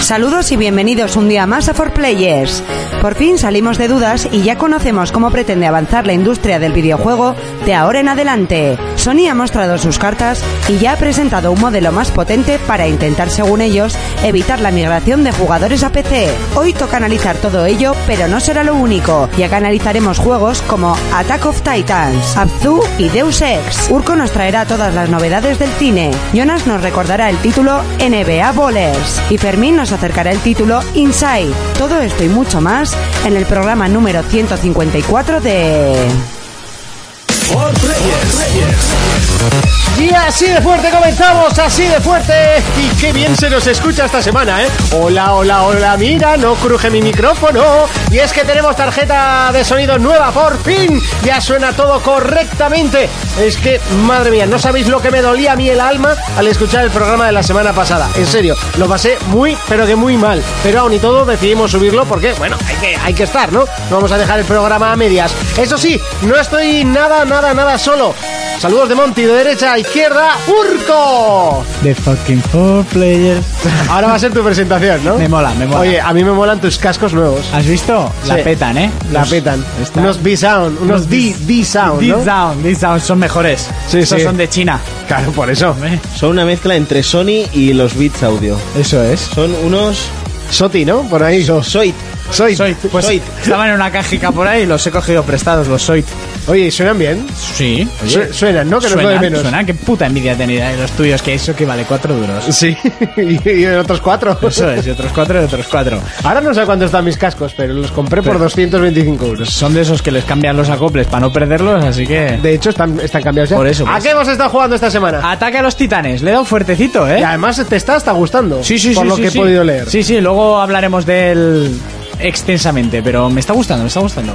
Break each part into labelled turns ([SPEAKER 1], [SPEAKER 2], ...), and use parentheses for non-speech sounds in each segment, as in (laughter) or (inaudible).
[SPEAKER 1] Saludos y bienvenidos un día más a For Players. Por fin salimos de dudas y ya conocemos cómo pretende avanzar la industria del videojuego de ahora en adelante. Sony ha mostrado sus cartas y ya ha presentado un modelo más potente para intentar, según ellos, evitar la migración de jugadores a PC. Hoy toca analizar todo ello, pero no será lo único, ya que analizaremos juegos como Attack of Titans, Abzu y Deus Ex. Urco nos traerá todas las novedades del cine. Jonas nos recordará el título NBA Bowlers. Y Fermín nos acercará el título Inside. Todo esto y mucho más en el programa número 154 de...
[SPEAKER 2] For Players. Y así de fuerte comenzamos, así de fuerte. Y qué bien se nos escucha esta semana, ¿eh? Hola, hola, hola, mira, no cruje mi micrófono. Y es que tenemos tarjeta de sonido nueva, por fin. Ya suena todo correctamente. Es que, madre mía, no sabéis lo que me dolía a mí el alma al escuchar el programa de la semana pasada. En serio, lo pasé muy, pero que muy mal. Pero aún y todo decidimos subirlo porque, bueno, hay que, hay que estar, ¿no? No vamos a dejar el programa a medias. Eso sí, no estoy nada, nada nada, nada solo. Saludos de Monty, de derecha a izquierda, Urco.
[SPEAKER 3] The fucking four players.
[SPEAKER 2] Ahora va a ser tu presentación, ¿no?
[SPEAKER 3] me mola, me mola.
[SPEAKER 2] Oye, a mí me molan tus cascos nuevos.
[SPEAKER 3] ¿Has visto? La
[SPEAKER 2] Sí.
[SPEAKER 3] petan, ¿eh?
[SPEAKER 2] La
[SPEAKER 3] Los-
[SPEAKER 2] petan.
[SPEAKER 3] está-
[SPEAKER 2] Unos B-Sound, unos
[SPEAKER 3] Unos
[SPEAKER 2] D- D-Sound,
[SPEAKER 3] Deep
[SPEAKER 2] ¿no?
[SPEAKER 3] Down, Deep Down son mejores.
[SPEAKER 2] Sí,
[SPEAKER 3] Esos
[SPEAKER 2] sí.
[SPEAKER 3] son de China.
[SPEAKER 2] Claro, por eso.
[SPEAKER 3] Hombre,
[SPEAKER 4] Son una mezcla entre Sony y los Beats Audio.
[SPEAKER 3] Eso es.
[SPEAKER 4] Son unos
[SPEAKER 2] Soti, ¿no? Por ahí.
[SPEAKER 4] Soit.
[SPEAKER 2] Soy.
[SPEAKER 3] Soy, pues
[SPEAKER 4] Soit.
[SPEAKER 3] estaban en una cajica por ahí, los he cogido prestados, los Soit.
[SPEAKER 2] Oye, ¿y ¿suenan bien?
[SPEAKER 3] Sí,
[SPEAKER 2] Su- suenan, ¿no? Que nos
[SPEAKER 3] suenan,
[SPEAKER 2] duele menos.
[SPEAKER 3] suenan, qué puta envidia tener ahí los tuyos, que eso que vale cuatro duros.
[SPEAKER 2] Sí. (laughs) y, y otros cuatro.
[SPEAKER 3] Eso es, y otros cuatro y otros cuatro.
[SPEAKER 2] Ahora no sé cuánto están mis cascos, pero los compré por
[SPEAKER 3] Pero-
[SPEAKER 2] 225 euros.
[SPEAKER 3] Son de esos que les cambian los acoples para no perderlos, así que...
[SPEAKER 2] De hecho, están, están cambiados ya.
[SPEAKER 3] Por eso,
[SPEAKER 2] ¿A
[SPEAKER 3] pues.
[SPEAKER 2] qué hemos estado jugando esta semana?
[SPEAKER 3] Ataque a los titanes, le he dado fuertecito, ¿eh?
[SPEAKER 2] Y además te está hasta gustando.
[SPEAKER 3] Sí, sí, sí.
[SPEAKER 2] Por lo
[SPEAKER 3] sí,
[SPEAKER 2] que
[SPEAKER 3] sí.
[SPEAKER 2] he podido leer.
[SPEAKER 3] Sí, sí, luego hablaremos de él extensamente, pero me está gustando, me está gustando.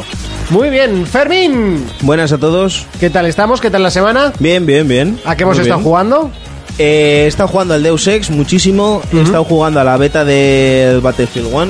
[SPEAKER 2] Muy bien, Fermín.
[SPEAKER 4] Buenas a todos.
[SPEAKER 2] ¿Qué tal estamos? ¿Qué tal la semana?
[SPEAKER 4] Bien, bien, bien.
[SPEAKER 2] ¿A qué hemos
[SPEAKER 4] Muy
[SPEAKER 2] estado
[SPEAKER 4] bien.
[SPEAKER 2] jugando?
[SPEAKER 4] Eh, he estado jugando al Deus Ex muchísimo. He estado jugando a la beta del Battlefield 1.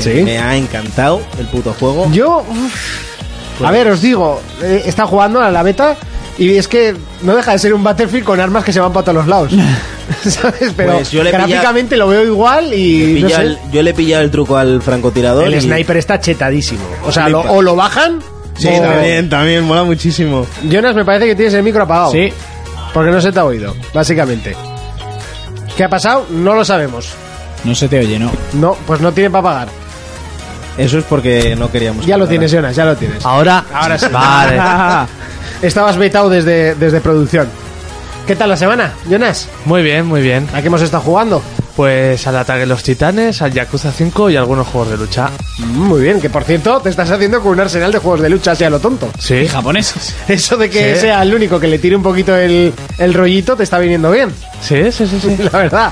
[SPEAKER 2] Sí.
[SPEAKER 4] Me ha encantado el puto juego.
[SPEAKER 2] Yo... uf, a ver, os digo, eh, está jugando a la beta y es que no deja de ser un Battlefield con armas que se van para todos los lados. (laughs) ¿Sabes? Pero
[SPEAKER 4] Pues yo le he pillado-
[SPEAKER 2] gráficamente lo veo igual y... no
[SPEAKER 4] Pilla
[SPEAKER 2] sé,
[SPEAKER 4] el- yo le he pillado el truco al francotirador.
[SPEAKER 2] el
[SPEAKER 4] y-
[SPEAKER 2] sniper Oh. está chetadísimo. O sea, lo-
[SPEAKER 4] Flipa.
[SPEAKER 2] o lo bajan...
[SPEAKER 4] Sí,
[SPEAKER 2] o-
[SPEAKER 4] también, también, mola muchísimo.
[SPEAKER 2] Jonas, me parece que tienes el micro apagado.
[SPEAKER 3] Sí.
[SPEAKER 2] Porque no se te ha oído, básicamente. ¿Qué ha pasado? No lo sabemos.
[SPEAKER 3] No se te oye, ¿no?
[SPEAKER 2] No, pues no tiene para pagar.
[SPEAKER 4] Eso es porque no queríamos.
[SPEAKER 2] Ya lo
[SPEAKER 4] pagar.
[SPEAKER 2] tienes, Jonas, ya lo tienes.
[SPEAKER 3] Ahora.
[SPEAKER 2] Ahora sí. (laughs)
[SPEAKER 3] Vale.
[SPEAKER 2] Estabas vetado desde, desde producción. ¿Qué tal la semana, Jonas?
[SPEAKER 5] Muy bien, muy bien.
[SPEAKER 2] ¿A qué hemos estado jugando?
[SPEAKER 5] Pues al ataque de los titanes, al Yakuza 5 y algunos juegos de lucha.
[SPEAKER 2] Mm, Muy bien, que por cierto te estás haciendo con un arsenal de juegos de lucha así a lo tonto. (laughs)
[SPEAKER 5] Sí.
[SPEAKER 3] ¿Y japoneses?
[SPEAKER 2] Eso de que
[SPEAKER 5] Sí.
[SPEAKER 2] sea el único que le tire un poquito el, el rollito te está viniendo bien, (laughs)
[SPEAKER 5] Sí, sí, sí, sí.
[SPEAKER 2] la verdad.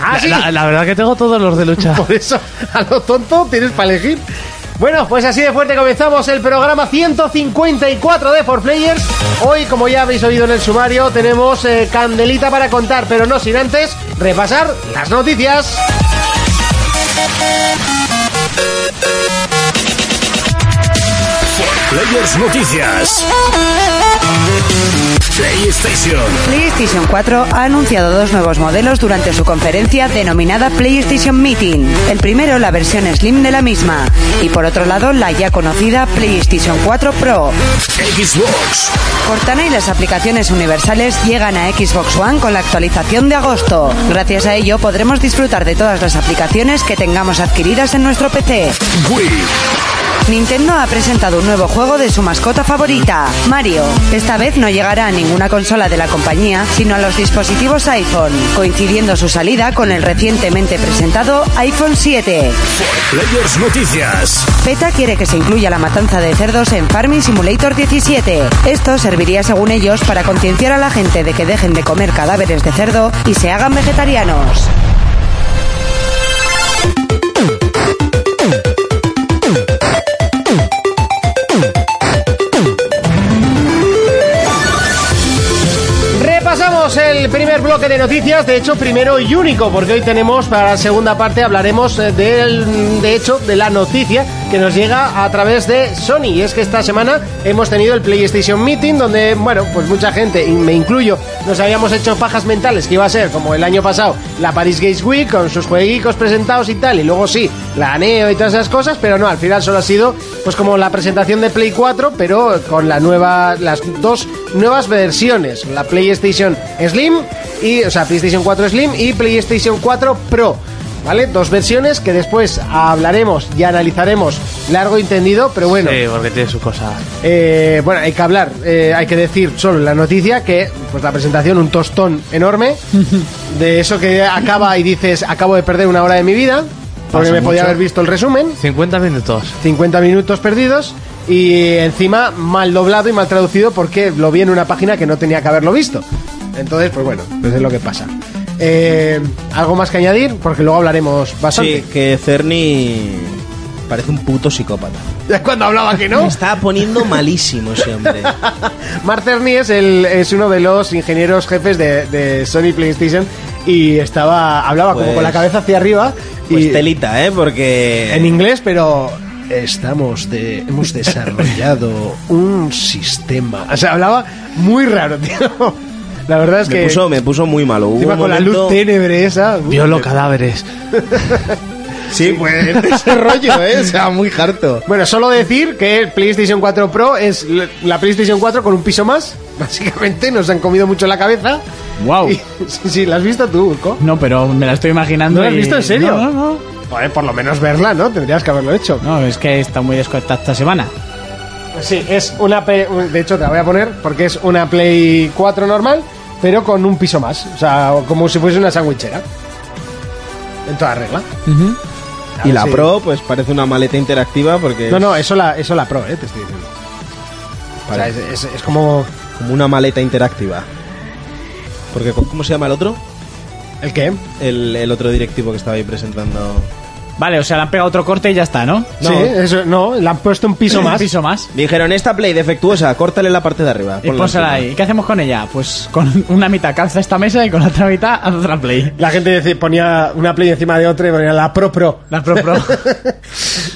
[SPEAKER 2] Ah,
[SPEAKER 5] La-
[SPEAKER 2] sí,
[SPEAKER 5] la, la verdad que tengo todos los de lucha.
[SPEAKER 2] por eso a lo tonto tienes para elegir. Bueno, pues así de fuerte comenzamos el programa 154 de 4Players. Hoy, como ya habéis oído en el sumario, tenemos eh, candelita para contar, pero no sin antes repasar las noticias.
[SPEAKER 6] Players Noticias. PlayStation.
[SPEAKER 1] PlayStation 4 ha anunciado dos nuevos modelos durante su conferencia denominada PlayStation Meeting. El primero, la versión Slim de la misma, y por otro lado, la ya conocida PlayStation 4 Pro.
[SPEAKER 6] Xbox.
[SPEAKER 1] Cortana y las aplicaciones universales llegan a Xbox One con la actualización de agosto. Gracias a ello podremos disfrutar de todas las aplicaciones que tengamos adquiridas en nuestro PC.
[SPEAKER 6] Wii.
[SPEAKER 1] Nintendo ha presentado un nuevo juego de su mascota favorita, Mario. Esta vez no llegará a ninguna consola de la compañía, sino a los dispositivos iPhone, coincidiendo su salida con el recientemente presentado iPhone 7.
[SPEAKER 6] Players Noticias.
[SPEAKER 1] PETA quiere que se incluya la matanza de cerdos en Farming Simulator 17. Esto serviría, según ellos, para concienciar a la gente de que dejen de comer cadáveres de cerdo y se hagan vegetarianos.
[SPEAKER 2] Repasamos el primer bloque de noticias, de hecho primero y único, porque hoy tenemos para la segunda parte hablaremos eh, del, de hecho de la noticia que nos llega a través de Sony. Y es que esta semana hemos tenido el PlayStation Meeting, donde, bueno, pues mucha gente, y me incluyo, nos habíamos hecho pajas mentales, que iba a ser como el año pasado, la Paris Games Week, con sus jueguicos presentados y tal, y luego sí, la NEO y todas esas cosas, pero no, al final solo ha sido, pues como la presentación de Play 4, pero con la nueva, las dos nuevas versiones, la PlayStation Slim, y, o sea, PlayStation 4 Slim y PlayStation 4 Pro. ¿Vale? Dos versiones que después hablaremos y analizaremos largo y tendido, pero (laughs) bueno,
[SPEAKER 5] Sí, porque tiene su cosa.
[SPEAKER 2] eh, bueno, hay que hablar, eh, hay que decir solo en la noticia que pues la presentación, un tostón
[SPEAKER 5] (laughs)
[SPEAKER 2] enorme, de eso que acaba y dices, acabo de perder una hora de mi vida, porque
[SPEAKER 5] Pasa
[SPEAKER 2] me podía
[SPEAKER 5] mucho.
[SPEAKER 2] haber visto el resumen,
[SPEAKER 5] 50 minutos.
[SPEAKER 2] 50 minutos perdidos, y encima mal doblado y mal traducido porque lo vi en una página que no tenía que haberlo visto. Entonces, pues bueno, pues es lo que pasa. Eh, ¿Algo más que añadir? Porque luego hablaremos bastante. (laughs)
[SPEAKER 4] Sí, que Cerny parece un puto psicópata.
[SPEAKER 2] Es cuando hablaba que
[SPEAKER 4] Me
[SPEAKER 2] no.
[SPEAKER 4] está poniendo malísimo ese hombre.
[SPEAKER 2] Mark Cerny es, el, es uno de los ingenieros jefes de, de Sony PlayStation y estaba hablaba como
[SPEAKER 4] Pues-
[SPEAKER 2] con la cabeza hacia arriba (laughs) y
[SPEAKER 4] Pues telita, ¿eh? Porque...
[SPEAKER 2] en inglés, pero estamos de hemos desarrollado un sistema. O sea, hablaba muy raro, tío. La verdad es
[SPEAKER 4] me
[SPEAKER 2] que
[SPEAKER 4] puso, me puso muy malo. Hubo
[SPEAKER 2] encima
[SPEAKER 4] un
[SPEAKER 2] con la luz
[SPEAKER 4] momento-
[SPEAKER 2] tenebre esa. uy,
[SPEAKER 5] Violo cadáveres.
[SPEAKER 4] Sí, pues
[SPEAKER 2] ese rollo, ¿eh? O sea,
[SPEAKER 4] muy harto.
[SPEAKER 2] Bueno, solo decir que el PlayStation 4 Pro es l- la PlayStation 4 con un piso más. Básicamente nos han comido mucho la cabeza.
[SPEAKER 3] Guau.
[SPEAKER 2] Y- (laughs) sí, sí, ¿la has visto tú, Urco?
[SPEAKER 3] No, pero me la estoy imaginando.
[SPEAKER 2] ¿No la has
[SPEAKER 3] y-
[SPEAKER 2] visto en serio?
[SPEAKER 3] No, no, no.
[SPEAKER 2] Joder, por lo menos verla, ¿no? Tendrías que haberlo hecho.
[SPEAKER 3] No, es que está muy desconectada esta semana.
[SPEAKER 2] Sí, es una... P- De hecho, te la voy a poner porque es una Play 4 normal, pero con un piso más. O sea, como si fuese una sandwichera. En toda regla.
[SPEAKER 4] Y la
[SPEAKER 2] Sí.
[SPEAKER 4] Pro, pues parece una maleta interactiva porque
[SPEAKER 2] No, no, eso la, eso la Pro, ¿eh? Te estoy diciendo. O sea, es, es- es como...
[SPEAKER 4] es como una maleta interactiva. Porque, ¿cómo se llama el otro?
[SPEAKER 2] ¿El qué?
[SPEAKER 4] El, el otro directivo que estaba ahí presentando.
[SPEAKER 3] Vale, o sea, le han pegado otro corte y ya está, ¿no?
[SPEAKER 2] Sí, eso, no, le han puesto (laughs) un piso
[SPEAKER 3] Un
[SPEAKER 2] más.
[SPEAKER 3] piso más.
[SPEAKER 4] Dijeron, esta play defectuosa, córtale la parte de arriba.
[SPEAKER 3] Y
[SPEAKER 4] ponla
[SPEAKER 3] pónsela
[SPEAKER 4] encima".
[SPEAKER 3] ahí. ¿Y ¿Qué hacemos con ella? Pues con una mitad calza esta mesa y con la otra mitad haz otra play.
[SPEAKER 2] La gente decía- ponía una Play encima de otra y ponía la Pro Pro.
[SPEAKER 3] La pro
[SPEAKER 2] (laughs)
[SPEAKER 3] pro.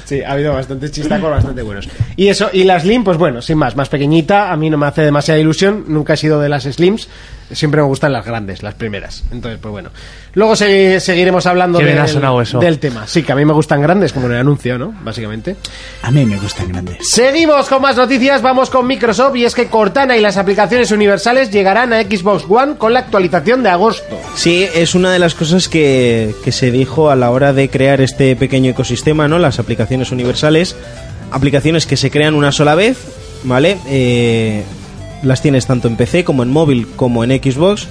[SPEAKER 2] Sí, ha habido bastantes chistacos bastante buenos. Y eso, y la Slim, pues bueno, sin más, más pequeñita, a mí no me hace demasiada ilusión, nunca he sido de las Slims, siempre me gustan las grandes, las primeras. Entonces, pues bueno. Luego se- seguiremos hablando
[SPEAKER 5] Qué bien ha
[SPEAKER 2] del,
[SPEAKER 5] sonado eso.
[SPEAKER 2] del tema. Sí, que a mí me gustan grandes, como en el anuncio, ¿no? Básicamente.
[SPEAKER 3] A mí me gustan grandes.
[SPEAKER 2] Seguimos con más noticias, vamos con Microsoft y es que Cortana y las aplicaciones universales llegarán a Xbox One con la actualización de agosto.
[SPEAKER 4] Sí, es una de las cosas que, que se dijo a la hora de crear este pequeño ecosistema, ¿no? Las aplicaciones universales, aplicaciones que se crean una sola vez, ¿vale? Eh, las tienes tanto en PC como en móvil como en Xbox.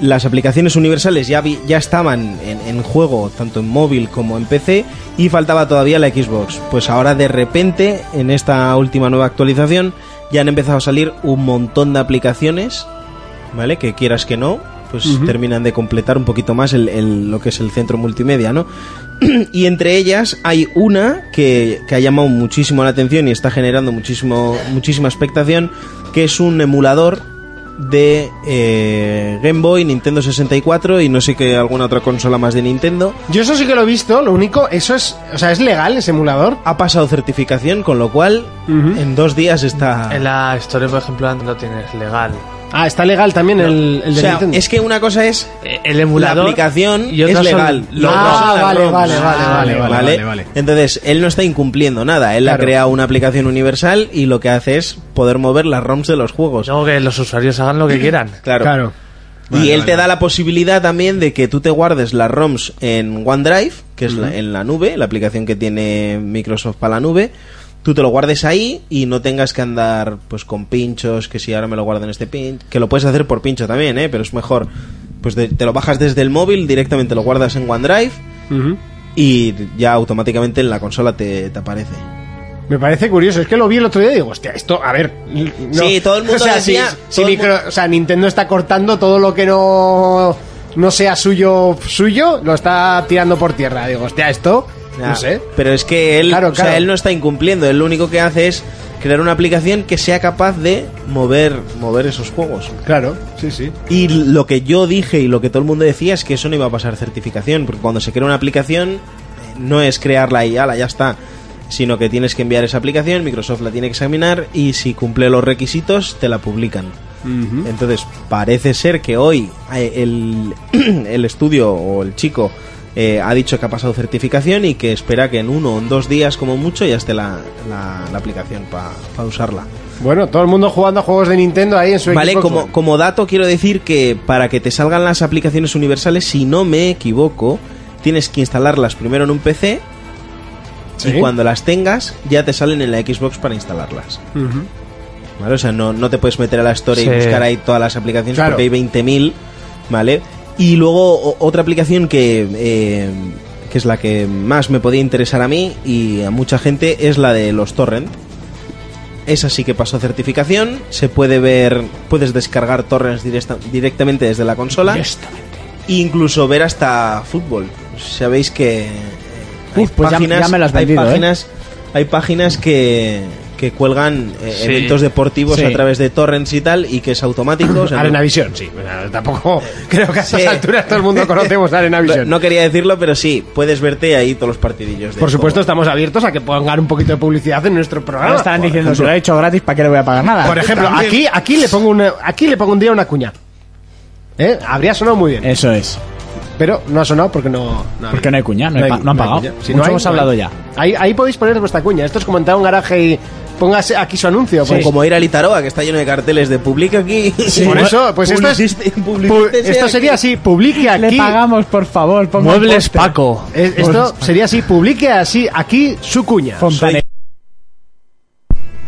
[SPEAKER 4] Las aplicaciones universales ya, vi- ya estaban en, en juego tanto en móvil como en PC y faltaba todavía la Xbox. Pues ahora de repente, en esta última nueva actualización, ya han empezado a salir un montón de aplicaciones ¿vale? Que quieras que no, pues terminan de completar un poquito más el, el- lo que es el centro multimedia, ¿no? (clears throat) y entre ellas hay una que, que ha llamado muchísimo la atención y está generando muchísimo, muchísima expectación, que es un emulador de eh, Game Boy, Nintendo 64 y no sé qué alguna otra consola más de Nintendo.
[SPEAKER 2] Yo eso sí que lo he visto, lo único, eso es, o sea, es legal ese emulador.
[SPEAKER 4] Ha pasado certificación, con lo cual en dos días está...
[SPEAKER 5] En la historia, por ejemplo, no tienes legal.
[SPEAKER 2] Ah, está legal también el, el
[SPEAKER 4] O
[SPEAKER 2] de
[SPEAKER 4] sea,
[SPEAKER 2] Nintendo.
[SPEAKER 4] es que una cosa es
[SPEAKER 5] Eh, El emulador.
[SPEAKER 4] la aplicación
[SPEAKER 5] y
[SPEAKER 4] es
[SPEAKER 5] otras son
[SPEAKER 4] legal.
[SPEAKER 5] lo-
[SPEAKER 4] Lo
[SPEAKER 2] Ah,
[SPEAKER 4] otro son las
[SPEAKER 2] vale,
[SPEAKER 4] ROMs.
[SPEAKER 2] vale, vale, vale, vale, vale, vale.
[SPEAKER 4] Entonces, él no está incumpliendo nada. Él
[SPEAKER 2] Claro.
[SPEAKER 4] ha creado una aplicación universal y lo que hace es poder mover las ROMs de los juegos.
[SPEAKER 5] No, que los usuarios hagan lo que quieran.
[SPEAKER 4] Claro.
[SPEAKER 2] Claro.
[SPEAKER 4] Y él te da la posibilidad también de que tú te guardes las ROMs en OneDrive, que es la- en la nube, la aplicación que tiene Microsoft para la nube. Tú te lo guardes ahí y no tengas que andar pues con pinchos, que si ahora me lo guardo en este pinch, que lo puedes hacer por pincho también, ¿eh? pero es mejor. Pues de- te lo bajas desde el móvil, directamente lo guardas en OneDrive y ya automáticamente en la consola te, te aparece.
[SPEAKER 2] Me parece curioso, es que lo vi el otro día y digo, hostia, esto, a ver. n- no.
[SPEAKER 4] Sí, todo el mundo
[SPEAKER 2] (laughs) o sea,
[SPEAKER 4] decía-
[SPEAKER 2] si- si
[SPEAKER 4] todo el
[SPEAKER 2] micro- o sea, Nintendo está cortando todo lo que no no sea suyo suyo, lo está tirando por tierra. Digo, hostia, esto
[SPEAKER 4] Ah,
[SPEAKER 2] no sé.
[SPEAKER 4] Pero es que él,
[SPEAKER 2] Claro,
[SPEAKER 4] o sea,
[SPEAKER 2] claro.
[SPEAKER 4] él no está incumpliendo. Él lo único que hace es crear una aplicación que sea capaz de mover, mover esos juegos.
[SPEAKER 2] Claro, sí, sí.
[SPEAKER 4] Y lo que yo dije y lo que todo el mundo decía es que eso no iba a pasar certificación, porque cuando se crea una aplicación eh, no es crearla y ala, ya está. sino que tienes que enviar esa aplicación, Microsoft la tiene que examinar y si cumple los requisitos te la publican. Entonces, parece ser que hoy eh, el, (clears throat) el estudio o el chico eh, ha dicho que ha pasado certificación y que espera que en uno o en dos días como mucho ya esté la, la- la aplicación para usarla.
[SPEAKER 2] Bueno, todo el mundo jugando a juegos de Nintendo ahí en su
[SPEAKER 4] Vale,
[SPEAKER 2] Xbox
[SPEAKER 4] como,
[SPEAKER 2] One.
[SPEAKER 4] como dato quiero decir que para que te salgan las aplicaciones universales, si no me equivoco, tienes que instalarlas primero en un PC
[SPEAKER 2] Sí.
[SPEAKER 4] y cuando las tengas ya te salen en la Xbox para instalarlas.
[SPEAKER 2] Ujú.
[SPEAKER 4] ¿Vale? O sea, no, no te puedes meter a la Store
[SPEAKER 5] Sí.
[SPEAKER 4] y buscar ahí todas las aplicaciones
[SPEAKER 2] Claro.
[SPEAKER 4] porque hay 20.000, ¿vale? Y luego o- otra aplicación que, eh, que es la que más me podía interesar a mí y a mucha gente es la de los torrent. Esa sí que pasó certificación, se puede ver, puedes descargar torrents directa- directamente desde la consola e incluso ver hasta fútbol. Sabéis que eh, hay
[SPEAKER 3] Uf, pues ya- ya me lo has vendido,
[SPEAKER 2] ¿eh?
[SPEAKER 4] hay páginas, hay páginas que, que cuelgan eh,
[SPEAKER 5] Sí.
[SPEAKER 4] eventos deportivos
[SPEAKER 3] Sí.
[SPEAKER 4] a través de torrents y tal y que es automático. o sea, no-
[SPEAKER 2] Arenavisión, sí. Bueno, tampoco (laughs) creo que a estas
[SPEAKER 4] Sí.
[SPEAKER 2] alturas todo el mundo
[SPEAKER 4] (laughs)
[SPEAKER 2] conocemos
[SPEAKER 4] no,
[SPEAKER 2] Arenavisión.
[SPEAKER 4] no quería decirlo, pero sí, puedes verte ahí todos los partidillos. de
[SPEAKER 2] Por supuesto,
[SPEAKER 4] todo.
[SPEAKER 2] estamos abiertos a que pongan un poquito de publicidad en nuestro
[SPEAKER 3] Ahora
[SPEAKER 2] programa.
[SPEAKER 3] estarán
[SPEAKER 2] Por
[SPEAKER 3] diciendo, si
[SPEAKER 2] ejemplo.
[SPEAKER 3] lo he hecho gratis, ¿para qué le voy a pagar nada?
[SPEAKER 2] Por ejemplo,
[SPEAKER 4] También.
[SPEAKER 2] aquí, aquí, le pongo una, aquí le pongo un día una cuña. ¿Eh? Habría sonado muy bien.
[SPEAKER 3] Eso es.
[SPEAKER 2] Pero no ha sonado porque no. no ha
[SPEAKER 3] Porque no hay cuña, no, hay pa- no han pagado.
[SPEAKER 2] cuña.
[SPEAKER 3] Mucho hemos hablado
[SPEAKER 2] hay.
[SPEAKER 3] ya.
[SPEAKER 2] Ahí, ahí podéis poner vuestra cuña. Esto es como entrar a un garaje y pongas aquí su anuncio.
[SPEAKER 4] O
[SPEAKER 2] pues.
[SPEAKER 4] Como ir a Litaroa, que está lleno de carteles de publica aquí.
[SPEAKER 2] Por eso, pues esto, es-
[SPEAKER 4] Publiciste-
[SPEAKER 2] pu-
[SPEAKER 4] publicítese
[SPEAKER 2] esto
[SPEAKER 4] aquí.
[SPEAKER 2] sería así, publique aquí.
[SPEAKER 3] Le pagamos, por favor. ponga un
[SPEAKER 5] Muebles
[SPEAKER 3] póster.
[SPEAKER 5] Paco.
[SPEAKER 2] Es- esto sería así, publique así aquí su cuña.
[SPEAKER 3] Fontane-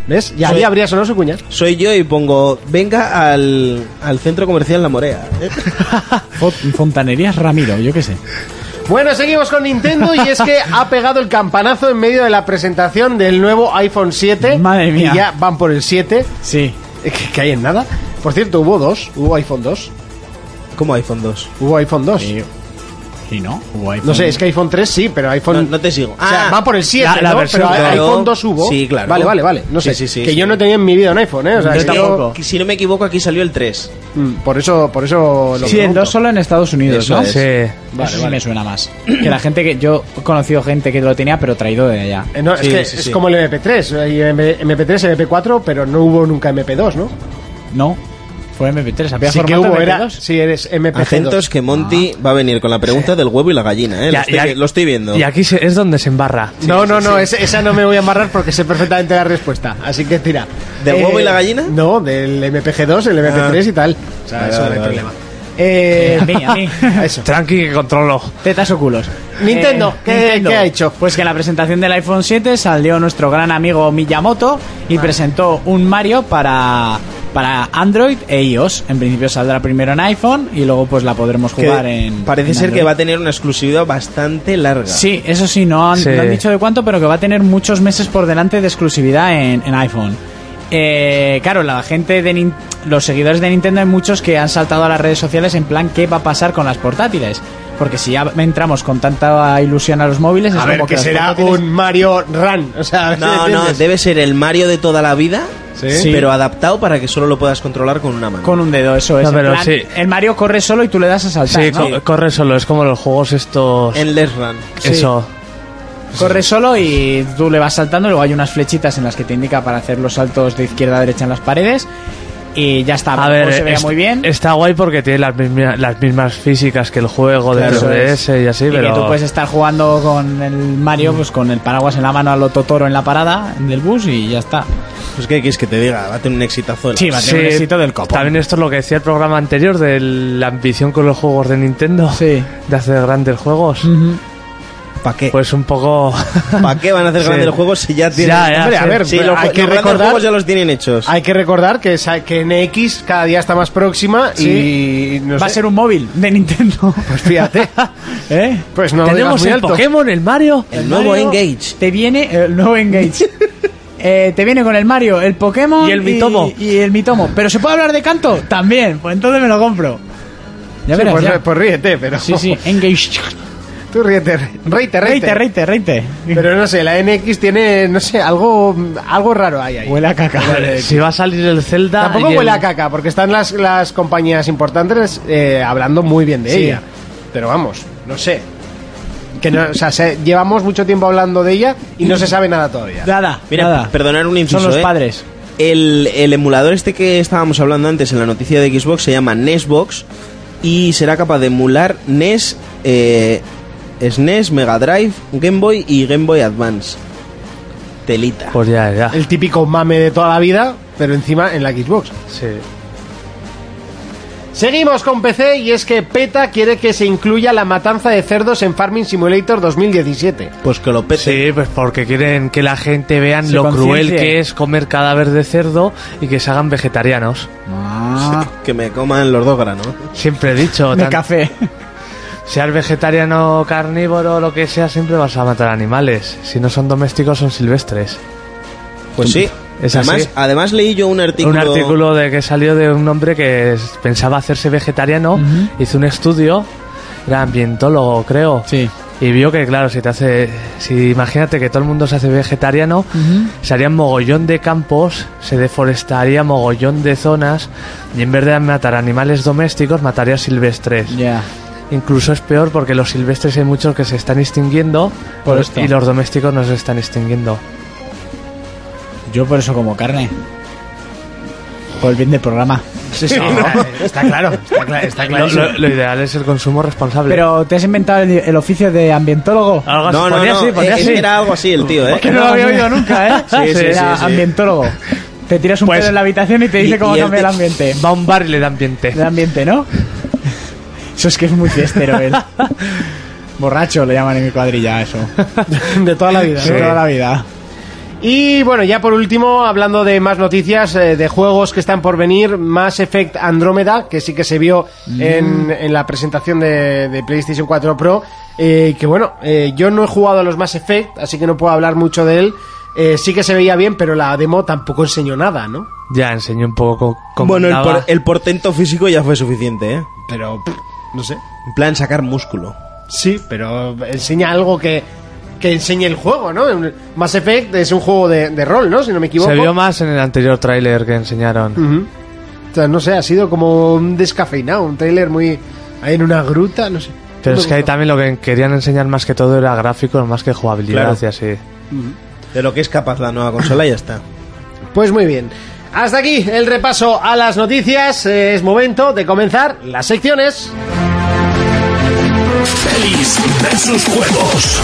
[SPEAKER 2] ¿Ves? Y ahí
[SPEAKER 4] Soy-
[SPEAKER 2] habría sonado su cuña.
[SPEAKER 4] Soy yo y pongo, venga al, al centro comercial La Morea. ¿Eh?
[SPEAKER 3] Fo- Fontanerías Ramiro, yo qué sé.
[SPEAKER 2] Bueno, seguimos con Nintendo y es que ha pegado el campanazo en medio de la presentación del nuevo iPhone 7.
[SPEAKER 3] Madre mía.
[SPEAKER 2] Y ya van por el 7,
[SPEAKER 3] Sí.
[SPEAKER 2] eh, que, que hay en nada. Por cierto, hubo dos, hubo iPhone 2,
[SPEAKER 4] ¿Cómo iPhone 2?
[SPEAKER 2] hubo iPhone 2.
[SPEAKER 3] Y, y no, hubo iPhone.
[SPEAKER 2] No sé, es que iPhone 3 sí, pero
[SPEAKER 4] No,
[SPEAKER 2] iPhone...
[SPEAKER 4] no te sigo.
[SPEAKER 2] O sea,
[SPEAKER 4] Ah,
[SPEAKER 2] va por el 7,
[SPEAKER 3] la- la
[SPEAKER 2] ¿no?
[SPEAKER 3] versión,
[SPEAKER 2] pero
[SPEAKER 4] claro.
[SPEAKER 2] iPhone 2 hubo.
[SPEAKER 4] Sí, claro.
[SPEAKER 2] Vale, vale, vale. No
[SPEAKER 4] Sí,
[SPEAKER 2] sé,
[SPEAKER 4] sí, sí,
[SPEAKER 2] que
[SPEAKER 4] sí.
[SPEAKER 2] yo no tenía en mi vida un iPhone, ¿eh? O sea,
[SPEAKER 4] Si
[SPEAKER 2] que
[SPEAKER 4] no me
[SPEAKER 2] yo-
[SPEAKER 4] equivoco- si no me equivoco, aquí salió el 3.
[SPEAKER 2] Mm, por eso, por eso lo
[SPEAKER 3] Sí, el
[SPEAKER 2] pregunto.
[SPEAKER 3] 2 solo en Estados Unidos,
[SPEAKER 4] Eso
[SPEAKER 3] ¿no?
[SPEAKER 4] es.
[SPEAKER 5] Sí.
[SPEAKER 3] Vale, sí me suena más. Que la gente que yo he conocido gente que lo tenía, pero traído de allá.
[SPEAKER 2] Eh, no,
[SPEAKER 4] Sí,
[SPEAKER 2] es que
[SPEAKER 4] sí,
[SPEAKER 2] es
[SPEAKER 4] sí.
[SPEAKER 2] como el MP3, hay eh, M- MP3, MP4, pero no hubo nunca MP2, ¿no?
[SPEAKER 3] No, fue MP3, había
[SPEAKER 2] sí que
[SPEAKER 3] formato
[SPEAKER 2] hubo,
[SPEAKER 3] MP2.
[SPEAKER 2] era, sí, eres MP2.
[SPEAKER 4] Atentos que Monty va a venir con la pregunta del huevo y la gallina, ¿eh?
[SPEAKER 5] Ya-
[SPEAKER 4] lo, estoy,
[SPEAKER 5] ya-
[SPEAKER 4] lo estoy viendo.
[SPEAKER 5] Y aquí se- es donde se embarra.
[SPEAKER 2] no, no, no, esa- esa no me voy a amarrar porque sé perfectamente la respuesta. Así que tira. Eh,
[SPEAKER 4] ¿Del huevo y la gallina? Ah.
[SPEAKER 2] No, del MPG2, el MP3 y tal. O sea,
[SPEAKER 4] Vale,
[SPEAKER 2] eso
[SPEAKER 4] vale,
[SPEAKER 2] no hay
[SPEAKER 4] vale.
[SPEAKER 2] problema. Eh,
[SPEAKER 3] A mí, a mí.
[SPEAKER 2] (laughs) eso.
[SPEAKER 5] Tranqui que controlo.
[SPEAKER 3] Tetas o culos.
[SPEAKER 4] Eh,
[SPEAKER 2] Nintendo, ¿qué- qué ha hecho?
[SPEAKER 3] Pues que en la presentación del iPhone 7 salió nuestro gran amigo Miyamoto y presentó un Mario para, para Android e iOS. En principio saldrá primero en iPhone y luego pues la podremos
[SPEAKER 4] Que
[SPEAKER 3] jugar en.
[SPEAKER 4] parece
[SPEAKER 3] en
[SPEAKER 4] ser que
[SPEAKER 3] Android.
[SPEAKER 4] va a tener una exclusividad bastante larga.
[SPEAKER 3] Sí, eso sí, no han,
[SPEAKER 5] Sí.
[SPEAKER 3] no han dicho de cuánto, pero que va a tener muchos meses por delante de exclusividad en, en iPhone. Eh, claro, la gente de Nin- los seguidores de Nintendo hay muchos que han saltado a las redes sociales en plan qué va a pasar con las portátiles. Porque si ya entramos con tanta ilusión a los móviles, es
[SPEAKER 2] a ver,
[SPEAKER 3] como
[SPEAKER 2] que
[SPEAKER 3] las
[SPEAKER 2] será
[SPEAKER 3] portátiles-
[SPEAKER 2] un Mario Run. (laughs) O sea, a ver si
[SPEAKER 4] No, no,
[SPEAKER 2] entiendes.
[SPEAKER 4] debe ser el Mario de toda la vida,
[SPEAKER 3] Sí.
[SPEAKER 4] pero adaptado para que solo lo puedas controlar con una mano.
[SPEAKER 3] Con un dedo, eso es.
[SPEAKER 5] No,
[SPEAKER 3] en
[SPEAKER 5] pero
[SPEAKER 3] plan,
[SPEAKER 5] sí.
[SPEAKER 3] El Mario corre solo y tú le das a saltar.
[SPEAKER 5] Sí,
[SPEAKER 3] ¿no?
[SPEAKER 5] co- corre solo. Es como los juegos estos.
[SPEAKER 4] En Les Run.
[SPEAKER 5] Eso.
[SPEAKER 3] Corre solo y tú le vas saltando, luego hay unas flechitas en las que te indica para hacer los saltos de izquierda a derecha en las paredes y ya está.
[SPEAKER 5] A
[SPEAKER 3] el
[SPEAKER 5] ver,
[SPEAKER 3] juego se veía
[SPEAKER 5] es-
[SPEAKER 3] muy bien.
[SPEAKER 5] está guay porque tiene las mismas, las mismas físicas que el juego
[SPEAKER 4] Claro,
[SPEAKER 5] de DS y así,
[SPEAKER 3] y
[SPEAKER 5] pero.
[SPEAKER 3] que tú puedes estar jugando con el Mario, pues con el paraguas en la mano a lo Totoro en la parada del bus y ya está.
[SPEAKER 4] Pues qué quieres que te diga, va a tener un exitazo. de la-
[SPEAKER 3] Sí, va a tener un éxito del copón.
[SPEAKER 5] También esto es lo que decía el programa anterior de la ambición con los juegos de Nintendo.
[SPEAKER 3] Sí.
[SPEAKER 5] De hacer grandes juegos.
[SPEAKER 4] ¿Para qué?
[SPEAKER 5] Pues un poco.
[SPEAKER 4] (laughs)
[SPEAKER 5] (laughs)
[SPEAKER 4] ¿Para qué van a hacer
[SPEAKER 5] Sí.
[SPEAKER 4] grandes juegos si ya tienen...
[SPEAKER 5] Ya, ya,
[SPEAKER 2] Hombre, a
[SPEAKER 5] sí.
[SPEAKER 2] ver,
[SPEAKER 4] Sí,
[SPEAKER 2] pero
[SPEAKER 4] los,
[SPEAKER 2] hay
[SPEAKER 4] los
[SPEAKER 2] que
[SPEAKER 4] grandes
[SPEAKER 2] recordar
[SPEAKER 4] juegos ya los tienen hechos.
[SPEAKER 2] Hay que recordar que, sa- que NX cada día está más próxima y no
[SPEAKER 3] Va a
[SPEAKER 2] sé,
[SPEAKER 3] ser un móvil
[SPEAKER 2] (laughs)
[SPEAKER 3] de Nintendo.
[SPEAKER 2] pues
[SPEAKER 3] (laughs)
[SPEAKER 2] fíjate.
[SPEAKER 3] ¿Eh?
[SPEAKER 2] Pues no lo digas
[SPEAKER 5] Tenemos
[SPEAKER 2] muy
[SPEAKER 5] el
[SPEAKER 2] alto.
[SPEAKER 5] Pokémon, el Mario.
[SPEAKER 4] El nuevo
[SPEAKER 3] Mario
[SPEAKER 4] Engage.
[SPEAKER 3] Te viene el nuevo Engage. Eh, te viene con el Mario, el Pokémon
[SPEAKER 5] Y el Mitomo.
[SPEAKER 3] Y, y el Mitomo. ¿Pero se puede hablar de canto? También. Pues entonces me lo compro. Ya
[SPEAKER 2] Sí,
[SPEAKER 3] verás.
[SPEAKER 2] pues,
[SPEAKER 3] ya.
[SPEAKER 2] re- pues ríete, pero
[SPEAKER 3] Sí, sí, Engage.
[SPEAKER 2] (laughs) tú ríete, ríete, ríete.
[SPEAKER 3] Reite, reite, reite.
[SPEAKER 2] (laughs) Pero no sé, la NX tiene, no sé, algo, algo raro hay ahí.
[SPEAKER 3] Huele a caca.
[SPEAKER 5] Si va a salir el Zelda.
[SPEAKER 2] Tampoco
[SPEAKER 5] Ah, y el-
[SPEAKER 2] huele a caca, porque están las, las compañías importantes eh, hablando muy bien de
[SPEAKER 3] Sí.
[SPEAKER 2] ella. Pero vamos, no sé. Que no, o sea, se- llevamos mucho tiempo hablando de ella y no se sabe nada todavía.
[SPEAKER 3] Nada,
[SPEAKER 4] Mira,
[SPEAKER 3] nada.
[SPEAKER 4] perdonar un inciso.
[SPEAKER 3] Son los
[SPEAKER 4] ¿eh?
[SPEAKER 3] padres.
[SPEAKER 4] El, el emulador este que estábamos hablando antes en la noticia de Xbox se llama Nesbox y será capaz de emular NES, eh, SNES, Mega Drive, Game Boy y Game Boy Advance. Telita.
[SPEAKER 5] Pues ya, ya.
[SPEAKER 2] El típico mame de toda la vida, pero encima en la Xbox.
[SPEAKER 5] Sí.
[SPEAKER 2] Seguimos con PC y es que PETA quiere que se incluya la matanza de cerdos en Farming Simulator 2017.
[SPEAKER 4] Pues que lo pete.
[SPEAKER 5] Sí, pues porque quieren que la gente vean
[SPEAKER 3] Se
[SPEAKER 5] lo cruel
[SPEAKER 3] conciencie.
[SPEAKER 5] que es comer cadáver de cerdo y que se hagan vegetarianos.
[SPEAKER 3] Ah.
[SPEAKER 5] Ah.
[SPEAKER 4] Que me coman los dos granos.
[SPEAKER 5] Siempre he dicho,
[SPEAKER 3] de
[SPEAKER 5] tan-
[SPEAKER 3] café.
[SPEAKER 5] seas vegetariano, carnívoro, lo que sea, siempre vas a matar animales. Si no son domésticos, son silvestres.
[SPEAKER 4] Pues sí.
[SPEAKER 5] Es así.
[SPEAKER 4] además, además leí yo un artículo.
[SPEAKER 5] Un artículo de que salió de un hombre que es- pensaba hacerse vegetariano, hizo un estudio, era ambientólogo, creo.
[SPEAKER 3] Sí.
[SPEAKER 5] Y vio que, claro, si te hace. Si imagínate que todo el mundo se hace vegetariano, se harían mogollón de campos, se deforestaría mogollón de zonas, y en vez de matar animales domésticos, mataría silvestres.
[SPEAKER 3] Ya.
[SPEAKER 5] Incluso es peor porque los silvestres hay muchos que se están extinguiendo
[SPEAKER 3] Por esto.
[SPEAKER 5] y los domésticos no se están extinguiendo.
[SPEAKER 3] Yo por eso como carne. Por el bien del programa.
[SPEAKER 2] eh, Está claro, está,
[SPEAKER 5] Lo, lo- lo ideal es el consumo responsable.
[SPEAKER 3] Pero te has inventado el, el oficio de ambientólogo.
[SPEAKER 5] Algo así,
[SPEAKER 4] No, no,
[SPEAKER 5] ponía
[SPEAKER 4] no.
[SPEAKER 5] así, ponía
[SPEAKER 4] eh,
[SPEAKER 5] así.
[SPEAKER 4] Era algo así el
[SPEAKER 5] (laughs)
[SPEAKER 4] tío, ¿eh?
[SPEAKER 3] Que no lo había oído nunca, ¿eh?
[SPEAKER 4] Sí, sí,
[SPEAKER 3] Era
[SPEAKER 4] sí, sí.
[SPEAKER 3] ambientólogo. Te tiras un
[SPEAKER 5] Pues-
[SPEAKER 3] pedo en la habitación y te dice
[SPEAKER 4] y-
[SPEAKER 3] cómo
[SPEAKER 4] y él
[SPEAKER 3] cambia el
[SPEAKER 4] te-
[SPEAKER 3] ambiente.
[SPEAKER 5] Va a un bar y le da ambiente.
[SPEAKER 3] El ambiente, ¿no? Eso es que es muy fiestero él. Borracho le llaman en mi cuadrilla eso.
[SPEAKER 2] de toda la vida.
[SPEAKER 3] De toda la vida.
[SPEAKER 2] Y bueno, ya por último, hablando de más noticias, eh, de juegos que están por venir, Mass Effect Andrómeda, que sí que se vio en, en la presentación de, de PlayStation 4 Pro, eh, que bueno, eh, yo no he jugado a los Mass Effect, así que no puedo hablar mucho de él. Eh, sí que se veía bien, pero la demo tampoco enseñó nada, ¿no?
[SPEAKER 5] Ya enseñó un poco cómo
[SPEAKER 4] Bueno, el,
[SPEAKER 5] andaba.
[SPEAKER 4] por- el portento físico ya fue suficiente, ¿eh?
[SPEAKER 2] Pero, pff, no sé.
[SPEAKER 4] En plan, sacar músculo.
[SPEAKER 2] Sí, pero enseña algo que, que enseñe el juego, ¿no? Un- Mass Effect es un juego de, de rol, ¿no? Si no me equivoco.
[SPEAKER 5] Se vio más en el anterior tráiler que enseñaron.
[SPEAKER 4] Mm.
[SPEAKER 2] Ujú. O sea, no sé, ha sido como un descafeinado, un trailer muy... Ahí en una gruta, no sé.
[SPEAKER 5] Pero
[SPEAKER 2] No
[SPEAKER 5] es
[SPEAKER 2] me
[SPEAKER 5] que ahí
[SPEAKER 2] gustó.
[SPEAKER 5] también lo que querían enseñar más que todo era gráficos, más que jugabilidad
[SPEAKER 4] Claro.
[SPEAKER 5] y así.
[SPEAKER 4] De lo que es capaz la nueva consola, ya está.
[SPEAKER 2] Pues muy bien. Hasta aquí el repaso a las noticias. Eh, Es momento de comenzar las secciones.
[SPEAKER 6] Pelis versus juegos.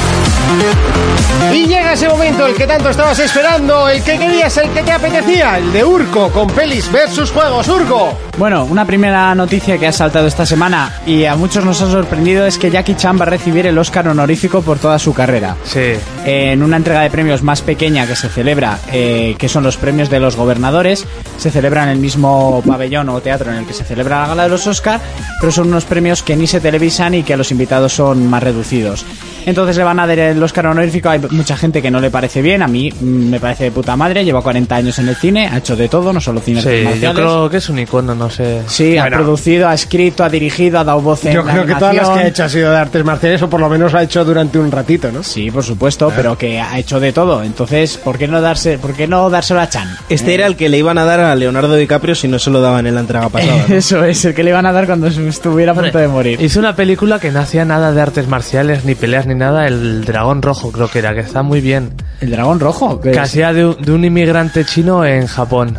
[SPEAKER 2] Y llega ese momento, el que tanto estabas esperando, el que querías, el que te apetecía, el de Urco con pelis versus juegos. Urco.
[SPEAKER 3] Bueno, una primera noticia que ha saltado esta semana y a muchos nos ha sorprendido es que Jackie Chan va a recibir el Oscar honorífico por toda su carrera.
[SPEAKER 5] Sí.
[SPEAKER 3] En una entrega de premios más pequeña que se celebra, eh, que son los premios de los gobernadores, se celebra en el mismo pabellón o teatro en el que se celebra la gala de los Oscar, pero son unos premios que ni se televisan y que a los invitados son más reducidos. Entonces le van a dar el Oscar honorífico, hay mucha gente que no le parece bien, a mí mm, me parece de puta madre, lleva 40 años en el cine, ha hecho de todo, no solo cine
[SPEAKER 5] Sí, yo
[SPEAKER 3] marciales.
[SPEAKER 5] creo que es un icono, no sé.
[SPEAKER 3] Sí, ha producido, ha escrito, ha dirigido, ha dado voz en la animación.
[SPEAKER 2] ha sido de artes marciales, o por lo menos ha hecho durante un ratito, ¿no?
[SPEAKER 3] Sí, por supuesto, pero que ha hecho de todo. Entonces, ¿por qué no darse, por qué no dárselo a Chan? (laughs)
[SPEAKER 4] Este era el que le iban a dar a Leonardo DiCaprio si no se lo daban en la entrega pasada.
[SPEAKER 3] (laughs)
[SPEAKER 4] ¿no?
[SPEAKER 3] Eso es, el que le iban a dar cuando estuviera a punto de morir.
[SPEAKER 5] Hizo una película que no hacía nada de artes marciales, ni peleas, ni nada. El Dragón Rojo, creo que era, que está muy bien.
[SPEAKER 3] ¿El dragón rojo? ¿Qué
[SPEAKER 5] Que
[SPEAKER 3] es?
[SPEAKER 5] hacía de, un- de un inmigrante chino en Japón.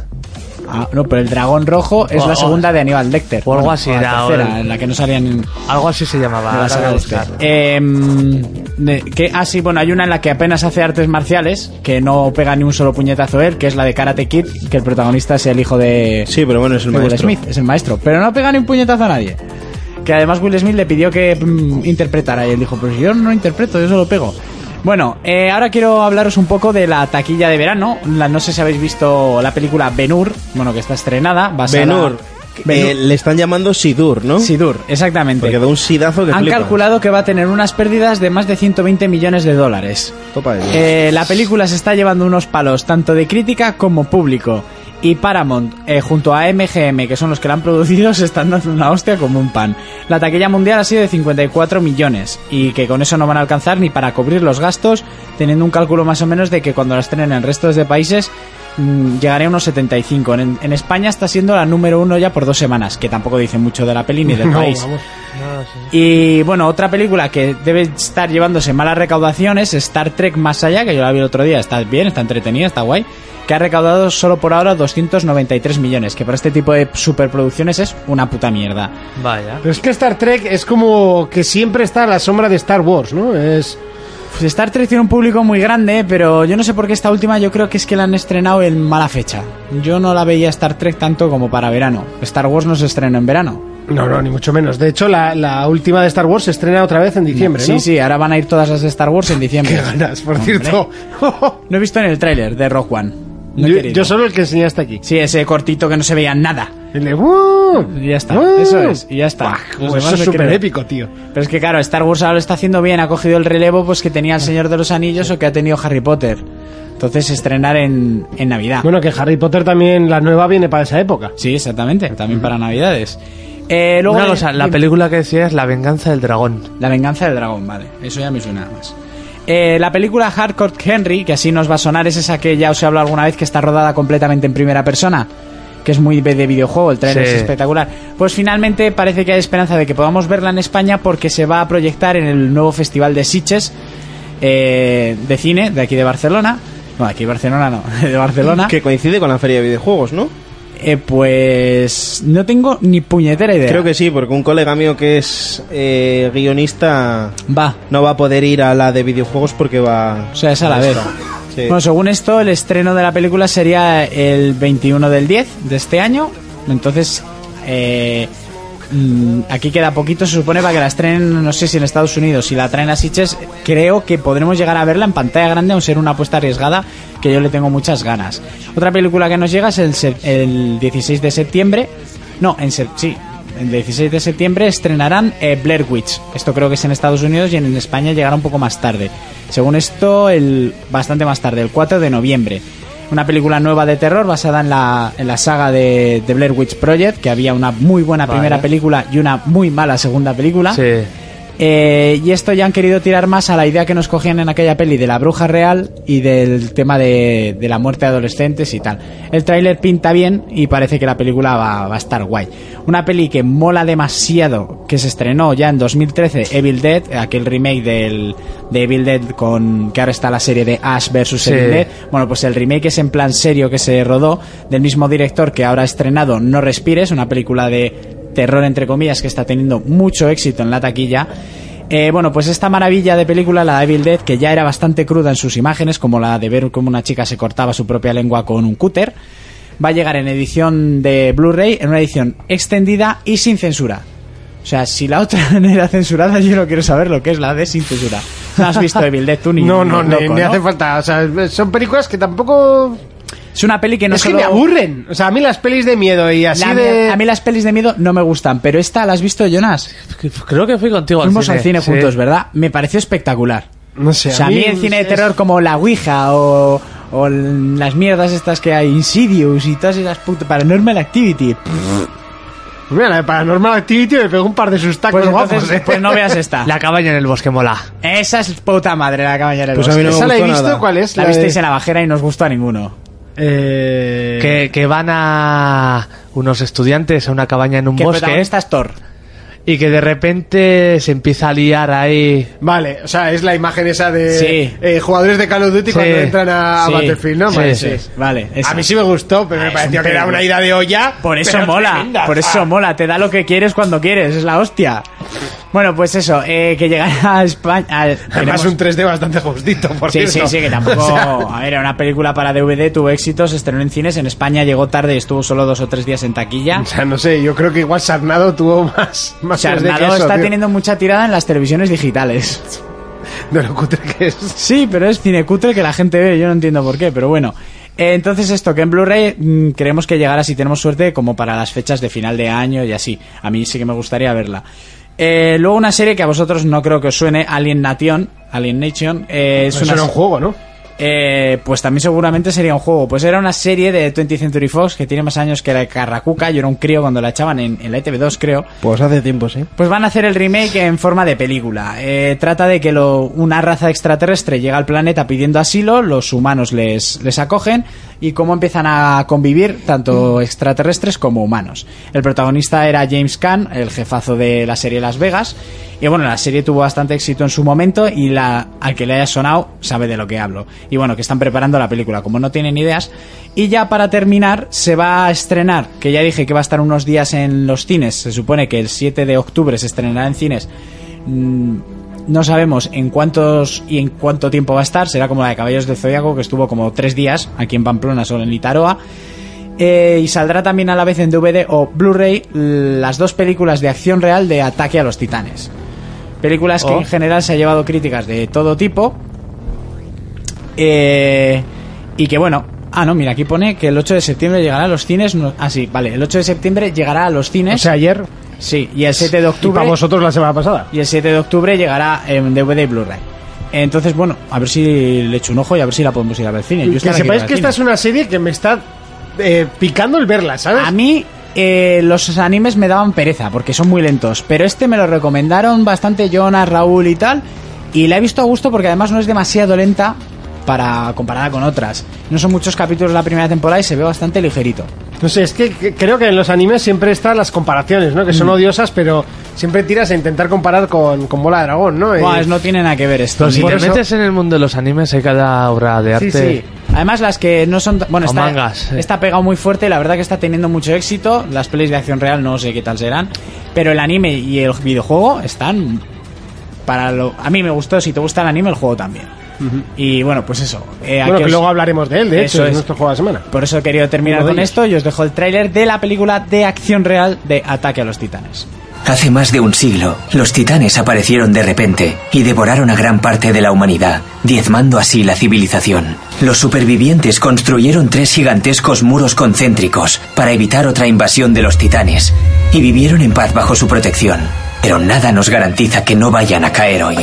[SPEAKER 3] Ah, no, pero el dragón rojo es
[SPEAKER 5] O-
[SPEAKER 3] la
[SPEAKER 5] o-
[SPEAKER 3] segunda de Aníbal Lecter.
[SPEAKER 5] o algo así
[SPEAKER 3] Oh, o Ah, la
[SPEAKER 5] era, o
[SPEAKER 3] tercera,
[SPEAKER 5] el-
[SPEAKER 3] en la que no salían en de
[SPEAKER 5] Algo así se llamaba.
[SPEAKER 3] la
[SPEAKER 5] ahora
[SPEAKER 3] saga
[SPEAKER 5] voy a
[SPEAKER 3] de
[SPEAKER 5] buscar.
[SPEAKER 3] Lecter. Em, de- que, ah, sí, bueno, hay una en la que apenas hace artes marciales, que no pega ni un solo puñetazo él, que es la de Karate Kid, que el protagonista es el hijo de...
[SPEAKER 4] Sí, pero bueno, es el
[SPEAKER 3] de Will
[SPEAKER 4] maestro.
[SPEAKER 3] Smith, es el maestro. Pero no pega ni un puñetazo a nadie. Que además Will Smith le pidió que mm, interpretara y él dijo, pues yo no interpreto, yo solo pego. Bueno, eh, ahora quiero hablaros un poco de la taquilla de verano. La- no sé si habéis visto la película Benur, bueno, que está estrenada. basada-
[SPEAKER 4] Benur.
[SPEAKER 3] Ben-Hur.
[SPEAKER 4] Eh, le están llamando Sidur, ¿no?
[SPEAKER 3] Sidur, exactamente.
[SPEAKER 4] Porque da un sidazo que
[SPEAKER 3] Han
[SPEAKER 4] flipas.
[SPEAKER 3] calculado que va a tener unas pérdidas de más de 120 millones de dólares.
[SPEAKER 4] Topa de Dios.
[SPEAKER 3] Eh, la película se está llevando unos palos tanto de crítica como público. Y Paramount, eh, junto a MGM, que son los que la han producido, (laughs) se están dando una hostia como un pan. La taquilla mundial ha sido de 54 millones y que con eso no van a alcanzar ni para cubrir los gastos, teniendo un cálculo más o menos de que cuando la estrenen en restos de países mm, llegaré a unos 75. En, en España está siendo la número uno ya por dos semanas, que tampoco dice mucho de la peli ni del
[SPEAKER 5] (laughs) No,
[SPEAKER 3] país.
[SPEAKER 5] vamos. No, sí.
[SPEAKER 3] Y bueno, otra película que debe estar llevándose malas recaudaciones es Star Trek Más Allá, que yo la vi el otro día, está bien, está entretenida, está guay, que ha recaudado solo por ahora 293 millones, que para este tipo de superproducciones es una puta mierda.
[SPEAKER 5] Vaya.
[SPEAKER 2] Pero es que Star Trek es como que siempre está a la sombra de Star Wars, ¿no? Es...
[SPEAKER 3] Pues Star Trek tiene un público muy grande, pero yo no sé por qué esta última yo creo que es que la han estrenado en mala fecha. Yo no la veía Star Trek tanto como para verano. Star Wars no se estrenó en verano.
[SPEAKER 2] No, no, ni mucho menos. De hecho, la, la última de Star Wars se estrena otra vez en diciembre,
[SPEAKER 3] Sí,
[SPEAKER 2] ¿no?
[SPEAKER 3] sí, ahora van a ir todas las de Star Wars en
[SPEAKER 2] (laughs)
[SPEAKER 3] diciembre.
[SPEAKER 2] Qué ganas, por
[SPEAKER 3] Hombre. (laughs)
[SPEAKER 2] cierto.
[SPEAKER 3] No he visto en el tráiler de Rock One. No he
[SPEAKER 2] yo,
[SPEAKER 3] querido.
[SPEAKER 2] yo solo el que enseñaste aquí.
[SPEAKER 3] Sí, ese cortito que no se veía nada.
[SPEAKER 2] Y le, ¡uh!
[SPEAKER 3] Y ya está,
[SPEAKER 2] ¡uh!
[SPEAKER 3] eso es, y ya está.
[SPEAKER 2] Buah,
[SPEAKER 3] Los
[SPEAKER 2] pues
[SPEAKER 3] demás
[SPEAKER 2] eso es
[SPEAKER 3] me
[SPEAKER 2] súper
[SPEAKER 3] creo.
[SPEAKER 2] épico, tío.
[SPEAKER 3] Pero es que claro, Star Wars ahora lo está haciendo bien, ha cogido el relevo pues que tenía el Señor de los Anillos o que ha tenido Harry Potter. Entonces estrenar en, en Navidad.
[SPEAKER 2] Bueno, que Harry Potter también, la nueva, viene para esa época.
[SPEAKER 3] Sí, exactamente, también para Navidades. Eh, luego
[SPEAKER 5] Una
[SPEAKER 3] de-
[SPEAKER 5] cosa, la
[SPEAKER 3] dime.
[SPEAKER 5] película que decía es La venganza del dragón.
[SPEAKER 3] La venganza del dragón, vale. Eso ya me suena más. Eh, la película Hardcore Henry, que así nos va a sonar, es esa que ya os he hablado alguna vez, que está rodada completamente en primera persona, que es muy ve- de videojuego, el trailer
[SPEAKER 5] Sí.
[SPEAKER 3] es espectacular. Pues finalmente parece que hay esperanza de que podamos verla en España porque se va a proyectar en el nuevo festival de Sitges eh, de cine de aquí de Barcelona. No, aquí Barcelona no, (laughs) de Barcelona.
[SPEAKER 4] Que coincide con la feria de videojuegos, ¿no?
[SPEAKER 3] Eh, pues no tengo ni puñetera idea.
[SPEAKER 4] Creo que sí, porque un colega mío que es eh, guionista
[SPEAKER 3] va.
[SPEAKER 4] no va a poder ir a la de videojuegos porque va...
[SPEAKER 3] O sea, es a la vez.
[SPEAKER 4] Sí.
[SPEAKER 3] Bueno, según esto, el estreno de la película sería el 21 del 10 de este año. Entonces, eh, mm, aquí queda poquito, se supone, para que la estrenen, no sé si en Estados Unidos, si la traen a Sitges, creo que podremos llegar a verla en pantalla grande, aun ser una apuesta arriesgada, que yo le tengo muchas ganas. Otra película que nos llega es el, se- el 16 de septiembre. No, en sep- sí. El 16 de septiembre estrenarán eh, Blair Witch. Esto creo que es en Estados Unidos y en España llegará un poco más tarde. Según esto, el bastante más tarde, el 4 de noviembre. Una película nueva de terror basada en la, en la saga de, de Blair Witch Project, que había una muy buena
[SPEAKER 5] Vale.
[SPEAKER 3] primera película y una muy mala segunda película.
[SPEAKER 5] Sí.
[SPEAKER 3] Eh, y esto ya han querido tirar más a la idea que nos cogían en aquella peli de la bruja real y del tema de, de la muerte de adolescentes y tal. El tráiler pinta bien y parece que la película va, va a estar guay. Una peli que mola demasiado, que se estrenó ya en 2013, Evil Dead, aquel remake del, de Evil Dead con que ahora está la serie de Ash vs.
[SPEAKER 5] Sí.
[SPEAKER 3] Evil Dead. Bueno, pues el remake es en plan serio que se rodó del mismo director que ahora ha estrenado No Respires, una película de terror entre comillas que está teniendo mucho éxito en la taquilla. Eh, bueno, pues esta maravilla de película, la de Evil Dead, que ya era bastante cruda en sus imágenes, como la de ver cómo una chica se cortaba su propia lengua con un cúter, va a llegar en edición de Blu-ray, en una edición extendida y sin censura. O sea, si la otra (laughs) era censurada, yo no quiero saber lo que es la de sin censura. No has visto Evil Dead tú ni
[SPEAKER 2] no, no, ni,
[SPEAKER 3] ni loco,
[SPEAKER 2] ni
[SPEAKER 3] ¿no?
[SPEAKER 2] hace falta. O sea, son películas que tampoco.
[SPEAKER 3] Es una peli que no
[SPEAKER 2] es que
[SPEAKER 3] solo-
[SPEAKER 2] me aburren. O sea, a mí las pelis de miedo y así
[SPEAKER 3] La-
[SPEAKER 2] de.
[SPEAKER 3] A mí las pelis de miedo no me gustan, pero esta la has visto, Jonas.
[SPEAKER 5] Creo que fui contigo al
[SPEAKER 3] Fuimos
[SPEAKER 5] cine.
[SPEAKER 3] al cine
[SPEAKER 5] Sí.
[SPEAKER 3] juntos, ¿verdad? Me pareció espectacular.
[SPEAKER 2] No sé.
[SPEAKER 3] O sea, a mí el cine de terror como La Ouija o, o l- las mierdas estas que hay, Insidious y todas esas putas, Paranormal Activity.
[SPEAKER 2] Mira, la de Paranormal Activity me pegó un par de sus tacos
[SPEAKER 3] Pues
[SPEAKER 2] guapos,
[SPEAKER 3] entonces,
[SPEAKER 2] ¿eh?
[SPEAKER 3] pues no veas
[SPEAKER 2] (laughs)
[SPEAKER 3] esta.
[SPEAKER 5] La cabaña en el bosque mola.
[SPEAKER 3] Esa es puta madre la cabañera del
[SPEAKER 4] Pues a mí
[SPEAKER 3] bosque.
[SPEAKER 4] no me
[SPEAKER 2] Esa la he
[SPEAKER 4] gustó
[SPEAKER 2] visto,
[SPEAKER 4] nada.
[SPEAKER 2] ¿cuál es?
[SPEAKER 3] La
[SPEAKER 2] de-
[SPEAKER 3] visteis en la bajera y no os gustó a ninguno.
[SPEAKER 2] Eh...
[SPEAKER 5] Que, que van a unos estudiantes a una cabaña en un
[SPEAKER 3] Que el
[SPEAKER 5] bosque
[SPEAKER 3] protagonista es Thor.
[SPEAKER 5] y que de repente se empieza a liar ahí.
[SPEAKER 2] Vale, o sea, es la imagen esa de
[SPEAKER 3] Sí.
[SPEAKER 2] eh, jugadores de Call of Duty
[SPEAKER 5] Sí.
[SPEAKER 2] cuando entran a, a
[SPEAKER 3] Sí. Ah,
[SPEAKER 2] Battlefield, ¿no?
[SPEAKER 5] Sí,
[SPEAKER 2] Vale,
[SPEAKER 5] sí.
[SPEAKER 2] sí.
[SPEAKER 3] Vale, esa.
[SPEAKER 2] A mí sí me gustó, pero me pareció que era una ida de olla.
[SPEAKER 3] Por eso
[SPEAKER 2] pero
[SPEAKER 3] mola,
[SPEAKER 2] tremenda,
[SPEAKER 3] por
[SPEAKER 2] o sea.
[SPEAKER 3] eso mola, te da lo que quieres cuando quieres, es la hostia. Bueno, pues eso, eh, que llegará a España. al-
[SPEAKER 2] Además,
[SPEAKER 3] queremos-
[SPEAKER 2] un 3D bastante justito, por
[SPEAKER 3] Sí, sí,
[SPEAKER 2] cierto.
[SPEAKER 3] sí, que tampoco.
[SPEAKER 2] (laughs) O sea,
[SPEAKER 3] A ver, era una película para DVD, tuvo éxito, se estrenó en cines, en España llegó tarde y estuvo solo dos o tres días en taquilla.
[SPEAKER 2] o sea, no sé, yo creo que igual Sarnado tuvo más, más 3D que
[SPEAKER 3] Charnado
[SPEAKER 2] eso,
[SPEAKER 3] está
[SPEAKER 2] tío.
[SPEAKER 3] teniendo mucha tirada en las televisiones digitales.
[SPEAKER 2] De lo cutre que es.
[SPEAKER 3] Sí, pero es cine cutre que la gente ve, yo no entiendo por qué, pero bueno. Eh, entonces esto, que en Blu-ray mm, creemos que llegará, si tenemos suerte, como para las fechas de final de año y así. A mí sí que me gustaría verla. Eh, luego una serie que a vosotros no creo que os suene, Alien Nation. Alien Nation eh, es
[SPEAKER 2] Eso
[SPEAKER 3] una,
[SPEAKER 2] era un juego, ¿no?
[SPEAKER 3] eh, pues también seguramente sería un juego. Pues era una serie de 20th Century Fox que tiene más años que la de Carracuca. Yo era un crío cuando la echaban en, en la E ETV2, creo.
[SPEAKER 4] Pues hace tiempo, sí.
[SPEAKER 3] Pues van a hacer el remake en forma de película. Eh, trata de que lo- una raza extraterrestre llega al planeta pidiendo asilo, los humanos les, les acogen y cómo empiezan a convivir tanto extraterrestres como humanos. El protagonista era James Caan, el jefazo de la serie Las Vegas. Y bueno, la serie tuvo bastante éxito en su momento y la, al que le haya sonado sabe de lo que hablo. Y bueno, que están preparando la película, como no tienen ideas. Y ya para terminar, se va a estrenar, que ya dije que va a estar unos días en los cines. Se supone que el 7 de octubre se estrenará en cines. Mm, No sabemos en cuántos y en cuánto tiempo va a estar. Será como la de Caballos del Zodiaco, que estuvo como tres días aquí en Pamplona, solo en Litaroa. Eh, y saldrá también a la vez en DVD o Blu-ray las dos películas de acción real de Ataque a los Titanes. Películas que
[SPEAKER 5] Oh.
[SPEAKER 3] en general se ha llevado críticas de todo tipo. Eh, y que bueno. Ah, no, mira, aquí pone que el 8 de septiembre llegará a los cines. No- ah, sí, vale. El 8 de septiembre llegará a los cines.
[SPEAKER 2] O sea, ayer
[SPEAKER 3] sí, y el 7 ¿Eh? de
[SPEAKER 2] y
[SPEAKER 3] octubre.
[SPEAKER 2] para vosotros la semana pasada.
[SPEAKER 3] Y el 7 de octubre llegará en DVD y Blu-ray. Entonces, bueno, a ver si le echo un ojo y a ver si la podemos ir a ver al cine. Yo
[SPEAKER 2] que
[SPEAKER 3] esta la quiero
[SPEAKER 2] sepáis
[SPEAKER 3] ver
[SPEAKER 2] que
[SPEAKER 3] al
[SPEAKER 2] esta es
[SPEAKER 3] cine.
[SPEAKER 2] una serie que me está eh, picando el verla, ¿sabes?
[SPEAKER 3] A mí eh, los animes me daban pereza porque son muy lentos, pero este me lo recomendaron bastante Jonas, Raúl y tal, y la he visto a gusto porque además no es demasiado lenta para comparada con otras. No son muchos capítulos la primera temporada y se ve bastante ligerito.
[SPEAKER 2] No sé, es que que- creo que en los animes siempre están las comparaciones, ¿no? Que
[SPEAKER 3] Mm.
[SPEAKER 2] son odiosas, pero siempre tiras a intentar comparar con, con Bola de Dragón, ¿no? Eh,
[SPEAKER 3] Buah, es- no tiene nada que ver esto.
[SPEAKER 5] Pero si
[SPEAKER 3] ni-
[SPEAKER 5] te
[SPEAKER 2] eso-
[SPEAKER 5] metes en el mundo de los animes, hay cada obra de
[SPEAKER 2] Sí,
[SPEAKER 5] arte.
[SPEAKER 2] sí.
[SPEAKER 3] Además, las que no son. Bueno,
[SPEAKER 5] O
[SPEAKER 3] está,
[SPEAKER 5] mangas, eh.
[SPEAKER 3] está pegado muy fuerte, la verdad que está teniendo mucho éxito. Las pelis de acción real no sé qué tal serán. Pero el anime y el videojuego están. Para lo, a mí me gustó, si te gusta el anime, el juego también. Y bueno, pues eso. eh,
[SPEAKER 2] Bueno,
[SPEAKER 3] aquí
[SPEAKER 2] que
[SPEAKER 3] os-
[SPEAKER 2] luego hablaremos de él, de
[SPEAKER 3] Eso
[SPEAKER 2] hecho,
[SPEAKER 3] es.
[SPEAKER 2] es nuestro juego de la semana.
[SPEAKER 3] Por eso he querido terminar
[SPEAKER 2] Uno de
[SPEAKER 3] con
[SPEAKER 2] ellos.
[SPEAKER 3] esto y os dejo el tráiler de la película de acción real de Ataque a los Titanes.
[SPEAKER 7] Hace más de un siglo, los titanes aparecieron de repente y devoraron a gran parte de la humanidad, diezmando así la civilización. Los supervivientes construyeron tres gigantescos muros concéntricos para evitar otra invasión de los titanes y vivieron en paz bajo su protección. Pero nada nos garantiza que no vayan a caer hoy.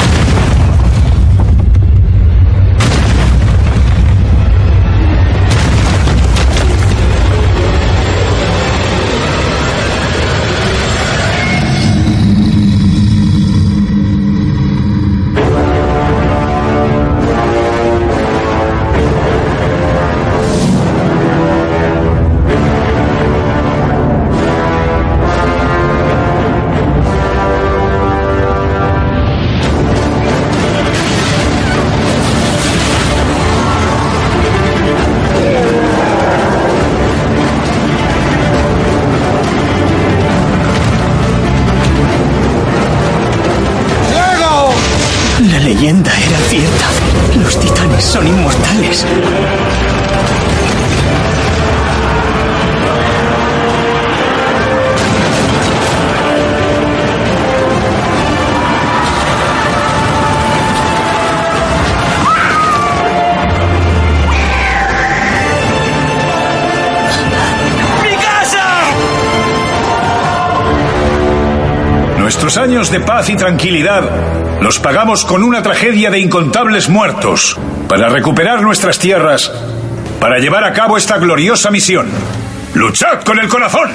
[SPEAKER 7] La leyenda era cierta. Los titanes son inmortales.
[SPEAKER 6] Nuestros años de paz y tranquilidad los pagamos con una tragedia de incontables muertos para recuperar nuestras tierras, para llevar a cabo esta gloriosa misión. ¡Luchad con el corazón!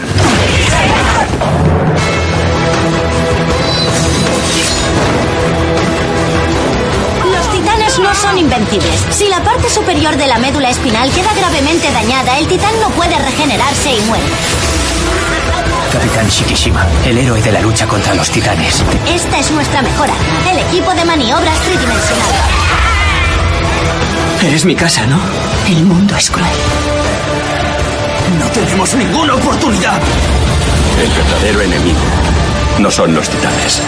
[SPEAKER 8] Los titanes no son invencibles. Si la parte superior de la médula espinal queda gravemente dañada, el titán no puede regenerarse y muere.
[SPEAKER 7] Capitán Shikishima, el héroe de la lucha contra los titanes.
[SPEAKER 8] Esta es nuestra mejora, el equipo de maniobras tridimensional.
[SPEAKER 7] Eres mi casa, ¿no? El mundo es cruel. No tenemos ninguna oportunidad.
[SPEAKER 6] El verdadero enemigo no son los titanes.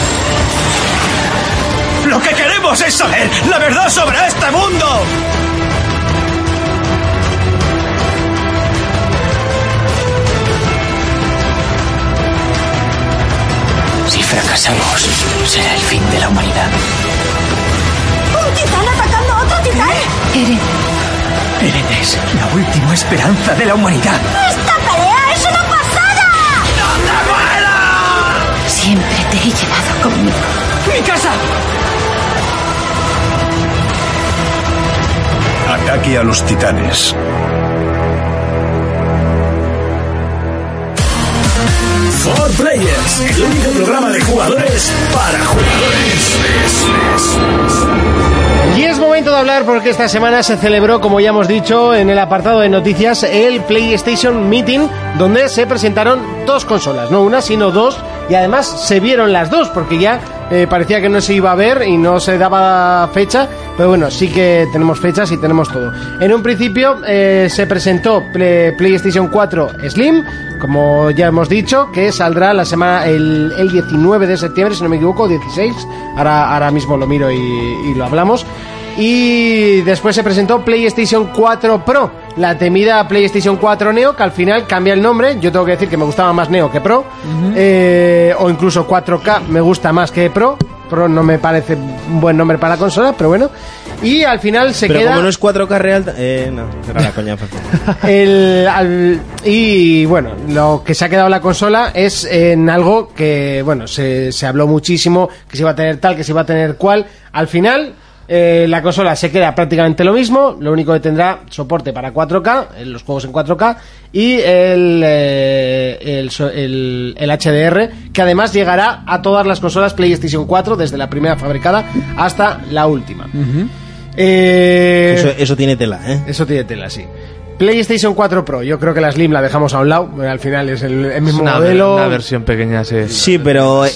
[SPEAKER 7] Lo que queremos es saber la verdad sobre este mundo. Si fracasamos, será el fin de la humanidad.
[SPEAKER 8] ¿Un titán atacando a otro titán?
[SPEAKER 7] Eren es la última esperanza de la humanidad.
[SPEAKER 8] ¡Esta pelea es una pasada!
[SPEAKER 9] Siempre te he llevado conmigo.
[SPEAKER 7] ¡Mi casa!
[SPEAKER 6] Ataque a los titanes.
[SPEAKER 10] For Players, el único programa de jugadores para jugadores.
[SPEAKER 2] Y es momento de hablar porque esta semana se celebró, como ya hemos dicho, en el apartado de noticias, el PlayStation Meeting, donde se presentaron dos consolas, no una, sino dos, y además se vieron las dos, porque ya eh, parecía que no se iba a ver y no se daba fecha, pero bueno, sí que tenemos fechas y tenemos todo. En un principio eh, se presentó Play- PlayStation 4 Slim, como ya hemos dicho, que saldrá la semana el, el 19 de septiembre, si no me equivoco, 16. Ahora, ahora mismo lo miro y, y lo hablamos. Y después se presentó PlayStation 4 Pro, la temida PlayStation 4 Neo, que al final cambia el nombre. Yo tengo que decir que me gustaba más Neo que Pro, Eh, o incluso 4K me gusta más que Pro. Pro no me parece un buen nombre para la consola, pero bueno. Y al final se
[SPEAKER 4] Pero
[SPEAKER 2] queda.
[SPEAKER 4] como no es 4K real... Eh, no, era la coña. Paco.
[SPEAKER 3] (laughs)
[SPEAKER 2] El- al- y bueno, lo que se ha quedado la consola es en algo que, bueno, se, se habló muchísimo, que se iba a tener tal, que se iba a tener cual. Al final, eh, la consola se queda prácticamente lo mismo, lo único que tendrá soporte para 4K, eh, los juegos en 4K, y el, eh, el, so- el- el HDR, que además llegará a todas las consolas PlayStation 4, desde la primera fabricada hasta la última. Eh,
[SPEAKER 4] Eso, eso tiene tela, ¿eh?
[SPEAKER 2] eso tiene tela, sí. PlayStation 4 Pro, yo creo que la Slim la dejamos a un lado, bueno, al final es el, el
[SPEAKER 5] Es
[SPEAKER 2] mismo
[SPEAKER 5] una,
[SPEAKER 2] modelo.
[SPEAKER 5] una versión pequeña, sí.
[SPEAKER 4] Sí, pero eh,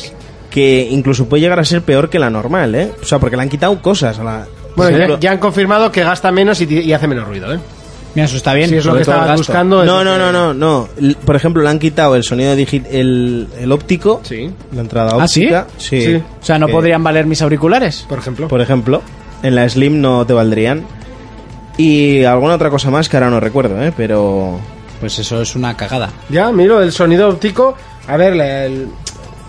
[SPEAKER 4] que incluso puede llegar a ser peor que la normal, ¿eh? O sea, porque le han quitado cosas a la...
[SPEAKER 2] bueno,
[SPEAKER 4] Por
[SPEAKER 2] ya-
[SPEAKER 4] ejemplo-
[SPEAKER 2] ya, han confirmado que gasta menos y, ti- y hace menos ruido, ¿eh?
[SPEAKER 3] Mira, eso está bien.
[SPEAKER 2] Si es lo
[SPEAKER 3] sobre
[SPEAKER 2] que
[SPEAKER 3] todo el
[SPEAKER 2] estabas
[SPEAKER 3] gasto.
[SPEAKER 2] buscando. es
[SPEAKER 4] No,
[SPEAKER 2] lo
[SPEAKER 4] no,
[SPEAKER 2] que-
[SPEAKER 4] no, no, no. L- Por ejemplo, le han quitado el sonido digi- el, el óptico.
[SPEAKER 2] Sí.
[SPEAKER 4] La entrada
[SPEAKER 3] ¿Ah, sí?
[SPEAKER 4] óptica. sí?
[SPEAKER 2] Sí.
[SPEAKER 3] O sea, no
[SPEAKER 4] Que,
[SPEAKER 3] podrían valer mis auriculares.
[SPEAKER 2] Por ejemplo.
[SPEAKER 4] Por ejemplo, en la Slim no te valdrían. Y alguna otra cosa más que ahora no recuerdo, ¿eh? Pero...
[SPEAKER 3] Pues eso es una cagada.
[SPEAKER 2] Ya, miro, el sonido óptico. A ver, la- el-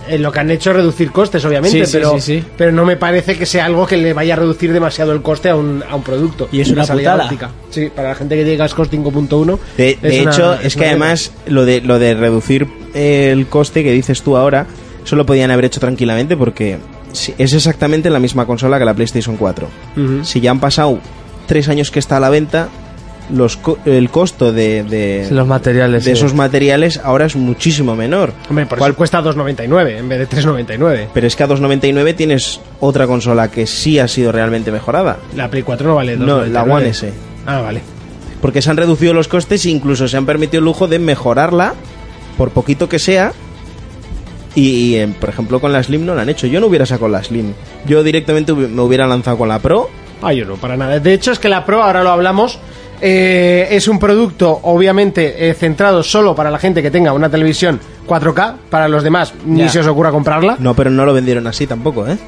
[SPEAKER 2] el- lo que han hecho es reducir costes, obviamente,
[SPEAKER 3] Sí, sí,
[SPEAKER 2] pero,
[SPEAKER 3] sí, sí.
[SPEAKER 2] pero no me parece que sea algo que le vaya a reducir demasiado el coste a un, a un producto.
[SPEAKER 3] Y es una
[SPEAKER 2] salida
[SPEAKER 3] putada.
[SPEAKER 2] óptica. Sí, para la gente que tiene Gascos 5.1.
[SPEAKER 4] De, de
[SPEAKER 2] una-
[SPEAKER 4] hecho, es que
[SPEAKER 2] una mierda.
[SPEAKER 4] además lo de, lo de reducir eh, el coste que dices tú ahora, eso lo podían haber hecho tranquilamente porque si- es exactamente la misma consola que la PlayStation 4.
[SPEAKER 2] Ujú.
[SPEAKER 4] Si ya han pasado tres años que está a la venta, los co- el costo de, de-
[SPEAKER 5] Sí, Los materiales.
[SPEAKER 4] de
[SPEAKER 5] sí.
[SPEAKER 4] esos materiales ahora es muchísimo menor.
[SPEAKER 2] Hombre, por
[SPEAKER 4] ¿Cuál-
[SPEAKER 2] eso cuesta 2.99 en vez de 3.99.
[SPEAKER 4] Pero es que a 2.99 tienes otra consola que sí ha sido realmente mejorada.
[SPEAKER 2] La Play 4 no vale 2.99.
[SPEAKER 4] No, la One S.
[SPEAKER 2] Ah, vale.
[SPEAKER 4] Porque se han reducido los costes e incluso se han permitido el lujo de mejorarla, por poquito que sea. Y, y, eh, por ejemplo, con la Slim no la han hecho. Yo no hubiera sacado la Slim. Yo directamente hubi- me hubiera lanzado con la Pro.
[SPEAKER 2] Ah, yo no, para nada. De hecho, es que la Pro, ahora lo hablamos, eh, es un producto obviamente eh, centrado solo para la gente que tenga una televisión 4K. Para los demás, ni
[SPEAKER 3] Ya.
[SPEAKER 2] se os ocurra comprarla.
[SPEAKER 4] No, pero no lo vendieron así tampoco, ¿eh?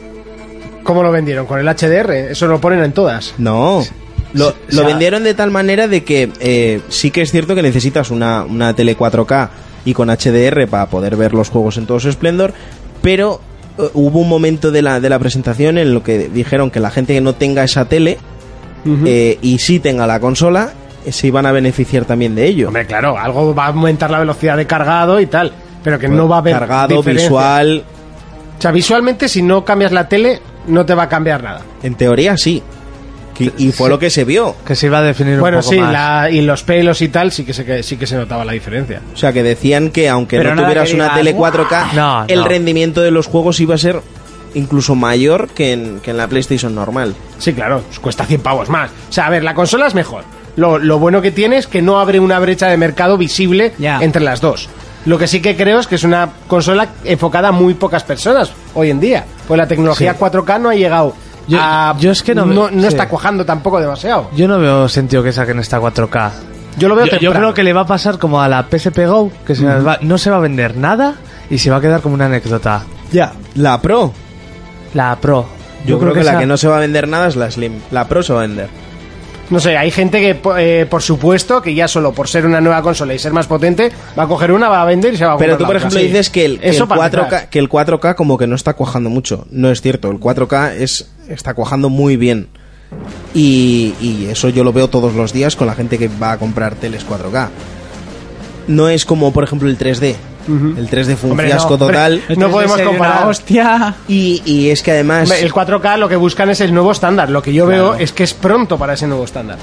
[SPEAKER 2] ¿Cómo lo vendieron? ¿Con el HDR? Eso lo ponen en todas.
[SPEAKER 4] No. Lo, lo vendieron de tal manera de que eh, sí que es cierto que necesitas una, una tele 4K y con HDR para poder ver los juegos en todo su esplendor, pero eh, hubo un momento de la, de la presentación en lo que dijeron que la gente que no tenga esa tele eh, y sí tenga la consola eh, se iban a beneficiar también de ello.
[SPEAKER 2] Hombre, claro, algo va a aumentar la velocidad de cargado y tal. Pero que
[SPEAKER 4] Bueno,
[SPEAKER 2] no va a haber.
[SPEAKER 4] Pues cargado,
[SPEAKER 2] diferencia.
[SPEAKER 4] visual,
[SPEAKER 2] O sea, visualmente, si no cambias la tele, no te va a cambiar nada.
[SPEAKER 4] en teoría sí. Que- y fue lo que se vio.
[SPEAKER 5] Que se iba a definir
[SPEAKER 2] Bueno,
[SPEAKER 5] un poco
[SPEAKER 2] sí,
[SPEAKER 5] más.
[SPEAKER 2] la- y los pelos y tal, sí que, se, que- sí que se notaba la diferencia.
[SPEAKER 4] O sea, que decían que aunque
[SPEAKER 3] Pero
[SPEAKER 4] no
[SPEAKER 3] nada
[SPEAKER 4] tuvieras
[SPEAKER 3] que
[SPEAKER 4] una
[SPEAKER 3] digas,
[SPEAKER 4] tele 4K,
[SPEAKER 5] No,
[SPEAKER 4] el
[SPEAKER 5] no.
[SPEAKER 4] rendimiento de los juegos iba a ser incluso mayor que en, que en la PlayStation normal.
[SPEAKER 2] Sí, claro, pues cuesta 100 pavos más. O sea, a ver, la consola es mejor. Lo, lo bueno que tiene es que no abre una brecha de mercado visible
[SPEAKER 3] Ya.
[SPEAKER 2] entre las dos. Lo que sí que creo es que es una consola enfocada a muy pocas personas hoy en día. Pues la tecnología 4K no ha llegado.
[SPEAKER 5] Yo-
[SPEAKER 2] a-
[SPEAKER 5] yo es que no me-
[SPEAKER 2] no,
[SPEAKER 5] sí.
[SPEAKER 2] está cuajando tampoco demasiado.
[SPEAKER 5] Yo no veo sentido que saquen esta 4K.
[SPEAKER 2] Yo lo veo
[SPEAKER 5] Yo, yo
[SPEAKER 2] temprano.
[SPEAKER 5] creo que le va a pasar como a la PSP Go, que se las va- no se va a vender nada y se va a quedar como una anécdota.
[SPEAKER 4] Ya. La Pro.
[SPEAKER 5] La Pro.
[SPEAKER 4] Yo, creo, que, la
[SPEAKER 5] esa-
[SPEAKER 4] que no se va a vender nada es la Slim. La Pro se va a vender.
[SPEAKER 2] No sé, hay gente que, po- eh, por supuesto, que ya solo por ser una nueva consola y ser más potente, va a coger una, va a vender y se va a comprar
[SPEAKER 4] Pero tú,
[SPEAKER 2] la
[SPEAKER 4] por
[SPEAKER 2] otra.
[SPEAKER 4] ejemplo,
[SPEAKER 2] Sí.
[SPEAKER 4] dices que el, que
[SPEAKER 2] Eso
[SPEAKER 4] el
[SPEAKER 2] para
[SPEAKER 4] 4K,
[SPEAKER 2] empezar.
[SPEAKER 4] que el 4K como que no está cuajando mucho. No es cierto. El 4K es, está cuajando muy bien. Y, y eso yo lo veo todos los días con la gente que va a comprar teles 4K. No es como, por ejemplo, el 3D. El 3D fue un
[SPEAKER 2] Hombre, no,
[SPEAKER 4] fiasco
[SPEAKER 2] hombre.
[SPEAKER 4] total.
[SPEAKER 2] No podemos
[SPEAKER 3] Sería una
[SPEAKER 2] comparar. (laughs)
[SPEAKER 3] Hostia.
[SPEAKER 4] Y, y es que además,
[SPEAKER 2] Hombre, El 4K lo que buscan es el nuevo estándar. Lo que yo veo es que es pronto para ese nuevo estándar.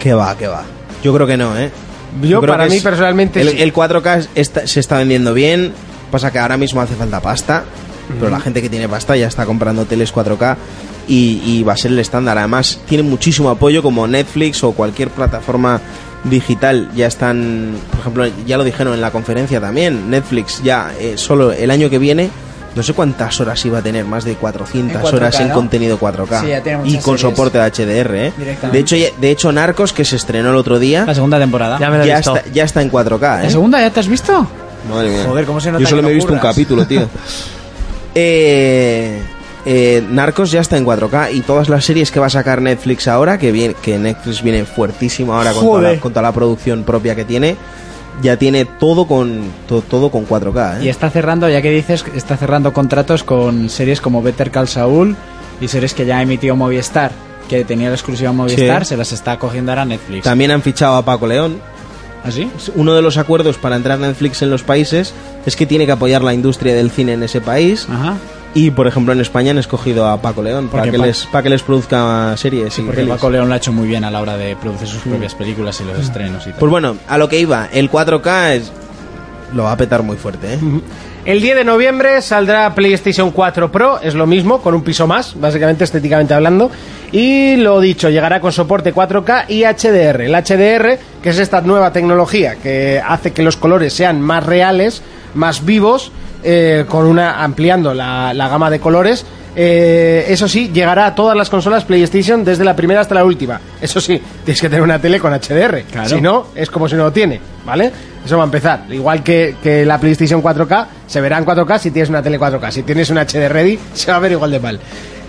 [SPEAKER 4] que va, que va. Yo creo que no, ¿eh?
[SPEAKER 2] Yo,
[SPEAKER 4] creo
[SPEAKER 2] para
[SPEAKER 4] que
[SPEAKER 2] mí,
[SPEAKER 4] es-
[SPEAKER 2] personalmente,
[SPEAKER 4] El,
[SPEAKER 2] sí.
[SPEAKER 4] el 4K está- se está vendiendo bien. Pasa que ahora mismo hace falta pasta. pero la gente que tiene pasta ya está comprando teles 4K y, y va a ser el estándar. Además, tiene muchísimo apoyo como Netflix o cualquier plataforma digital. Ya están, por ejemplo, ya lo dijeron en la conferencia también, Netflix ya eh, solo el año que viene. No sé cuántas horas iba a tener, más de 400
[SPEAKER 11] En 4K,
[SPEAKER 4] horas en
[SPEAKER 11] ¿no?
[SPEAKER 4] contenido 4K.
[SPEAKER 11] Sí, ya tiene
[SPEAKER 4] y
[SPEAKER 11] muchas
[SPEAKER 4] con
[SPEAKER 11] series.
[SPEAKER 4] soporte de HDR, ¿eh?
[SPEAKER 11] Directamente. Ah,
[SPEAKER 4] De hecho, ya- de hecho, Narcos, que se estrenó el otro día,
[SPEAKER 3] La segunda temporada.
[SPEAKER 5] Ya me lo he
[SPEAKER 4] ya
[SPEAKER 5] visto.
[SPEAKER 4] está, ya está en 4K,
[SPEAKER 3] ¿La
[SPEAKER 4] ¿eh?
[SPEAKER 3] segunda ya te has visto?
[SPEAKER 4] Madre mía.
[SPEAKER 3] Joder, ¿cómo se nota
[SPEAKER 4] Yo solo
[SPEAKER 3] que
[SPEAKER 4] me he
[SPEAKER 3] no
[SPEAKER 4] visto un
[SPEAKER 3] curras?
[SPEAKER 4] capítulo,
[SPEAKER 3] (laughs)
[SPEAKER 4] tío. eh, eh, Narcos ya está en 4K y todas las series que va a sacar Netflix ahora, que, viene, que Netflix viene fuertísimo ahora con toda, la, con toda la producción propia que tiene, ya tiene todo con, to- todo con 4K. ¿eh?
[SPEAKER 3] Y está cerrando, ya que dices, está cerrando contratos con series como Better Call Saul y series que ya ha emitido Movistar, que tenía la exclusiva Movistar,
[SPEAKER 4] Sí.
[SPEAKER 3] se las está cogiendo ahora Netflix. ¿Ah,
[SPEAKER 4] También han fichado a Paco León.
[SPEAKER 3] ¿Así?
[SPEAKER 4] Uno de los acuerdos para entrar Netflix en los países es que tiene que apoyar la industria del cine en ese país.
[SPEAKER 3] Ajá.
[SPEAKER 4] Y por ejemplo en España han escogido a Paco León para
[SPEAKER 3] Ah. Porque
[SPEAKER 4] que,
[SPEAKER 3] Pa-
[SPEAKER 4] les, para que les produzca series. y
[SPEAKER 3] Porque
[SPEAKER 4] pelis.
[SPEAKER 3] Paco León lo ha hecho muy bien a la hora de producir sus propias películas y los estrenos y tal.
[SPEAKER 4] Pues bueno, a lo que iba, el 4K es... lo va a petar muy fuerte, ¿eh?
[SPEAKER 2] El 10 de noviembre saldrá PlayStation 4 Pro, es lo mismo, con un piso más, básicamente estéticamente hablando. Y lo dicho, llegará con soporte 4K y HDR. El HDR, que es esta nueva tecnología que hace que los colores sean más reales, más vivos, eh, con una ampliando la, la gama de colores. Eh, eso sí, llegará a todas las consolas PlayStation desde la primera hasta la última. Eso sí, tienes que tener una tele con HDR.
[SPEAKER 3] Claro.
[SPEAKER 2] Si no, no, es como si no lo tiene, ¿vale? Eso va a empezar. Igual que, que la PlayStation 4K, se verá en 4K si tienes una tele 4K. Si tienes un HD Ready, (laughs) se va a ver igual de mal.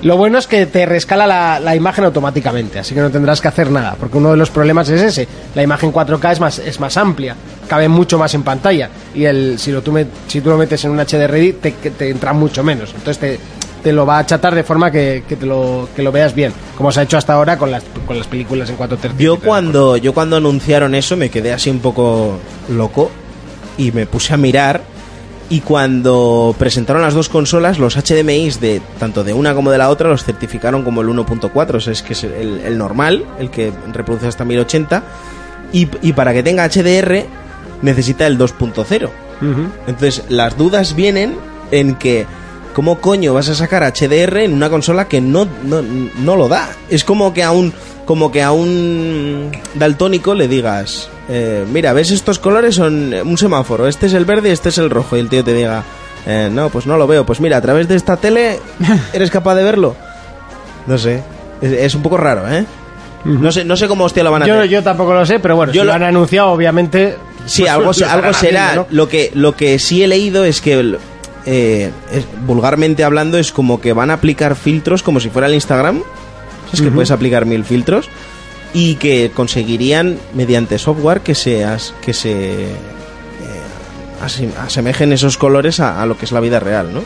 [SPEAKER 2] Lo bueno es que te rescala la, la imagen automáticamente, así que no tendrás que hacer nada, porque uno de los problemas es ese. La imagen 4K es más, es más amplia, cabe mucho más en pantalla, y el, si, lo tú met- si tú lo metes en un HD Ready, te, que te entra mucho menos. Entonces te, te lo va a achatar de forma que, que te lo, que lo veas bien, como se ha hecho hasta ahora con las, con las películas en 4 tercios.
[SPEAKER 4] Yo cuando, yo cuando anunciaron eso me quedé así un poco loco y me puse a mirar y cuando presentaron las dos consolas, los HDMIs de tanto de una como de la otra los certificaron como el 1.4, o sea, es que es el, el normal, el que reproduce hasta 1080 y, y para que tenga HDR necesita el 2.0. Entonces, las dudas vienen en que ¿cómo coño vas a sacar HDR en una consola que no, no, no lo da? Es como que a un como que a un daltónico le digas, eh, mira, ¿ves estos colores son un semáforo? Este es el verde, este es el rojo y el tío te diga, "Eh, no, pues no lo veo. Pues mira, a través de esta
[SPEAKER 2] (laughs)
[SPEAKER 4] tele eres capaz de verlo. No sé, es, es un poco raro, ¿eh? No sé, no sé cómo hostia lo van a
[SPEAKER 2] Yo,
[SPEAKER 4] hacer.
[SPEAKER 2] yo tampoco lo sé, pero bueno,
[SPEAKER 4] Yo
[SPEAKER 2] si lo,
[SPEAKER 4] lo-
[SPEAKER 2] han anunciado, obviamente.
[SPEAKER 4] Sí,
[SPEAKER 2] pues,
[SPEAKER 4] algo,
[SPEAKER 2] lo
[SPEAKER 4] se-
[SPEAKER 2] estarán
[SPEAKER 4] algo será.
[SPEAKER 2] haciendo, ¿no?
[SPEAKER 4] Lo, que, lo que sí he leído es que, el- eh, es- vulgarmente hablando, es como que van a aplicar filtros como si fuera el Instagram. Es que puedes aplicar mil filtros. Y que conseguirían, mediante software, que se, as- que se eh, asem- asemejen esos colores a, a lo que es la vida real, ¿no?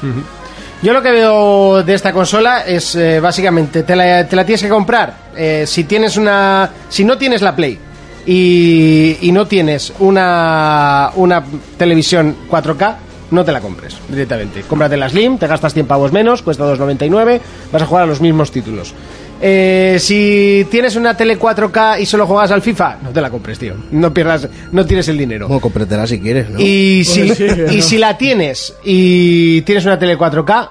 [SPEAKER 2] Yo lo que veo de esta consola es eh, básicamente te la, te la tienes que comprar. Eh, si tienes una, si no tienes la Play y, y no tienes una una televisión 4K, no te la compres directamente. Cómprate la Slim, te gastas 100 pavos menos, cuesta 2.99, vas a jugar a los mismos títulos. Eh, si tienes una tele 4K y solo juegas al FIFA, no te la compres, tío. No pierdas, no tienes el dinero.
[SPEAKER 4] Bueno, cómpratela si quieres, ¿no?
[SPEAKER 2] Y si, y si la tienes y tienes una tele 4K,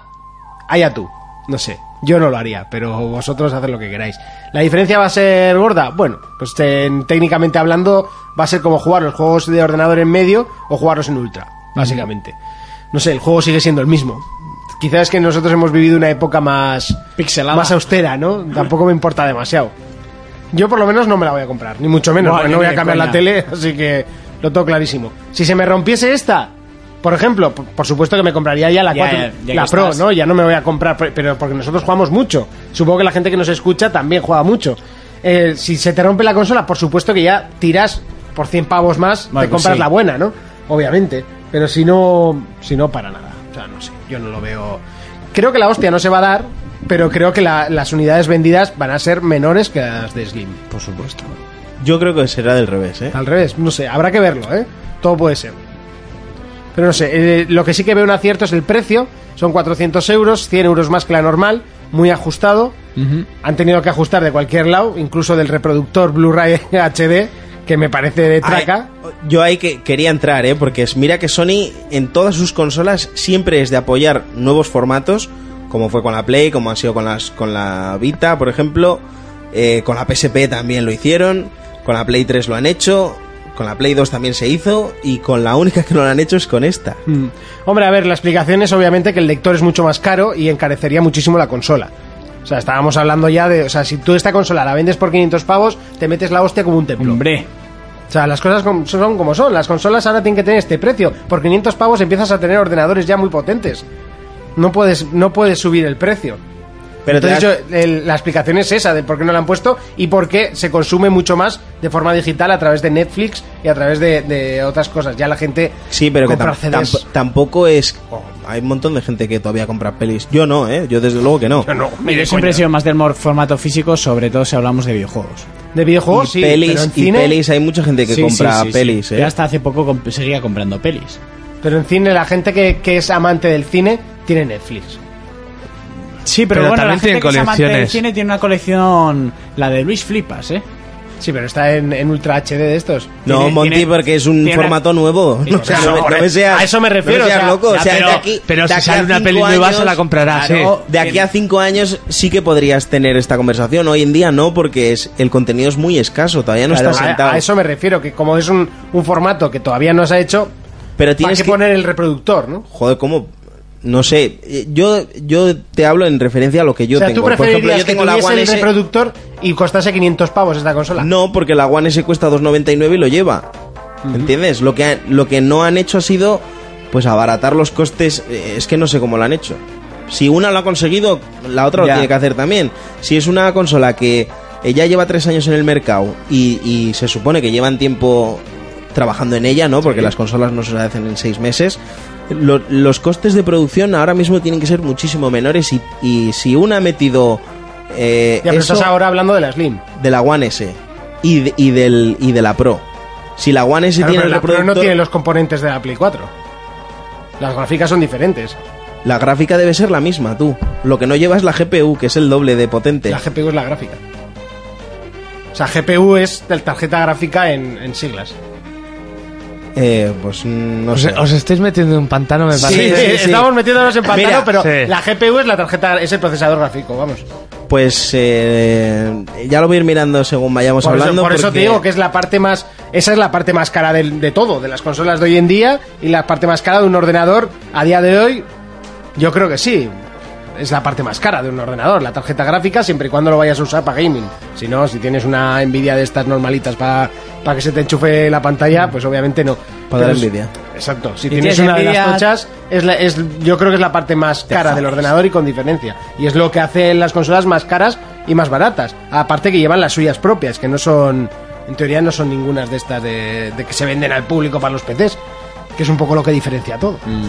[SPEAKER 2] allá tú. No sé, yo no lo haría, pero vosotros haced lo que queráis. ¿La diferencia va a ser gorda? Bueno, pues en- técnicamente hablando, va a ser como jugar los juegos de ordenador en medio o jugarlos en ultra, básicamente. No sé, el juego sigue siendo el mismo. Quizás es que nosotros hemos vivido una época más.
[SPEAKER 3] Pixelada.
[SPEAKER 2] Más austera, ¿no? Tampoco me importa demasiado. Yo por lo menos no me la voy a comprar, ni mucho menos,
[SPEAKER 3] Buah,
[SPEAKER 2] porque
[SPEAKER 3] ni
[SPEAKER 2] no voy
[SPEAKER 3] de
[SPEAKER 2] a cambiar la
[SPEAKER 3] coña.
[SPEAKER 2] tele, (laughs) así que lo tengo clarísimo. Si se me rompiese esta, por ejemplo, por, por supuesto que me compraría ya la
[SPEAKER 3] Ya,
[SPEAKER 2] 4,
[SPEAKER 3] ya, ya
[SPEAKER 2] la
[SPEAKER 3] que
[SPEAKER 2] Pro,
[SPEAKER 3] estás.
[SPEAKER 2] ¿no? Ya no me voy a comprar, pe- pero porque nosotros jugamos mucho. Supongo que la gente que nos escucha también juega mucho. Eh, si se te rompe la consola, por supuesto que ya tiras por 100 pavos más,
[SPEAKER 3] Vale,
[SPEAKER 2] te
[SPEAKER 3] pues
[SPEAKER 2] compras
[SPEAKER 3] sí.
[SPEAKER 2] la buena, ¿no? Obviamente, pero si no, si no para nada. O sea, no sé, yo no lo veo. Creo que la hostia no se va a dar, pero creo que la- las unidades vendidas van a ser menores que las de Slim, por supuesto.
[SPEAKER 4] Yo creo que será del revés, ¿eh?
[SPEAKER 2] Al revés, no sé, habrá que verlo, ¿eh? Todo puede ser. Pero no sé, eh, lo que sí que veo un acierto es el precio. Son 400 euros, 100 euros más que la normal, muy (laughs) ajustado. Han tenido que ajustar de cualquier lado, incluso del reproductor Blu-ray HD, que me parece de
[SPEAKER 4] Ay,
[SPEAKER 2] traca.
[SPEAKER 4] yo ahí que quería entrar, ¿eh? Porque es- mira que Sony en todas sus consolas siempre es de apoyar nuevos formatos, como fue con la Play, como ha sido con, las, con la Vita, por ejemplo. eh, con la PSP también lo hicieron, con la Play 3 lo han hecho, con la Play 2 también se hizo, y con la única que no lo han hecho es con esta.
[SPEAKER 2] Mm. Hombre, a ver, la explicación es obviamente que el lector es mucho más caro y encarecería muchísimo la consola. O sea, estábamos hablando ya de, o sea, si tú esta consola la vendes por 500 pavos, te metes la hostia como un templo.
[SPEAKER 3] Hombre,
[SPEAKER 2] O sea, las cosas com- son como son. Las consolas ahora tienen que tener este precio. Por 500 pavos empiezas a tener ordenadores ya muy potentes. No puedes, no puedes subir el precio.
[SPEAKER 4] Pero te
[SPEAKER 2] Entonces
[SPEAKER 4] das-
[SPEAKER 2] yo, el- la explicación es esa de por qué no la han puesto y por qué se consume mucho más de forma digital a través de Netflix y a través de, de otras cosas. Ya la gente
[SPEAKER 4] Sí, pero que
[SPEAKER 2] compra
[SPEAKER 4] tam-
[SPEAKER 2] CDs.
[SPEAKER 4] tamp- tampoco es... oh, hay un montón de gente que todavía compra pelis. Yo no, ¿eh? Yo desde luego que no.
[SPEAKER 2] No, no, ni
[SPEAKER 3] yo
[SPEAKER 2] de
[SPEAKER 3] siempre he
[SPEAKER 2] coña.
[SPEAKER 3] sido más del mor- formato físico, sobre todo si hablamos de videojuegos.
[SPEAKER 2] de videojuegos, Oh, sí,
[SPEAKER 4] pelis,
[SPEAKER 2] pero en
[SPEAKER 4] y
[SPEAKER 2] cine,
[SPEAKER 4] pelis, hay mucha gente que
[SPEAKER 3] Sí,
[SPEAKER 4] compra
[SPEAKER 3] sí, sí, sí.
[SPEAKER 4] pelis, ¿eh?
[SPEAKER 3] Yo hasta hace poco comp- seguía comprando pelis.
[SPEAKER 2] pero en cine la gente que, que es amante del cine tiene Netflix.
[SPEAKER 3] Sí,
[SPEAKER 5] pero
[SPEAKER 3] pero,
[SPEAKER 5] Pero bueno,
[SPEAKER 3] bueno,
[SPEAKER 5] también la gente tienen que es amante del colecciones. cine
[SPEAKER 3] cine tiene una colección, la de Luis Flipas, ¿eh?
[SPEAKER 2] Sí, pero está en, en Ultra HD de estos.
[SPEAKER 4] No,
[SPEAKER 3] Tiene-
[SPEAKER 4] Monty,
[SPEAKER 3] tiene-
[SPEAKER 4] porque es un
[SPEAKER 3] tiene una-
[SPEAKER 4] formato nuevo. (laughs) No,
[SPEAKER 3] Tiene-
[SPEAKER 4] o sea,
[SPEAKER 2] Claro,
[SPEAKER 4] no me- no me seas-
[SPEAKER 2] a eso me
[SPEAKER 4] no
[SPEAKER 2] refiero,
[SPEAKER 4] seas
[SPEAKER 2] o sea,
[SPEAKER 4] loco. O
[SPEAKER 5] ya,
[SPEAKER 4] sea, de
[SPEAKER 5] pero-
[SPEAKER 4] aquí,
[SPEAKER 5] pero
[SPEAKER 4] de
[SPEAKER 5] si
[SPEAKER 4] aquí
[SPEAKER 5] sale
[SPEAKER 4] a
[SPEAKER 5] una
[SPEAKER 4] cinco
[SPEAKER 5] peli nueva, se la
[SPEAKER 4] años-
[SPEAKER 5] comprarás,
[SPEAKER 4] Claro,
[SPEAKER 5] sí.
[SPEAKER 4] De aquí a cinco años sí que podrías tener esta conversación. Hoy en día no, porque es, el contenido es muy escaso. Todavía no
[SPEAKER 2] Claro,
[SPEAKER 4] está
[SPEAKER 2] a-
[SPEAKER 4] sentado.
[SPEAKER 2] A, eso me refiero, que como es un, un formato que todavía no se ha hecho,
[SPEAKER 4] pero
[SPEAKER 2] tienes
[SPEAKER 4] tienes
[SPEAKER 2] que, poner el reproductor, ¿no?
[SPEAKER 4] Joder, ¿cómo? No sé. Eh, Yo, yo te hablo en referencia a lo que
[SPEAKER 2] o
[SPEAKER 4] yo
[SPEAKER 2] sea,
[SPEAKER 4] tengo.
[SPEAKER 2] tú
[SPEAKER 4] Por
[SPEAKER 2] preferirías
[SPEAKER 4] ejemplo, yo tengo
[SPEAKER 2] que
[SPEAKER 4] la
[SPEAKER 2] tuviese
[SPEAKER 4] One
[SPEAKER 2] el
[SPEAKER 4] S.
[SPEAKER 2] reproductor y costase 500 pavos esta consola.
[SPEAKER 4] No, porque la One S cuesta 2.99 y lo lleva. ¿Entiendes? Lo que, ha- lo que no han hecho ha sido pues abaratar los costes. Eh, Es que no sé cómo lo han hecho. Si una lo ha conseguido, la otra lo
[SPEAKER 3] Ya.
[SPEAKER 4] tiene que hacer también. Si es una consola que eh, ya lleva tres años en el mercado y, y se supone que llevan tiempo trabajando en ella, ¿no? Porque las consolas no se las hacen en seis meses. Lo- los costes de producción ahora mismo tienen que ser muchísimo menores y, y si una ha metido... eh,
[SPEAKER 2] ya, pero
[SPEAKER 4] eso-
[SPEAKER 2] estás ahora hablando de la Slim.
[SPEAKER 4] de la One S y de, y del, y de la Pro. Si la One S
[SPEAKER 2] Claro,
[SPEAKER 4] tiene
[SPEAKER 2] pero
[SPEAKER 4] el
[SPEAKER 2] la Pro
[SPEAKER 4] reproductor,
[SPEAKER 2] no tiene los componentes de la Play 4. Las gráficas son diferentes.
[SPEAKER 4] la gráfica debe ser la misma, tú. Lo que no lleva es la GPU, que es el doble de potente.
[SPEAKER 2] La GPU es la gráfica. O sea, GPU es la tarjeta gráfica en, en siglas.
[SPEAKER 4] Eh, pues mm, no
[SPEAKER 5] Os, e-
[SPEAKER 4] sé.
[SPEAKER 5] os estáis metiendo en un pantano, me
[SPEAKER 2] Sí,
[SPEAKER 5] parece.
[SPEAKER 4] sí,
[SPEAKER 2] (laughs)
[SPEAKER 4] sí.
[SPEAKER 2] estamos metiéndonos en pantano,
[SPEAKER 4] Mira,
[SPEAKER 2] pero
[SPEAKER 5] sí.
[SPEAKER 2] la GPU es la tarjeta, es el procesador gráfico, vamos.
[SPEAKER 4] Pues eh, ya lo voy a ir mirando según vayamos
[SPEAKER 2] Por,
[SPEAKER 4] hablando.
[SPEAKER 2] eso, por eso
[SPEAKER 4] porque
[SPEAKER 2] te digo que es la parte más. Esa es la parte más cara del- de, todo, de las consolas de hoy en día y la parte más cara de un ordenador a día de hoy. Yo creo que sí. Es la parte más cara de un ordenador, la tarjeta gráfica, siempre y cuando lo vayas a usar para gaming. Si no, si tienes una envidia de estas normalitas para que se te enchufe la pantalla, pues obviamente no.
[SPEAKER 4] Para dar
[SPEAKER 2] Pero es-
[SPEAKER 4] envidia.
[SPEAKER 2] Exacto. Si
[SPEAKER 3] Y
[SPEAKER 2] tienes,
[SPEAKER 3] tienes
[SPEAKER 2] una de
[SPEAKER 3] Nvidia-
[SPEAKER 2] las tochas, es la- es- yo creo que es la parte más cara del ordenador y con diferencia. Y es lo que hace las consolas más caras y más baratas. Aparte que llevan las suyas propias, que no son, en teoría no son ningunas de estas de, de que se venden al público para los PCs, que es un poco lo que diferencia todo.
[SPEAKER 3] Mm.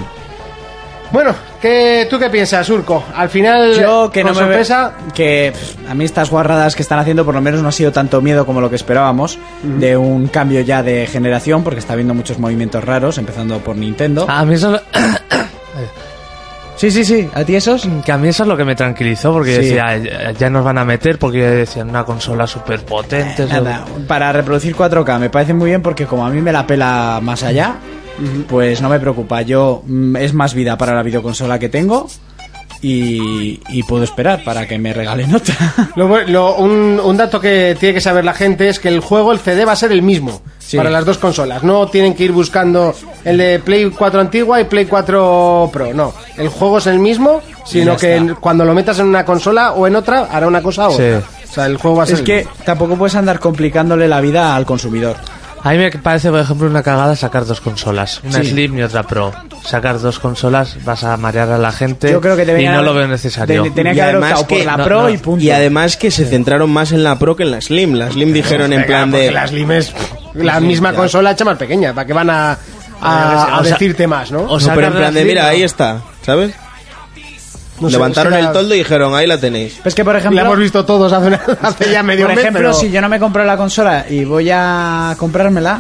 [SPEAKER 2] Bueno, ¿qué, ¿tú qué piensas, Urco? Al final,
[SPEAKER 3] Yo que no
[SPEAKER 2] con
[SPEAKER 3] me
[SPEAKER 2] sorpresa,
[SPEAKER 3] Eh, que pff, a mí estas guarradas que están haciendo por lo menos no ha sido tanto miedo como lo que esperábamos de un cambio ya de generación porque está habiendo muchos movimientos raros empezando por Nintendo.
[SPEAKER 5] Ah, A
[SPEAKER 3] (coughs)
[SPEAKER 5] mí eso...
[SPEAKER 3] Sí, sí, sí, a ti esos.
[SPEAKER 5] Mm, Que a mí eso es lo que me tranquilizó, porque yo
[SPEAKER 3] Sí.
[SPEAKER 5] decía, "Ya- ya nos van a meter, porque decían una consola súper potente.
[SPEAKER 3] Nada, para reproducir 4K me parece muy bien porque como a mí me la pela más allá, pues no me preocupa. Yo mm, es más vida para la videoconsola que tengo y, y puedo esperar para que me regalen (laughs) otra.
[SPEAKER 2] Lo bu- lo- un, un dato que tiene que saber la gente es que el juego, el CD, va a ser el mismo
[SPEAKER 3] Sí.
[SPEAKER 2] para las dos consolas. No tienen que ir buscando el de Play 4 antigua y Play 4 Pro. No, el juego es el mismo, sino
[SPEAKER 3] ya
[SPEAKER 2] que
[SPEAKER 3] está.
[SPEAKER 2] en- cuando lo metas en una consola o en otra, hará una cosa o
[SPEAKER 5] Sí.
[SPEAKER 2] otra. O sea, el juego va a ser.
[SPEAKER 3] es
[SPEAKER 2] el
[SPEAKER 3] que
[SPEAKER 2] mismo.
[SPEAKER 3] tampoco puedes andar complicándole la vida al consumidor.
[SPEAKER 5] A mí me parece, por ejemplo, una cagada sacar dos consolas. Una Slim y otra Pro. Sacar dos consolas vas a marear a la gente
[SPEAKER 3] Yo creo que
[SPEAKER 5] y
[SPEAKER 3] deberían-
[SPEAKER 5] no lo veo necesario.
[SPEAKER 3] de- tenía que
[SPEAKER 4] Y
[SPEAKER 3] haber
[SPEAKER 4] además
[SPEAKER 3] optado
[SPEAKER 4] que-
[SPEAKER 3] por la
[SPEAKER 5] no,
[SPEAKER 3] Pro
[SPEAKER 5] no.
[SPEAKER 3] y punto.
[SPEAKER 4] Y además que se centraron más en la Pro que en la Slim. La Slim dijeron en
[SPEAKER 2] Venga,
[SPEAKER 4] plan
[SPEAKER 2] porque
[SPEAKER 4] de...
[SPEAKER 2] las Slim es la misma consola hecha más pequeña. ¿Para qué van a, a-
[SPEAKER 5] O sea,
[SPEAKER 2] a decirte más, no?
[SPEAKER 5] o
[SPEAKER 4] No, pero
[SPEAKER 5] sacar
[SPEAKER 4] en
[SPEAKER 5] la
[SPEAKER 4] plan de,
[SPEAKER 5] Slim,
[SPEAKER 4] mira,
[SPEAKER 5] no.
[SPEAKER 4] ahí está, ¿sabes?
[SPEAKER 2] No sé,
[SPEAKER 4] Levantaron
[SPEAKER 2] es que
[SPEAKER 4] el
[SPEAKER 2] la-
[SPEAKER 4] toldo y dijeron, ahí la tenéis.
[SPEAKER 3] Es que, por ejemplo,
[SPEAKER 2] La hemos visto todos hace, una- (laughs) hace ya medio
[SPEAKER 3] por
[SPEAKER 2] mes,
[SPEAKER 3] ejemplo
[SPEAKER 2] pero-
[SPEAKER 3] si yo no me compro la consola y voy a comprármela,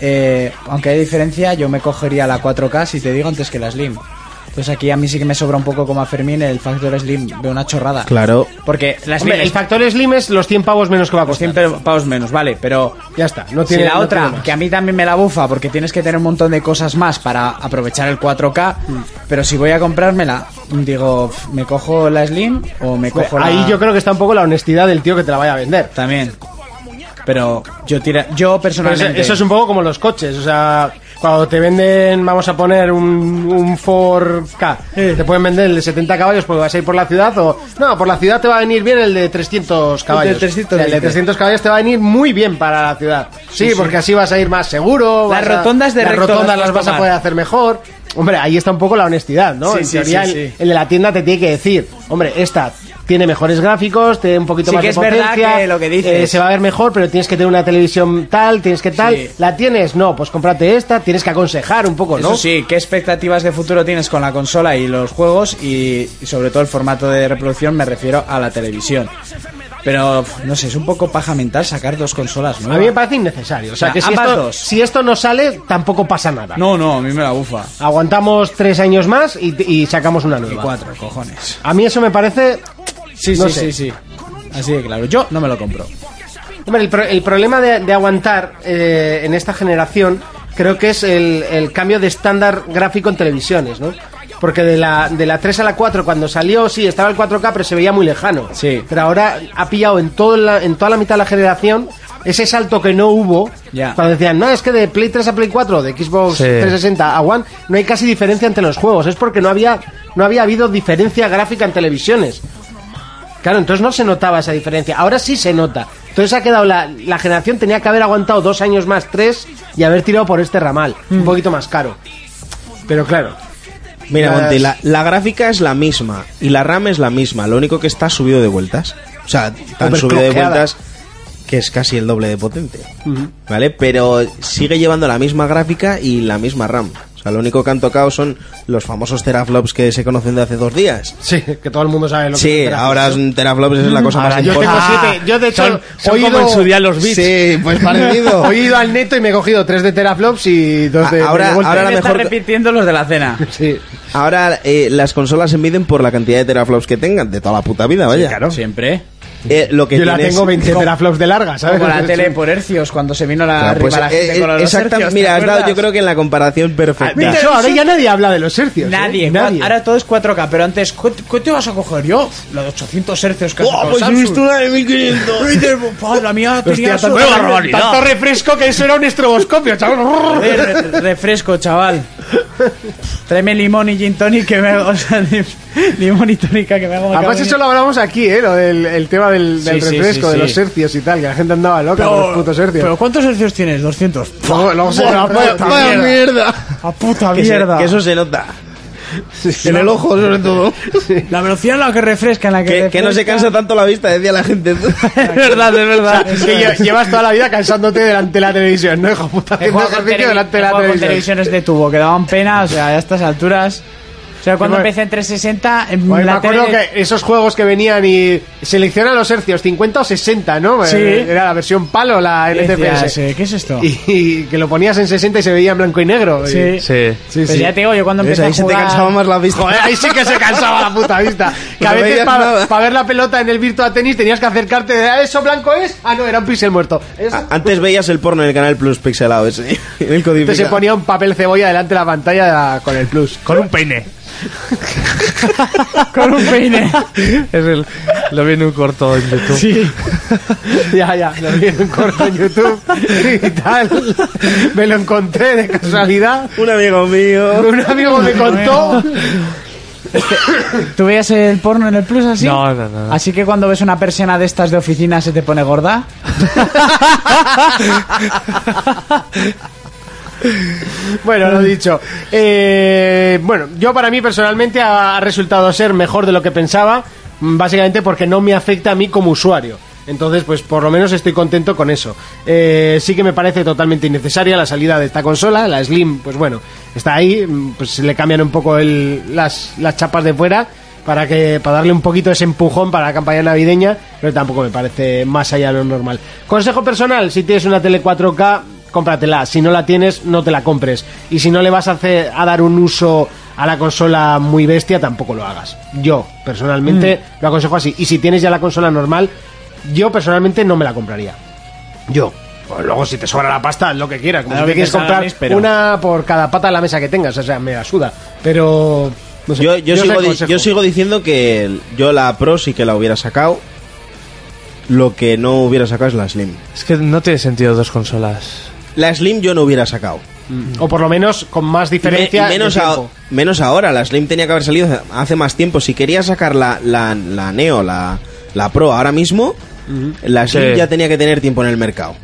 [SPEAKER 3] eh, aunque hay diferencia, yo me cogería la 4K si te digo antes que la Slim. Entonces aquí a mí sí que me sobra un poco como a Fermín el Factor Slim de una chorrada.
[SPEAKER 4] Claro.
[SPEAKER 3] Porque las
[SPEAKER 2] Hombre, el factor Slim es los 100 pavos menos que va a costar.
[SPEAKER 3] siempre pavos menos, vale, pero
[SPEAKER 2] Ya está, no tiene-
[SPEAKER 3] si la
[SPEAKER 2] no
[SPEAKER 3] otra,
[SPEAKER 2] tiene más.
[SPEAKER 3] que a mí también me la bufa, porque tienes que tener un montón de cosas más para aprovechar el 4K,
[SPEAKER 2] Mm.
[SPEAKER 3] pero si voy a comprármela, digo, pf, ¿me cojo la Slim o me cojo la...
[SPEAKER 2] Ahí yo creo que está un poco la honestidad del tío que te la vaya a vender.
[SPEAKER 3] También. Pero yo tira, yo
[SPEAKER 2] Pero eso,
[SPEAKER 3] personalmente...
[SPEAKER 2] eso es un poco como los coches, o sea, cuando te venden, vamos a poner un, un Ford K, te pueden vender el de 70 caballos porque vas a ir por la ciudad o... No, por la ciudad te va a venir bien el de 300 caballos.
[SPEAKER 3] 320.
[SPEAKER 2] El de 300 caballos te va a venir muy bien para la ciudad. Sí, porque así vas a ir más seguro.
[SPEAKER 3] Las
[SPEAKER 2] vas a-
[SPEAKER 3] rotondas de
[SPEAKER 2] Las
[SPEAKER 3] recto
[SPEAKER 2] rotondas
[SPEAKER 3] las
[SPEAKER 2] las vas a
[SPEAKER 3] tomar.
[SPEAKER 2] poder hacer mejor. Hombre, ahí está un poco la honestidad, ¿no?
[SPEAKER 3] Sí,
[SPEAKER 2] en
[SPEAKER 3] sí,
[SPEAKER 2] teoría,
[SPEAKER 3] sí,
[SPEAKER 2] el-
[SPEAKER 3] sí.
[SPEAKER 2] el de la tienda te tiene que decir, hombre, esta tiene mejores gráficos, tiene un poquito
[SPEAKER 3] Sí
[SPEAKER 2] más
[SPEAKER 3] que
[SPEAKER 2] de
[SPEAKER 3] es verdad
[SPEAKER 2] potencia,
[SPEAKER 3] que lo que dices.
[SPEAKER 2] eh, se va a ver mejor, pero tienes que tener una televisión tal, tienes que tal.
[SPEAKER 3] Sí.
[SPEAKER 2] ¿La tienes? No, pues cómprate esta, tienes que aconsejar un poco, ¿no?
[SPEAKER 3] Eso sí, ¿qué expectativas de futuro tienes con la consola y los juegos? Y, y sobre todo el formato de reproducción, me refiero a la televisión. Pero, pf, no sé, es un poco paja mental sacar dos consolas, ¿no?
[SPEAKER 2] A mí me parece innecesario. O sea,
[SPEAKER 3] O sea,
[SPEAKER 2] que si
[SPEAKER 3] ambas
[SPEAKER 2] esto,
[SPEAKER 3] dos.
[SPEAKER 2] si esto no sale, tampoco pasa nada.
[SPEAKER 3] No, no, a mí me la bufa.
[SPEAKER 2] Aguantamos tres años más y, y sacamos una
[SPEAKER 3] Y
[SPEAKER 2] nueva.
[SPEAKER 3] cuatro, cojones.
[SPEAKER 2] A mí eso me parece...
[SPEAKER 3] Sí,
[SPEAKER 2] no
[SPEAKER 3] sí,
[SPEAKER 2] sé.
[SPEAKER 3] sí, sí. Así de claro, yo no me lo compro.
[SPEAKER 2] Hombre, el, pro- el problema de, de aguantar eh, en esta generación creo que es el, el cambio de estándar gráfico en televisiones, ¿no? Porque de la, de la 3 a la 4 cuando salió, sí, estaba el 4K, pero se veía muy lejano.
[SPEAKER 3] Sí.
[SPEAKER 2] Pero ahora ha pillado en, todo la- en toda la mitad de la generación ese salto que no hubo.
[SPEAKER 3] Ya.
[SPEAKER 2] Cuando decían, no, es que de Play 3 a Play 4, de Xbox
[SPEAKER 5] Sí.
[SPEAKER 2] 360 a One, no hay casi diferencia entre los juegos. Es porque no había, no había habido diferencia gráfica en televisiones. Claro, entonces no se notaba esa diferencia. Ahora sí se nota. Entonces ha quedado la, la generación tenía que haber aguantado dos años más, tres, y haber tirado por este ramal. Un poquito más caro. Pero claro.
[SPEAKER 4] Mira,
[SPEAKER 2] Las-
[SPEAKER 4] Monty, la, la gráfica es la misma y la RAM es la misma, lo único que está subido de vueltas. O sea, tan subido de
[SPEAKER 2] Overclockeada.
[SPEAKER 4] vueltas que es casi el doble de potente. ¿Vale? Pero sigue llevando la misma gráfica y la misma RAM. O sea, lo único que han tocado son los famosos teraflops que se conocen de hace dos días.
[SPEAKER 2] Sí, que todo el mundo sabe lo que
[SPEAKER 4] Sí,
[SPEAKER 2] es Teraflops. Mm,
[SPEAKER 4] ahora es un teraflops es la cosa
[SPEAKER 2] Ahora
[SPEAKER 4] más
[SPEAKER 2] yo tengo
[SPEAKER 4] importante.
[SPEAKER 2] siete. Yo de hecho
[SPEAKER 5] son, son
[SPEAKER 2] he ido,
[SPEAKER 5] como en su día los bits.
[SPEAKER 4] Sí, (laughs) pues parecido.
[SPEAKER 2] he ido al neto y me he cogido tres de teraflops y dos de. de
[SPEAKER 4] Ah, Ahora-
[SPEAKER 2] Volta.
[SPEAKER 4] ahora la
[SPEAKER 3] Me está
[SPEAKER 4] mejor-
[SPEAKER 3] repitiendo los de la cena.
[SPEAKER 2] Sí.
[SPEAKER 4] Ahora eh, las consolas se miden por la cantidad de teraflops que tengan, de toda la puta vida, vaya.
[SPEAKER 3] Siempre.
[SPEAKER 4] Eh, lo que
[SPEAKER 2] Yo la
[SPEAKER 4] tienes-
[SPEAKER 2] tengo 20 teraflops de larga, ¿sabes?
[SPEAKER 3] Como la tele por hercios, cuando se vino la,
[SPEAKER 4] Claro, pues,
[SPEAKER 3] arriba la Ah, gente
[SPEAKER 4] eh,
[SPEAKER 3] con los
[SPEAKER 4] exacta-
[SPEAKER 3] hercios, ¿te
[SPEAKER 4] mira, has dado
[SPEAKER 3] acuerdas?
[SPEAKER 4] yo creo que en la comparación perfecta.
[SPEAKER 2] De hecho, ahora ya nadie habla de los hercios. ¿eh?
[SPEAKER 3] Nadie,
[SPEAKER 2] nadie.
[SPEAKER 3] ahora todo es 4K, pero antes, ¿qué te- qué te vas a coger yo? La de 800 hercios que
[SPEAKER 4] ¡Buah,
[SPEAKER 3] has
[SPEAKER 4] pues he visto una de 1500!
[SPEAKER 3] la mía tenía
[SPEAKER 2] Hostia,
[SPEAKER 3] su-
[SPEAKER 2] tanto, tanto refresco que eso era un estroboscopio, chaval.
[SPEAKER 3] (laughs) Eh, re- refresco, chaval. Tráeme limón y gin tonic que me hago. (laughs) o sea, lim- limón y tónica que me hago.
[SPEAKER 2] Además,
[SPEAKER 3] cabrón.
[SPEAKER 2] eso lo hablamos aquí, ¿eh? Lo del el tema del, del
[SPEAKER 3] Sí, sí,
[SPEAKER 2] refresco,
[SPEAKER 3] sí,
[SPEAKER 2] de
[SPEAKER 3] sí.
[SPEAKER 2] los hercios y tal, que la gente andaba loca con los putos hercios.
[SPEAKER 3] pero ¿cuántos hercios tienes? 200.
[SPEAKER 2] luego, luego se la puta mierda.
[SPEAKER 3] A puta
[SPEAKER 4] Que, se-
[SPEAKER 3] mierda.
[SPEAKER 4] que eso se nota. (laughs) En el ojo,
[SPEAKER 3] (laughs)
[SPEAKER 4] sobre todo.
[SPEAKER 3] La velocidad en la que refresca, en la que.
[SPEAKER 4] Que, que no se
[SPEAKER 3] refresca.
[SPEAKER 4] cansa tanto la vista, decía la gente. (laughs)
[SPEAKER 3] Es verdad, es verdad.
[SPEAKER 2] Es
[SPEAKER 3] (laughs)
[SPEAKER 2] que lle- llevas toda la vida cansándote delante de la televisión, ¿no, hijo puta?
[SPEAKER 3] He
[SPEAKER 2] Haciendo
[SPEAKER 3] jugado con,
[SPEAKER 2] ejercicio
[SPEAKER 3] tele-
[SPEAKER 2] delante
[SPEAKER 3] he
[SPEAKER 2] de la
[SPEAKER 3] jugado con
[SPEAKER 2] televisión.
[SPEAKER 3] televisiones de tubo que daban pena, o sea, a estas alturas. O sea, cuando
[SPEAKER 2] Yo me-
[SPEAKER 3] empecé en 360, en
[SPEAKER 2] Oye, Pues me
[SPEAKER 3] la
[SPEAKER 2] acuerdo
[SPEAKER 3] tele-
[SPEAKER 2] que esos juegos que venían y seleccionan los hercios, 50 o 60, ¿no?
[SPEAKER 3] Sí.
[SPEAKER 2] Eh, Era la versión palo, la
[SPEAKER 3] decías,
[SPEAKER 2] NCPS.
[SPEAKER 3] eh, ¿Qué es esto?
[SPEAKER 2] Y, y que lo ponías en 60 y se veía en blanco y negro. y-
[SPEAKER 3] Sí.
[SPEAKER 5] Sí.
[SPEAKER 2] Sí,
[SPEAKER 3] Pues
[SPEAKER 2] sí.
[SPEAKER 3] ya te digo, yo cuando
[SPEAKER 4] ¿Ves?
[SPEAKER 3] empecé
[SPEAKER 4] Ahí
[SPEAKER 3] a
[SPEAKER 4] se te
[SPEAKER 3] jugar-
[SPEAKER 4] cansaba más la vista.
[SPEAKER 2] Joder, ahí sí que se cansaba la puta vista. Que a
[SPEAKER 4] (laughs) No
[SPEAKER 2] veces
[SPEAKER 4] veías
[SPEAKER 2] para
[SPEAKER 4] nada.
[SPEAKER 2] ver la pelota en el Virtua Tenis tenías que acercarte de "Ah, eso blanco es. Ah, no, era un pixel muerto. Eh, Eso-
[SPEAKER 4] A- (laughs) Antes veías el porno en el canal Plus pixelado ese. (laughs) En el codificado.
[SPEAKER 2] Entonces se ponía un papel cebolla delante de la pantalla de la- con el
[SPEAKER 3] (laughs)
[SPEAKER 2] plus.
[SPEAKER 5] Con un peine.
[SPEAKER 3] (laughs) con un peine.
[SPEAKER 5] (laughs) Es el, lo vi en un corto en YouTube.
[SPEAKER 2] (laughs) ya, ya, lo vi en un corto en YouTube y tal. Me lo encontré de casualidad.
[SPEAKER 4] Un
[SPEAKER 3] (laughs)
[SPEAKER 4] amigo mío.
[SPEAKER 2] Un amigo me contó.
[SPEAKER 3] ¿Tú veías el porno en el plus así?
[SPEAKER 5] No, no, no, no.
[SPEAKER 3] Así que cuando ves una persiana de estas de oficina se te pone gorda.
[SPEAKER 2] (laughs) Bueno, lo dicho. Eh, bueno, yo para mí personalmente ha ha resultado ser mejor de lo que pensaba, mm, básicamente porque no me afecta a mí como usuario. Entonces, pues por lo menos estoy contento con eso. Eh, sí que me parece totalmente innecesaria la salida de esta consola, la Slim, pues bueno, está ahí, mm, pues le cambian un poco el- las, las chapas de fuera para que para darle un poquito ese empujón para la campaña navideña, pero tampoco me parece más allá de lo normal. Consejo personal, si tienes una tele 4K, cómpratela. Si no la tienes, no te la compres. Y si no le vas a, hacer, a dar un uso a la consola muy bestia, tampoco lo hagas. Yo, personalmente,
[SPEAKER 4] Mm.
[SPEAKER 2] lo aconsejo así. Y si tienes ya la consola normal, yo personalmente no me la compraría. Yo. Pues luego, si te sobra la pasta, haz lo que quieras. Como
[SPEAKER 3] Haz lo
[SPEAKER 2] si te
[SPEAKER 3] que
[SPEAKER 2] quieres
[SPEAKER 3] te salga
[SPEAKER 2] comprar
[SPEAKER 3] Luis, pero-
[SPEAKER 2] una por cada pata de la mesa que tengas. O sea, me asuda. Pero. no sé,
[SPEAKER 4] Yo, yo
[SPEAKER 2] os
[SPEAKER 4] sigo, di-
[SPEAKER 2] aconsejo.
[SPEAKER 4] yo sigo diciendo que el- yo la Pro sí que la hubiera sacado. Lo que no hubiera sacado es la Slim.
[SPEAKER 5] Es que no tiene sentido dos consolas.
[SPEAKER 4] La Slim yo no hubiera sacado.
[SPEAKER 2] O por lo menos con más diferencia.
[SPEAKER 4] Me-
[SPEAKER 2] de
[SPEAKER 4] menos, a-
[SPEAKER 2] tiempo.
[SPEAKER 4] menos ahora, la Slim tenía que haber salido hace- hace más tiempo. Si quería sacar la, la, la Neo, la, la Pro ahora mismo, la Slim
[SPEAKER 5] Sí.
[SPEAKER 4] ya tenía que tener tiempo en el mercado.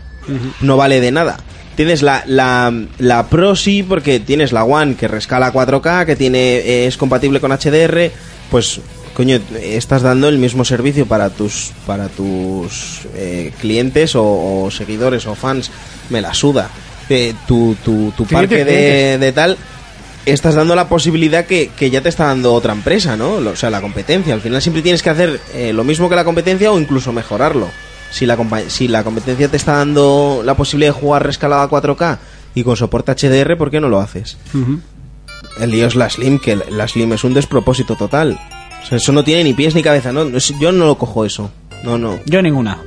[SPEAKER 4] No vale de nada. Tienes la, la, la Pro sí, porque tienes la One que rescala 4K, que tiene eh, es compatible con HDR. Pues, coño, estás dando el mismo servicio para tus, para tus eh, clientes o, o seguidores o fans. Me la suda. Eh, tu, tu, tu parque de, de tal estás dando la posibilidad que, que ya te está dando otra empresa, ¿no? Lo- O sea, la competencia. Al final siempre tienes que hacer eh, lo mismo que la competencia o incluso mejorarlo. Si la, compa- si la competencia te está dando la posibilidad de jugar rescalada a 4K y con soporte HDR, ¿por qué no lo haces? El lío es la Slim, que la Slim es un despropósito total. O sea, eso no tiene ni pies ni cabeza, ¿no? No es- Yo no lo cojo eso. No, no.
[SPEAKER 3] Yo ninguna.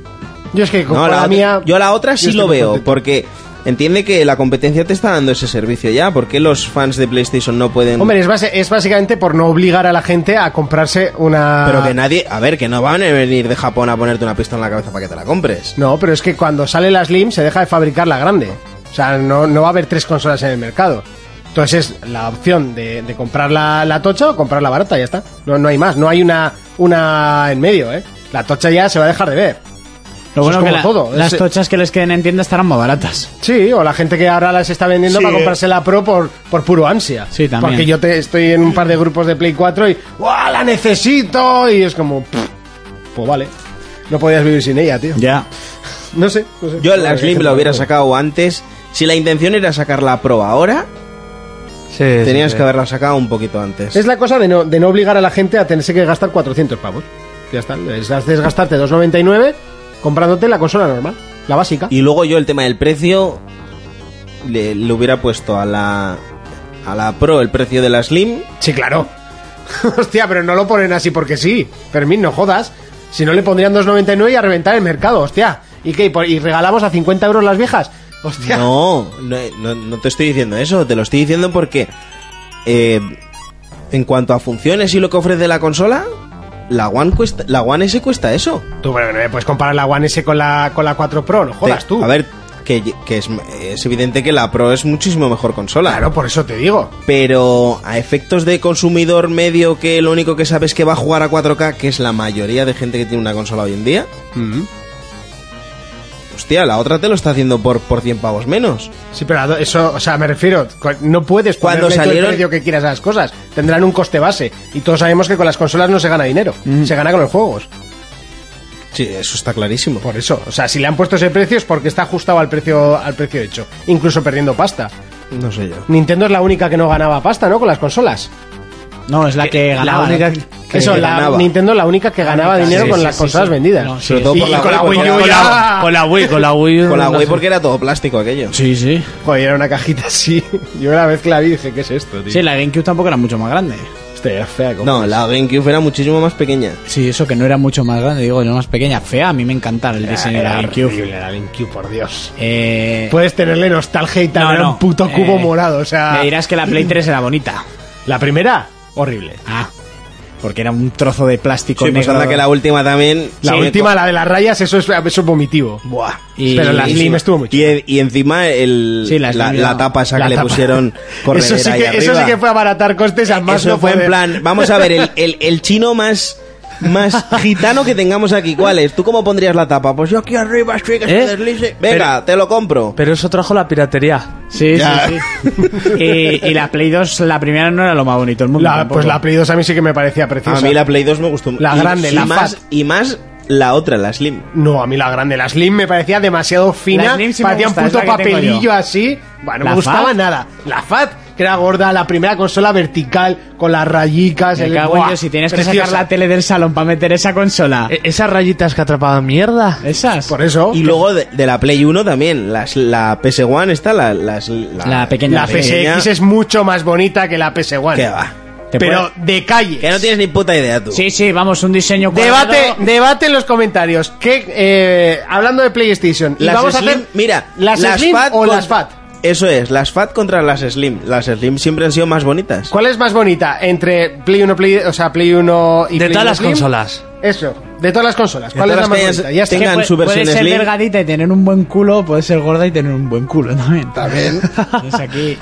[SPEAKER 2] Yo es que con
[SPEAKER 4] No,
[SPEAKER 2] la,
[SPEAKER 4] la otra-
[SPEAKER 2] mía.
[SPEAKER 4] yo la otra sí
[SPEAKER 2] estoy
[SPEAKER 4] lo
[SPEAKER 2] muy
[SPEAKER 4] veo,
[SPEAKER 2] contento.
[SPEAKER 4] porque entiende que la competencia te está dando ese servicio ya. ¿Por qué los fans de PlayStation no pueden...?
[SPEAKER 2] Hombre, es, base- es básicamente por no obligar a la gente a comprarse una.
[SPEAKER 4] Pero que nadie, a ver, que no van a venir de Japón a ponerte una pistola en la cabeza para que te la compres.
[SPEAKER 2] No, pero es que cuando sale la Slim se deja de fabricar la grande. O sea, no, no va a haber tres consolas en el mercado. Entonces es la opción de, de comprar la, la tocha o comprar la barata, ya está. No, no hay más, no hay una, una en medio, ¿eh? La tocha ya se va a dejar de ver. Eso
[SPEAKER 3] Lo
[SPEAKER 2] es
[SPEAKER 3] bueno que
[SPEAKER 2] como
[SPEAKER 3] la-
[SPEAKER 2] todo,
[SPEAKER 3] las
[SPEAKER 2] ese-
[SPEAKER 3] tochas que les queden en tienda estarán más baratas.
[SPEAKER 2] Sí, o la gente que ahora las está vendiendo
[SPEAKER 11] Sí,
[SPEAKER 2] para
[SPEAKER 11] eh.
[SPEAKER 2] comprarse la Pro por, por puro ansia.
[SPEAKER 3] Sí, también.
[SPEAKER 2] Porque yo te, estoy en un par de grupos de Play 4 y ¡guau, la necesito! Y es como, "Pff, pues vale, no podías vivir sin ella, tío.
[SPEAKER 3] Ya.
[SPEAKER 2] No sé, no sé.
[SPEAKER 4] Yo
[SPEAKER 2] Bueno,
[SPEAKER 4] la
[SPEAKER 2] hay
[SPEAKER 4] Slim
[SPEAKER 2] gente
[SPEAKER 4] la
[SPEAKER 2] que
[SPEAKER 4] hubiera
[SPEAKER 2] no.
[SPEAKER 4] sacado antes. Si la intención era sacar la Pro ahora,
[SPEAKER 5] Sí,
[SPEAKER 4] tenías
[SPEAKER 5] sí,
[SPEAKER 4] que haberla sacado un poquito antes.
[SPEAKER 2] Es la cosa de no, de no obligar a la gente a tenerse que gastar 400 pavos. Ya está. Es, haces gastarte 2,99 comprándote la consola normal, la básica.
[SPEAKER 4] Y luego yo el tema del precio le, le hubiera puesto a la a la Pro el precio de la Slim.
[SPEAKER 2] Sí, claro. (laughs) Hostia, pero no lo ponen así porque sí. Fermín, no jodas. Si no, le pondrían 2,99 y a reventar el mercado, hostia. ¿Y qué? ¿Y por- ¿Y regalamos a 50 euros las viejas?
[SPEAKER 4] (laughs)
[SPEAKER 2] Hostia.
[SPEAKER 4] No, no, no- no te estoy diciendo eso, te lo estoy diciendo porque eh, en cuanto a funciones y lo que ofrece la consola, la One cuesta, la One S cuesta eso.
[SPEAKER 2] Tú, bueno, no me puedes comparar la One S con la, con la 4 Pro, no jodas
[SPEAKER 4] Te-
[SPEAKER 2] tú.
[SPEAKER 4] A ver, que, que es, es evidente que la Pro es muchísimo mejor consola.
[SPEAKER 2] Claro, por eso te digo.
[SPEAKER 4] Pero a efectos de consumidor medio que lo único que sabe es que va a jugar a 4K, que es la mayoría de gente que tiene una consola hoy en día. Mm-hmm. Hostia, la otra te lo está haciendo por, por 100 pavos menos.
[SPEAKER 2] Sí, pero eso, o sea, me refiero, cu- no puedes
[SPEAKER 4] Cuando
[SPEAKER 2] ponerle tú
[SPEAKER 4] salieron-
[SPEAKER 2] el precio que quieras a las cosas. Tendrán un coste base. Y todos sabemos que con las consolas no se gana dinero,
[SPEAKER 4] Mm.
[SPEAKER 2] se gana con los juegos.
[SPEAKER 4] Sí, eso está clarísimo.
[SPEAKER 2] Por eso, o sea, si le han puesto ese precio es porque está ajustado al precio al precio hecho, incluso perdiendo pasta.
[SPEAKER 4] No sé yo.
[SPEAKER 2] Nintendo es la única que no ganaba pasta, ¿no? Con las consolas.
[SPEAKER 3] No, es la que ¿eh? ganaba. ¿no?
[SPEAKER 5] única-
[SPEAKER 4] Que
[SPEAKER 2] eso, la
[SPEAKER 4] ganaba.
[SPEAKER 2] Nintendo es la única que ganaba dinero
[SPEAKER 3] Sí,
[SPEAKER 2] con
[SPEAKER 3] sí,
[SPEAKER 2] las
[SPEAKER 3] sí,
[SPEAKER 2] consolas
[SPEAKER 3] sí.
[SPEAKER 2] vendidas.
[SPEAKER 3] No, sí,
[SPEAKER 4] Sobre
[SPEAKER 3] sí.
[SPEAKER 4] todo
[SPEAKER 2] Y
[SPEAKER 4] por la,
[SPEAKER 2] con la
[SPEAKER 4] por
[SPEAKER 2] Wii U
[SPEAKER 5] Con la, con la Wii, con la Wii.
[SPEAKER 4] Con la
[SPEAKER 5] no
[SPEAKER 4] Wii
[SPEAKER 5] sé.
[SPEAKER 4] porque era todo plástico aquello.
[SPEAKER 3] Sí, sí.
[SPEAKER 2] Joder, era una cajita así. (laughs) Yo la vez que la vi dije, ¿qué es esto, tío?
[SPEAKER 3] Sí, la GameCube tampoco era mucho más grande.
[SPEAKER 2] Hostia, era fea como-
[SPEAKER 4] No, la GameCube era muchísimo más pequeña.
[SPEAKER 3] Sí, eso que no era mucho más grande, digo, era más pequeña, fea. A mí me encantaba
[SPEAKER 4] Ah,
[SPEAKER 3] el diseño de la GameCube.
[SPEAKER 2] horrible la GameCube, por Dios.
[SPEAKER 3] Eh,
[SPEAKER 2] Puedes tenerle nostalgia y tal,
[SPEAKER 3] no,
[SPEAKER 2] era
[SPEAKER 3] no,
[SPEAKER 2] un puto
[SPEAKER 3] eh,
[SPEAKER 2] cubo morado, o sea...
[SPEAKER 3] Me dirás que la Play 3 era bonita.
[SPEAKER 2] La primera, horrible.
[SPEAKER 3] Ah, porque era un trozo de plástico
[SPEAKER 4] Sí, pues
[SPEAKER 3] negro.
[SPEAKER 4] anda que la última también.
[SPEAKER 2] La
[SPEAKER 4] Sí, pues-
[SPEAKER 2] última, la de las rayas, eso es, eso es vomitivo.
[SPEAKER 4] Buah.
[SPEAKER 3] Y-
[SPEAKER 2] Pero la
[SPEAKER 3] y-
[SPEAKER 2] Slim estuvo muy
[SPEAKER 4] Y,
[SPEAKER 2] chula.
[SPEAKER 4] y encima el,
[SPEAKER 3] Sí, la
[SPEAKER 4] la,
[SPEAKER 3] Slim
[SPEAKER 4] la
[SPEAKER 3] ya-
[SPEAKER 4] tapa esa
[SPEAKER 2] La
[SPEAKER 4] que
[SPEAKER 2] tapa.
[SPEAKER 4] le
[SPEAKER 2] (laughs)
[SPEAKER 4] pusieron corredera
[SPEAKER 2] Eso sí,
[SPEAKER 4] ahí
[SPEAKER 2] que,
[SPEAKER 4] arriba.
[SPEAKER 2] eso sí que fue abaratar costes, además
[SPEAKER 4] Eso
[SPEAKER 2] no
[SPEAKER 4] fue en
[SPEAKER 2] poder.
[SPEAKER 4] plan, vamos a
[SPEAKER 2] (laughs)
[SPEAKER 4] ver, el, el- el chino más, más gitano que tengamos aquí, ¿cuál es? ¿Tú cómo pondrías la tapa? Pues yo aquí arriba, estoy que se
[SPEAKER 5] ¿Eh?
[SPEAKER 4] deslice. Venga,
[SPEAKER 5] Pero-
[SPEAKER 4] te lo compro.
[SPEAKER 5] Pero eso trajo la piratería.
[SPEAKER 3] Sí, sí, sí. Y, y la Play 2, la primera no era lo más bonito del mundo.
[SPEAKER 2] La-
[SPEAKER 3] tampoco.
[SPEAKER 2] pues la Play 2 a mí sí que me parecía preciosa.
[SPEAKER 4] a mí la Play 2 me gustó
[SPEAKER 2] La
[SPEAKER 4] y-
[SPEAKER 2] grande,
[SPEAKER 4] y
[SPEAKER 2] la
[SPEAKER 4] más,
[SPEAKER 2] fat.
[SPEAKER 4] Y más la otra, la Slim.
[SPEAKER 2] No, a mí la grande. La Slim me parecía demasiado
[SPEAKER 3] La
[SPEAKER 2] fina.
[SPEAKER 3] Slim sí me
[SPEAKER 2] parecía un
[SPEAKER 3] gusta, es
[SPEAKER 2] puto
[SPEAKER 3] la que tengo
[SPEAKER 2] papelillo
[SPEAKER 3] yo.
[SPEAKER 2] así. Bueno, no
[SPEAKER 3] ¿La
[SPEAKER 2] me gustaba
[SPEAKER 3] Fat?
[SPEAKER 2] nada. La FAT, que era gorda, la primera consola vertical, con las rayicas.
[SPEAKER 3] Me
[SPEAKER 2] el-
[SPEAKER 3] cago en
[SPEAKER 2] ¡Buah!
[SPEAKER 3] Dios, si tienes que
[SPEAKER 2] Preciosa.
[SPEAKER 3] sacar la tele del salón para meter esa consola.
[SPEAKER 4] Eh,
[SPEAKER 5] E- esas rayitas que atrapaban mierda.
[SPEAKER 3] ¿Esas?
[SPEAKER 2] Por eso.
[SPEAKER 4] Y luego de, de la Play 1 también, las- la PS1 está la, las-
[SPEAKER 3] La pequeña.
[SPEAKER 2] la PSX es mucho más bonita que la PS1.
[SPEAKER 4] Que va.
[SPEAKER 3] Te
[SPEAKER 2] Pero
[SPEAKER 3] puede-
[SPEAKER 2] de calle.
[SPEAKER 4] Que no tienes ni puta idea tú.
[SPEAKER 3] Sí, sí, vamos, un diseño cuadrado.
[SPEAKER 2] Debate, debate en los comentarios. ¿Qué, eh, hablando de PlayStation, y
[SPEAKER 4] Las
[SPEAKER 2] vamos
[SPEAKER 4] Slim-
[SPEAKER 2] a hacer
[SPEAKER 4] mira,
[SPEAKER 2] las, Slim
[SPEAKER 4] Fat
[SPEAKER 2] o
[SPEAKER 4] con-
[SPEAKER 2] las Fat.
[SPEAKER 4] Eso es, las Fat contra las Slim. Las Slim siempre han sido más bonitas.
[SPEAKER 2] ¿Cuál es más bonita entre Play 1, Play, o sea, Play 1 y
[SPEAKER 5] De
[SPEAKER 2] Play
[SPEAKER 5] todas
[SPEAKER 2] 1
[SPEAKER 5] las
[SPEAKER 2] Slim?
[SPEAKER 5] consolas.
[SPEAKER 2] Eso, de todas las consolas. ¿Cuál es
[SPEAKER 4] todas
[SPEAKER 2] la
[SPEAKER 4] las
[SPEAKER 2] más
[SPEAKER 4] que hayan-
[SPEAKER 2] bonita? Ya está.
[SPEAKER 4] tengan
[SPEAKER 3] Puede-
[SPEAKER 4] su versión
[SPEAKER 3] puede ser
[SPEAKER 4] slim.
[SPEAKER 3] delgadita y tener un buen culo, puede ser gorda y tener un buen culo también. (laughs) También.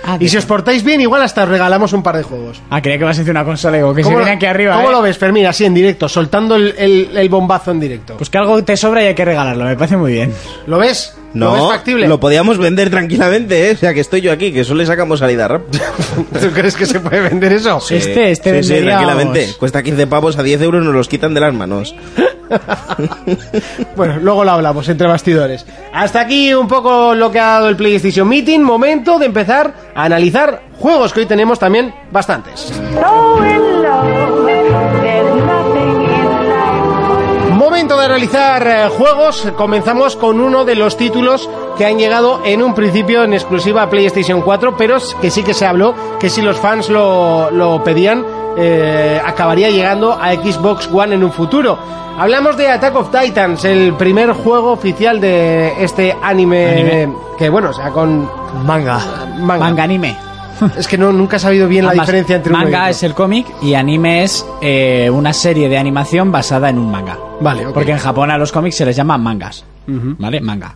[SPEAKER 4] Ah,
[SPEAKER 2] Y si os portáis bien, igual hasta os regalamos un par de juegos.
[SPEAKER 3] Ah, creía que vas a decir una consola, digo, que se
[SPEAKER 2] ¿Cómo,
[SPEAKER 3] viene
[SPEAKER 2] lo-
[SPEAKER 3] aquí arriba.
[SPEAKER 2] ¿cómo
[SPEAKER 3] ¿eh?
[SPEAKER 2] lo ves, Fermín? Así en directo, soltando el, el- el bombazo en directo.
[SPEAKER 3] Pues que algo te sobra y hay que regalarlo, me parece muy bien.
[SPEAKER 2] ¿Lo ves? ¿Lo
[SPEAKER 4] No,
[SPEAKER 2] ves factible?
[SPEAKER 4] lo podíamos vender tranquilamente, ¿eh? O sea, que estoy yo aquí, que solo le sacamos salida rápida.
[SPEAKER 2] (laughs) ¿Tú crees que se puede vender eso?
[SPEAKER 3] Este, este
[SPEAKER 4] Sí, sí,
[SPEAKER 3] vendería,
[SPEAKER 4] tranquilamente.
[SPEAKER 3] vamos.
[SPEAKER 4] Cuesta 15 pavos a 10 euros, nos los quitan de las manos.
[SPEAKER 2] (laughs) Bueno, luego lo hablamos entre bastidores. Hasta aquí un poco lo que ha dado el PlayStation Meeting. Momento de empezar a analizar juegos que hoy tenemos también bastantes. Momento de analizar eh, juegos. Comenzamos con uno de los títulos que han llegado en un principio en exclusiva a PlayStation 4, pero es que sí que se habló que si los fans lo, lo pedían, eh, acabaría llegando a Xbox One en un futuro. Hablamos de Attack of Titans, el primer juego oficial de este anime,
[SPEAKER 3] Anime.
[SPEAKER 2] que bueno, o sea, con
[SPEAKER 5] Manga.
[SPEAKER 2] manga.
[SPEAKER 3] Manga anime.
[SPEAKER 2] Es que no, nunca he sabido bien la
[SPEAKER 3] Ambas.
[SPEAKER 2] diferencia entre uno y
[SPEAKER 3] Manga
[SPEAKER 2] otro.
[SPEAKER 3] es el cómic y anime es eh, una serie de animación basada en un manga.
[SPEAKER 2] Vale, ok.
[SPEAKER 3] Porque en Japón a los cómics se les llaman mangas. ¿Vale? Manga.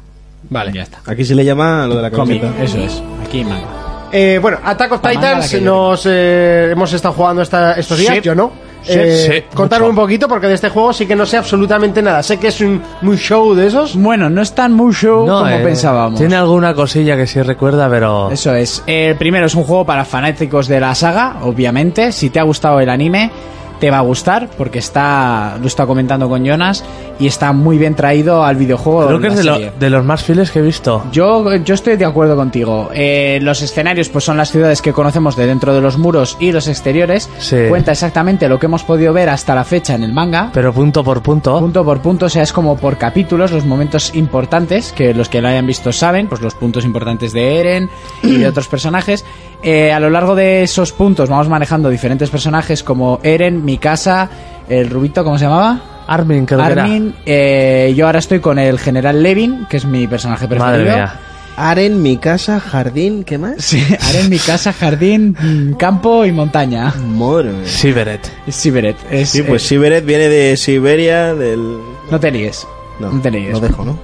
[SPEAKER 3] Vale. Ya está.
[SPEAKER 4] Aquí se le llama lo de la
[SPEAKER 3] Cómic,
[SPEAKER 4] camiseta.
[SPEAKER 3] eso es. Aquí manga.
[SPEAKER 2] Eh, bueno, Attack of
[SPEAKER 3] La manga la
[SPEAKER 2] Titans
[SPEAKER 3] que yo
[SPEAKER 2] nos eh, hemos estado jugando esta, estos días,
[SPEAKER 5] Sí.
[SPEAKER 2] yo no.
[SPEAKER 5] Sí,
[SPEAKER 2] Eh,
[SPEAKER 5] sí,
[SPEAKER 2] contarme
[SPEAKER 5] mucho.
[SPEAKER 2] un poquito porque de este juego sí que no sé absolutamente nada. Sé que es un, un show de esos.
[SPEAKER 3] Bueno, no es tan mucho como
[SPEAKER 5] eh,
[SPEAKER 3] pensábamos.
[SPEAKER 5] Tiene alguna cosilla que sí recuerda, pero.
[SPEAKER 3] Eso es. Eh, primero, es un juego para fanáticos de la saga, obviamente. Si te ha gustado el anime, te va a gustar, porque está. Lo he estado comentando con Jonas y está muy bien traído al videojuego.
[SPEAKER 5] Creo que
[SPEAKER 3] la
[SPEAKER 5] es de, lo-
[SPEAKER 3] serie.
[SPEAKER 5] de los más fieles que he visto.
[SPEAKER 3] Yo, yo estoy de acuerdo contigo. Eh, los escenarios pues son las ciudades que conocemos de dentro de los muros y los exteriores.
[SPEAKER 5] Sí.
[SPEAKER 3] Cuenta exactamente lo que hemos podido ver hasta la fecha en el manga.
[SPEAKER 5] Pero punto por punto.
[SPEAKER 3] Punto por punto, o sea, es como por capítulos, los momentos importantes, que los que lo hayan visto saben, pues los puntos importantes de Eren y de otros personajes. Eh, a lo largo de esos puntos vamos manejando diferentes personajes como Eren, Mikasa, el rubito, ¿cómo se llamaba?
[SPEAKER 5] Armin, creo que era.
[SPEAKER 3] Armin, eh, yo ahora estoy con el general Levin, que es mi personaje preferido.
[SPEAKER 5] Madre mía.
[SPEAKER 4] Aren, mi casa, jardín, ¿qué más?
[SPEAKER 3] (laughs) Sí, haré en mi casa jardín, mm, campo y montaña.
[SPEAKER 4] Madre mía.
[SPEAKER 5] Siberet.
[SPEAKER 3] Es Siberet. es-
[SPEAKER 4] Sí, pues
[SPEAKER 3] eh,
[SPEAKER 4] Siberet viene de Siberia, del...
[SPEAKER 3] no te líes. No, te líes.
[SPEAKER 4] lo dejo, ¿no?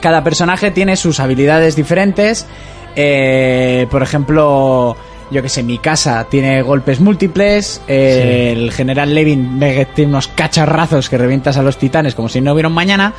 [SPEAKER 3] Cada personaje tiene sus habilidades diferentes. eh, por ejemplo, yo que sé, mi casa tiene golpes múltiples. eh, El general Levin ve que tiene unos cacharrazos que revientas a los titanes como si no hubieran mañana.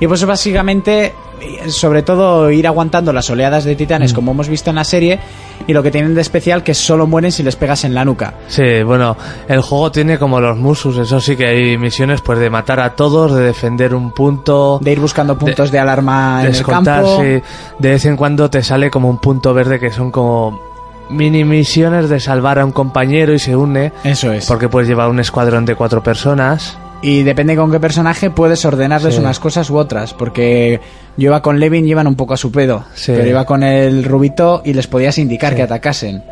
[SPEAKER 3] Y pues básicamente, eh, sobre todo, ir aguantando las oleadas de titanes
[SPEAKER 5] Mm.
[SPEAKER 3] como hemos visto en la serie. Y lo que tienen de especial que solo mueren si les pegas en la nuca.
[SPEAKER 5] Sí, bueno, el juego tiene como los musus, eso sí que hay misiones pues de matar a todos, de defender un punto,
[SPEAKER 3] de ir buscando puntos de, alarma en el
[SPEAKER 5] descontar,
[SPEAKER 3] campo.
[SPEAKER 5] sí. de vez en cuando te sale como un punto verde que son como mini misiones de salvar a un compañero y se une,
[SPEAKER 3] Eso es.
[SPEAKER 5] porque puedes llevar un escuadrón de cuatro personas.
[SPEAKER 3] Y depende con qué personaje puedes ordenarles unas cosas u otras, porque yo iba con Levin, llevan un poco a su pedo,
[SPEAKER 5] Sí.
[SPEAKER 3] pero iba con el rubito y les podías indicar que atacasen.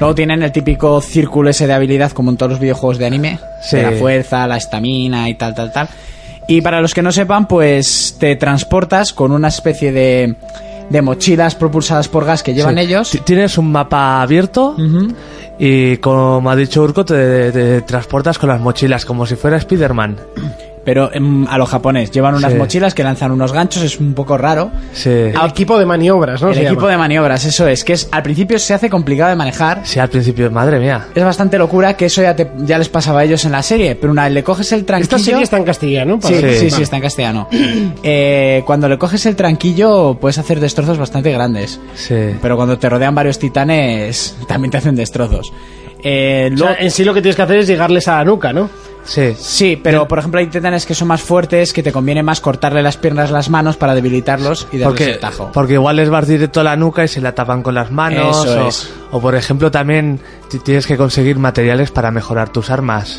[SPEAKER 3] Luego tienen el típico círculo ese de habilidad como en todos los videojuegos de anime,
[SPEAKER 5] Sí.
[SPEAKER 3] de la fuerza, la estamina y tal, tal, tal. Y para los que no sepan, pues te transportas con una especie de, de mochilas propulsadas por gas que llevan
[SPEAKER 5] Sí.
[SPEAKER 3] ellos.
[SPEAKER 5] Ti- Tienes un mapa abierto
[SPEAKER 3] Ujú.
[SPEAKER 5] y como ha dicho Urco, te, te transportas con las mochilas como si fuera Spider-Man.
[SPEAKER 3] Pero em, a los japonés llevan unas
[SPEAKER 5] Sí.
[SPEAKER 3] mochilas que lanzan unos ganchos, es un poco raro.
[SPEAKER 5] Sí.
[SPEAKER 3] Ah.
[SPEAKER 2] El equipo de maniobras, ¿no?
[SPEAKER 3] el
[SPEAKER 2] Se
[SPEAKER 3] equipo
[SPEAKER 2] llama.
[SPEAKER 3] de maniobras, eso es, que es al principio se hace complicado de manejar.
[SPEAKER 5] Sí, al principio, madre mía.
[SPEAKER 3] Es bastante locura que eso ya, te- ya les pasaba a ellos en la serie, pero una vez le coges el tranquillo...
[SPEAKER 2] Esta serie está en castellano, ¿no?
[SPEAKER 3] Sí,
[SPEAKER 2] Para-
[SPEAKER 3] sí, sí,
[SPEAKER 2] Vale.
[SPEAKER 3] está en castellano. Eh, cuando le coges el tranquillo puedes hacer destrozos bastante grandes,
[SPEAKER 5] Sí.
[SPEAKER 3] pero cuando te rodean varios titanes también te hacen destrozos. Eh,
[SPEAKER 2] O sea, eh,
[SPEAKER 3] luego-
[SPEAKER 2] en sí lo que tienes que hacer es llegarles a la nuca, ¿no?
[SPEAKER 5] Sí.
[SPEAKER 3] Sí, pero por ejemplo hay titanes que son más fuertes, que te conviene más cortarle las piernas, las manos para debilitarlos y darles
[SPEAKER 5] Porque,
[SPEAKER 3] el tajo.
[SPEAKER 5] porque igual les vas directo a la nuca y se la tapan con las manos.
[SPEAKER 3] Eso
[SPEAKER 5] o,
[SPEAKER 3] es.
[SPEAKER 5] o, por ejemplo también ti- tienes que conseguir materiales para mejorar tus armas.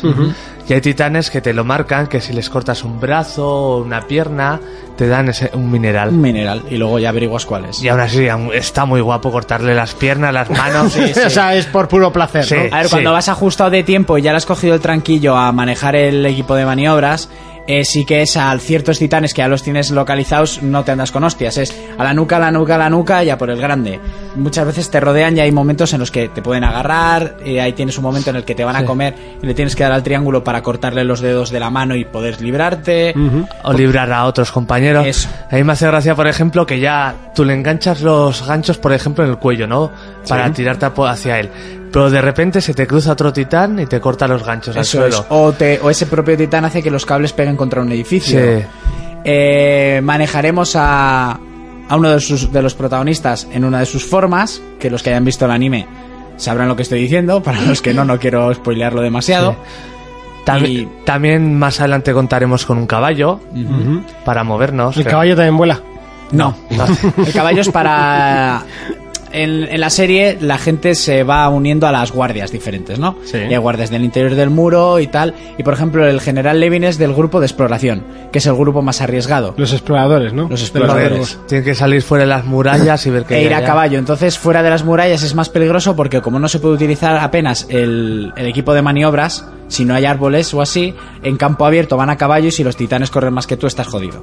[SPEAKER 5] Y hay titanes que te lo marcan, que si les cortas un brazo o una pierna, te dan ese- un mineral.
[SPEAKER 3] Un mineral y luego ya averiguas cuál es.
[SPEAKER 5] Y aún así aún está muy guapo cortarle las piernas, las
[SPEAKER 3] (laughs)
[SPEAKER 5] manos.
[SPEAKER 2] (laughs) O sea, es por puro placer,
[SPEAKER 5] Sí.
[SPEAKER 2] ¿no?
[SPEAKER 3] A ver, cuando
[SPEAKER 5] Sí.
[SPEAKER 3] vas ajustado de tiempo y ya le has cogido el tranquillo a manejar el equipo de maniobras, eh, sí que es a ciertos titanes que ya los tienes localizados, no te andas con hostias. Es a la nuca, a la nuca, a la nuca y a por el grande. Muchas veces te rodean y hay momentos en los que te pueden agarrar, eh, ahí tienes un momento en el que te van a comer y le tienes que dar al triángulo para cortarle los dedos de la mano y poder librarte.
[SPEAKER 5] o librar a otros compañeros.
[SPEAKER 3] Eso.
[SPEAKER 5] A mí me hace gracia, por ejemplo, que ya tú le enganchas los ganchos, por ejemplo, en el cuello, ¿no? Para tirarte a po- hacia él. Pero de repente se te cruza otro titán y te corta los ganchos al
[SPEAKER 3] Eso
[SPEAKER 5] suelo.
[SPEAKER 3] es. Oh, O, te- o ese propio titán hace que los cables peguen contra un edificio.
[SPEAKER 5] Sí.
[SPEAKER 3] Eh, manejaremos a, a uno de, sus, de los protagonistas en una de sus formas, que los que hayan visto el anime sabrán lo que estoy diciendo, para los que no, no quiero spoilearlo demasiado.
[SPEAKER 5] Tam-
[SPEAKER 3] Y-
[SPEAKER 5] También más adelante contaremos con un caballo para movernos.
[SPEAKER 2] El
[SPEAKER 5] pero- (laughs)
[SPEAKER 2] caballo también vuela.
[SPEAKER 3] No. El caballo es para... En, en la serie la gente se va uniendo a las guardias diferentes, ¿no?
[SPEAKER 2] Sí.
[SPEAKER 3] Y hay guardias del interior del muro y tal. Y por ejemplo el general Levin es del grupo de exploración, que es el grupo más arriesgado.
[SPEAKER 2] Los exploradores, ¿no?
[SPEAKER 3] Los
[SPEAKER 2] De
[SPEAKER 3] exploradores.
[SPEAKER 2] barcos.
[SPEAKER 5] Pues, Tiene que salir fuera de las murallas y ver que
[SPEAKER 3] e
[SPEAKER 5] ya-
[SPEAKER 3] ir a
[SPEAKER 5] ya-
[SPEAKER 3] caballo. Entonces, fuera de las murallas es más peligroso porque como no se puede utilizar apenas el, el equipo de maniobras, si no hay árboles o así, en campo abierto van a caballo y si los titanes corren más que tú estás jodido.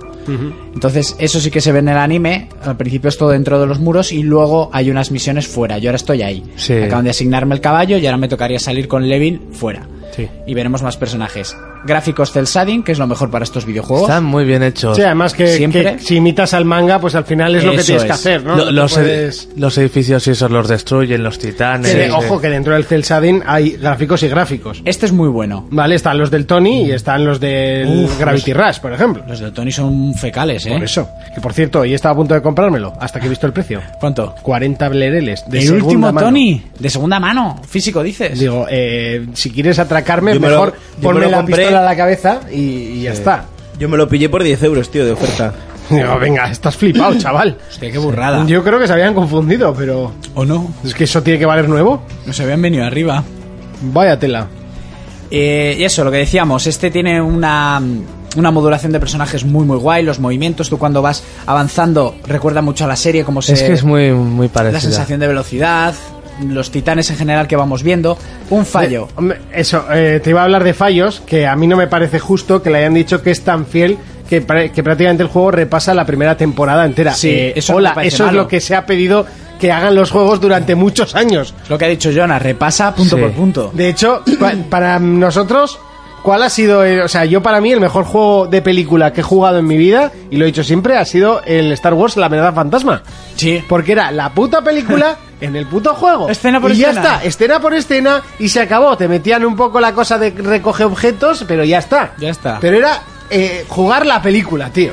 [SPEAKER 3] Entonces, eso sí que se ve en el anime. Al principio es todo dentro de los muros y luego hay unas misiones fuera. Yo ahora estoy ahí.
[SPEAKER 5] Sí.
[SPEAKER 3] Acaban de asignarme el caballo y ahora me tocaría salir con Levin fuera.
[SPEAKER 5] Sí.
[SPEAKER 3] Y veremos más personajes. Gráficos cel shading, que es lo mejor para estos videojuegos.
[SPEAKER 5] Están muy bien hechos.
[SPEAKER 2] Sí, además que,
[SPEAKER 3] Siempre.
[SPEAKER 2] que si imitas al manga, pues al final es lo que
[SPEAKER 3] Eso
[SPEAKER 2] tienes que
[SPEAKER 3] es.
[SPEAKER 2] hacer, ¿no?
[SPEAKER 5] Lo-
[SPEAKER 2] No te
[SPEAKER 5] los, ed-
[SPEAKER 2] puedes-
[SPEAKER 5] los edificios y esos los destruyen, los titanes.
[SPEAKER 2] Que de-
[SPEAKER 5] sí.
[SPEAKER 2] Ojo, que dentro del cel shading hay gráficos y gráficos.
[SPEAKER 3] Este es muy bueno.
[SPEAKER 2] Vale, están los del Tony y están los del Gravity Rush, por ejemplo.
[SPEAKER 3] Los de Tony son fecales, ¿eh?
[SPEAKER 2] Por eso. Que por cierto, hoy estaba a punto de comprármelo, hasta que he visto el precio.
[SPEAKER 3] ¿Cuánto?
[SPEAKER 2] 40 blereles. De
[SPEAKER 3] el
[SPEAKER 2] segunda
[SPEAKER 3] último
[SPEAKER 2] mano.
[SPEAKER 3] Tony, de segunda mano, físico dices.
[SPEAKER 2] Digo, eh, si quieres atracarme,
[SPEAKER 4] Yo me
[SPEAKER 2] mejor
[SPEAKER 4] lo- yo me
[SPEAKER 2] ponme
[SPEAKER 4] lo
[SPEAKER 2] la
[SPEAKER 4] compré.
[SPEAKER 2] pistola a la cabeza y, y ya está.
[SPEAKER 4] Yo me lo pillé por 10 euros, tío, de oferta.
[SPEAKER 2] Digo, venga, estás
[SPEAKER 3] (laughs)
[SPEAKER 2] flipado, chaval.
[SPEAKER 3] Hostia, qué burrada.
[SPEAKER 2] Yo creo que se habían confundido, pero...
[SPEAKER 3] ¿O no?
[SPEAKER 2] ¿Es que eso tiene que valer nuevo?
[SPEAKER 3] No se habían venido arriba. Eh,
[SPEAKER 2] Vaya tela.
[SPEAKER 3] y eso, lo que decíamos, este tiene una, una modulación de personajes muy muy guay, los movimientos, tú cuando vas avanzando recuerda mucho a la serie, como se...
[SPEAKER 5] Es que es muy, muy parecido.
[SPEAKER 3] La sensación de velocidad, los titanes en general que vamos viendo, un fallo.
[SPEAKER 2] Eh, hombre, eso, eh, te iba a hablar de fallos, que a mí no me parece justo que le hayan dicho que es tan fiel que, pra- que prácticamente el juego repasa la primera temporada entera. Eh,
[SPEAKER 3] Sí, eso no
[SPEAKER 2] hola,
[SPEAKER 3] me parece
[SPEAKER 2] eso
[SPEAKER 3] malo.
[SPEAKER 2] es lo que se ha pedido que hagan los juegos durante muchos años.
[SPEAKER 3] Lo que ha dicho Jonas, repasa punto
[SPEAKER 5] Sí.
[SPEAKER 3] por punto.
[SPEAKER 2] De hecho, pa- para nosotros, ¿cuál ha sido? el- o sea, yo para mí el mejor juego de película que he jugado en mi vida, y lo he dicho siempre, ha sido el Star Wars La amenaza fantasma.
[SPEAKER 3] Sí.
[SPEAKER 2] Porque era la puta
[SPEAKER 3] (laughs)
[SPEAKER 2] película en el puto juego.
[SPEAKER 3] Escena por
[SPEAKER 2] y ya
[SPEAKER 3] escena.
[SPEAKER 2] está, escena por escena y se acabó. Te metían un poco la cosa de recoge objetos, pero ya está.
[SPEAKER 3] Ya está.
[SPEAKER 2] Pero era eh, jugar la película, tío.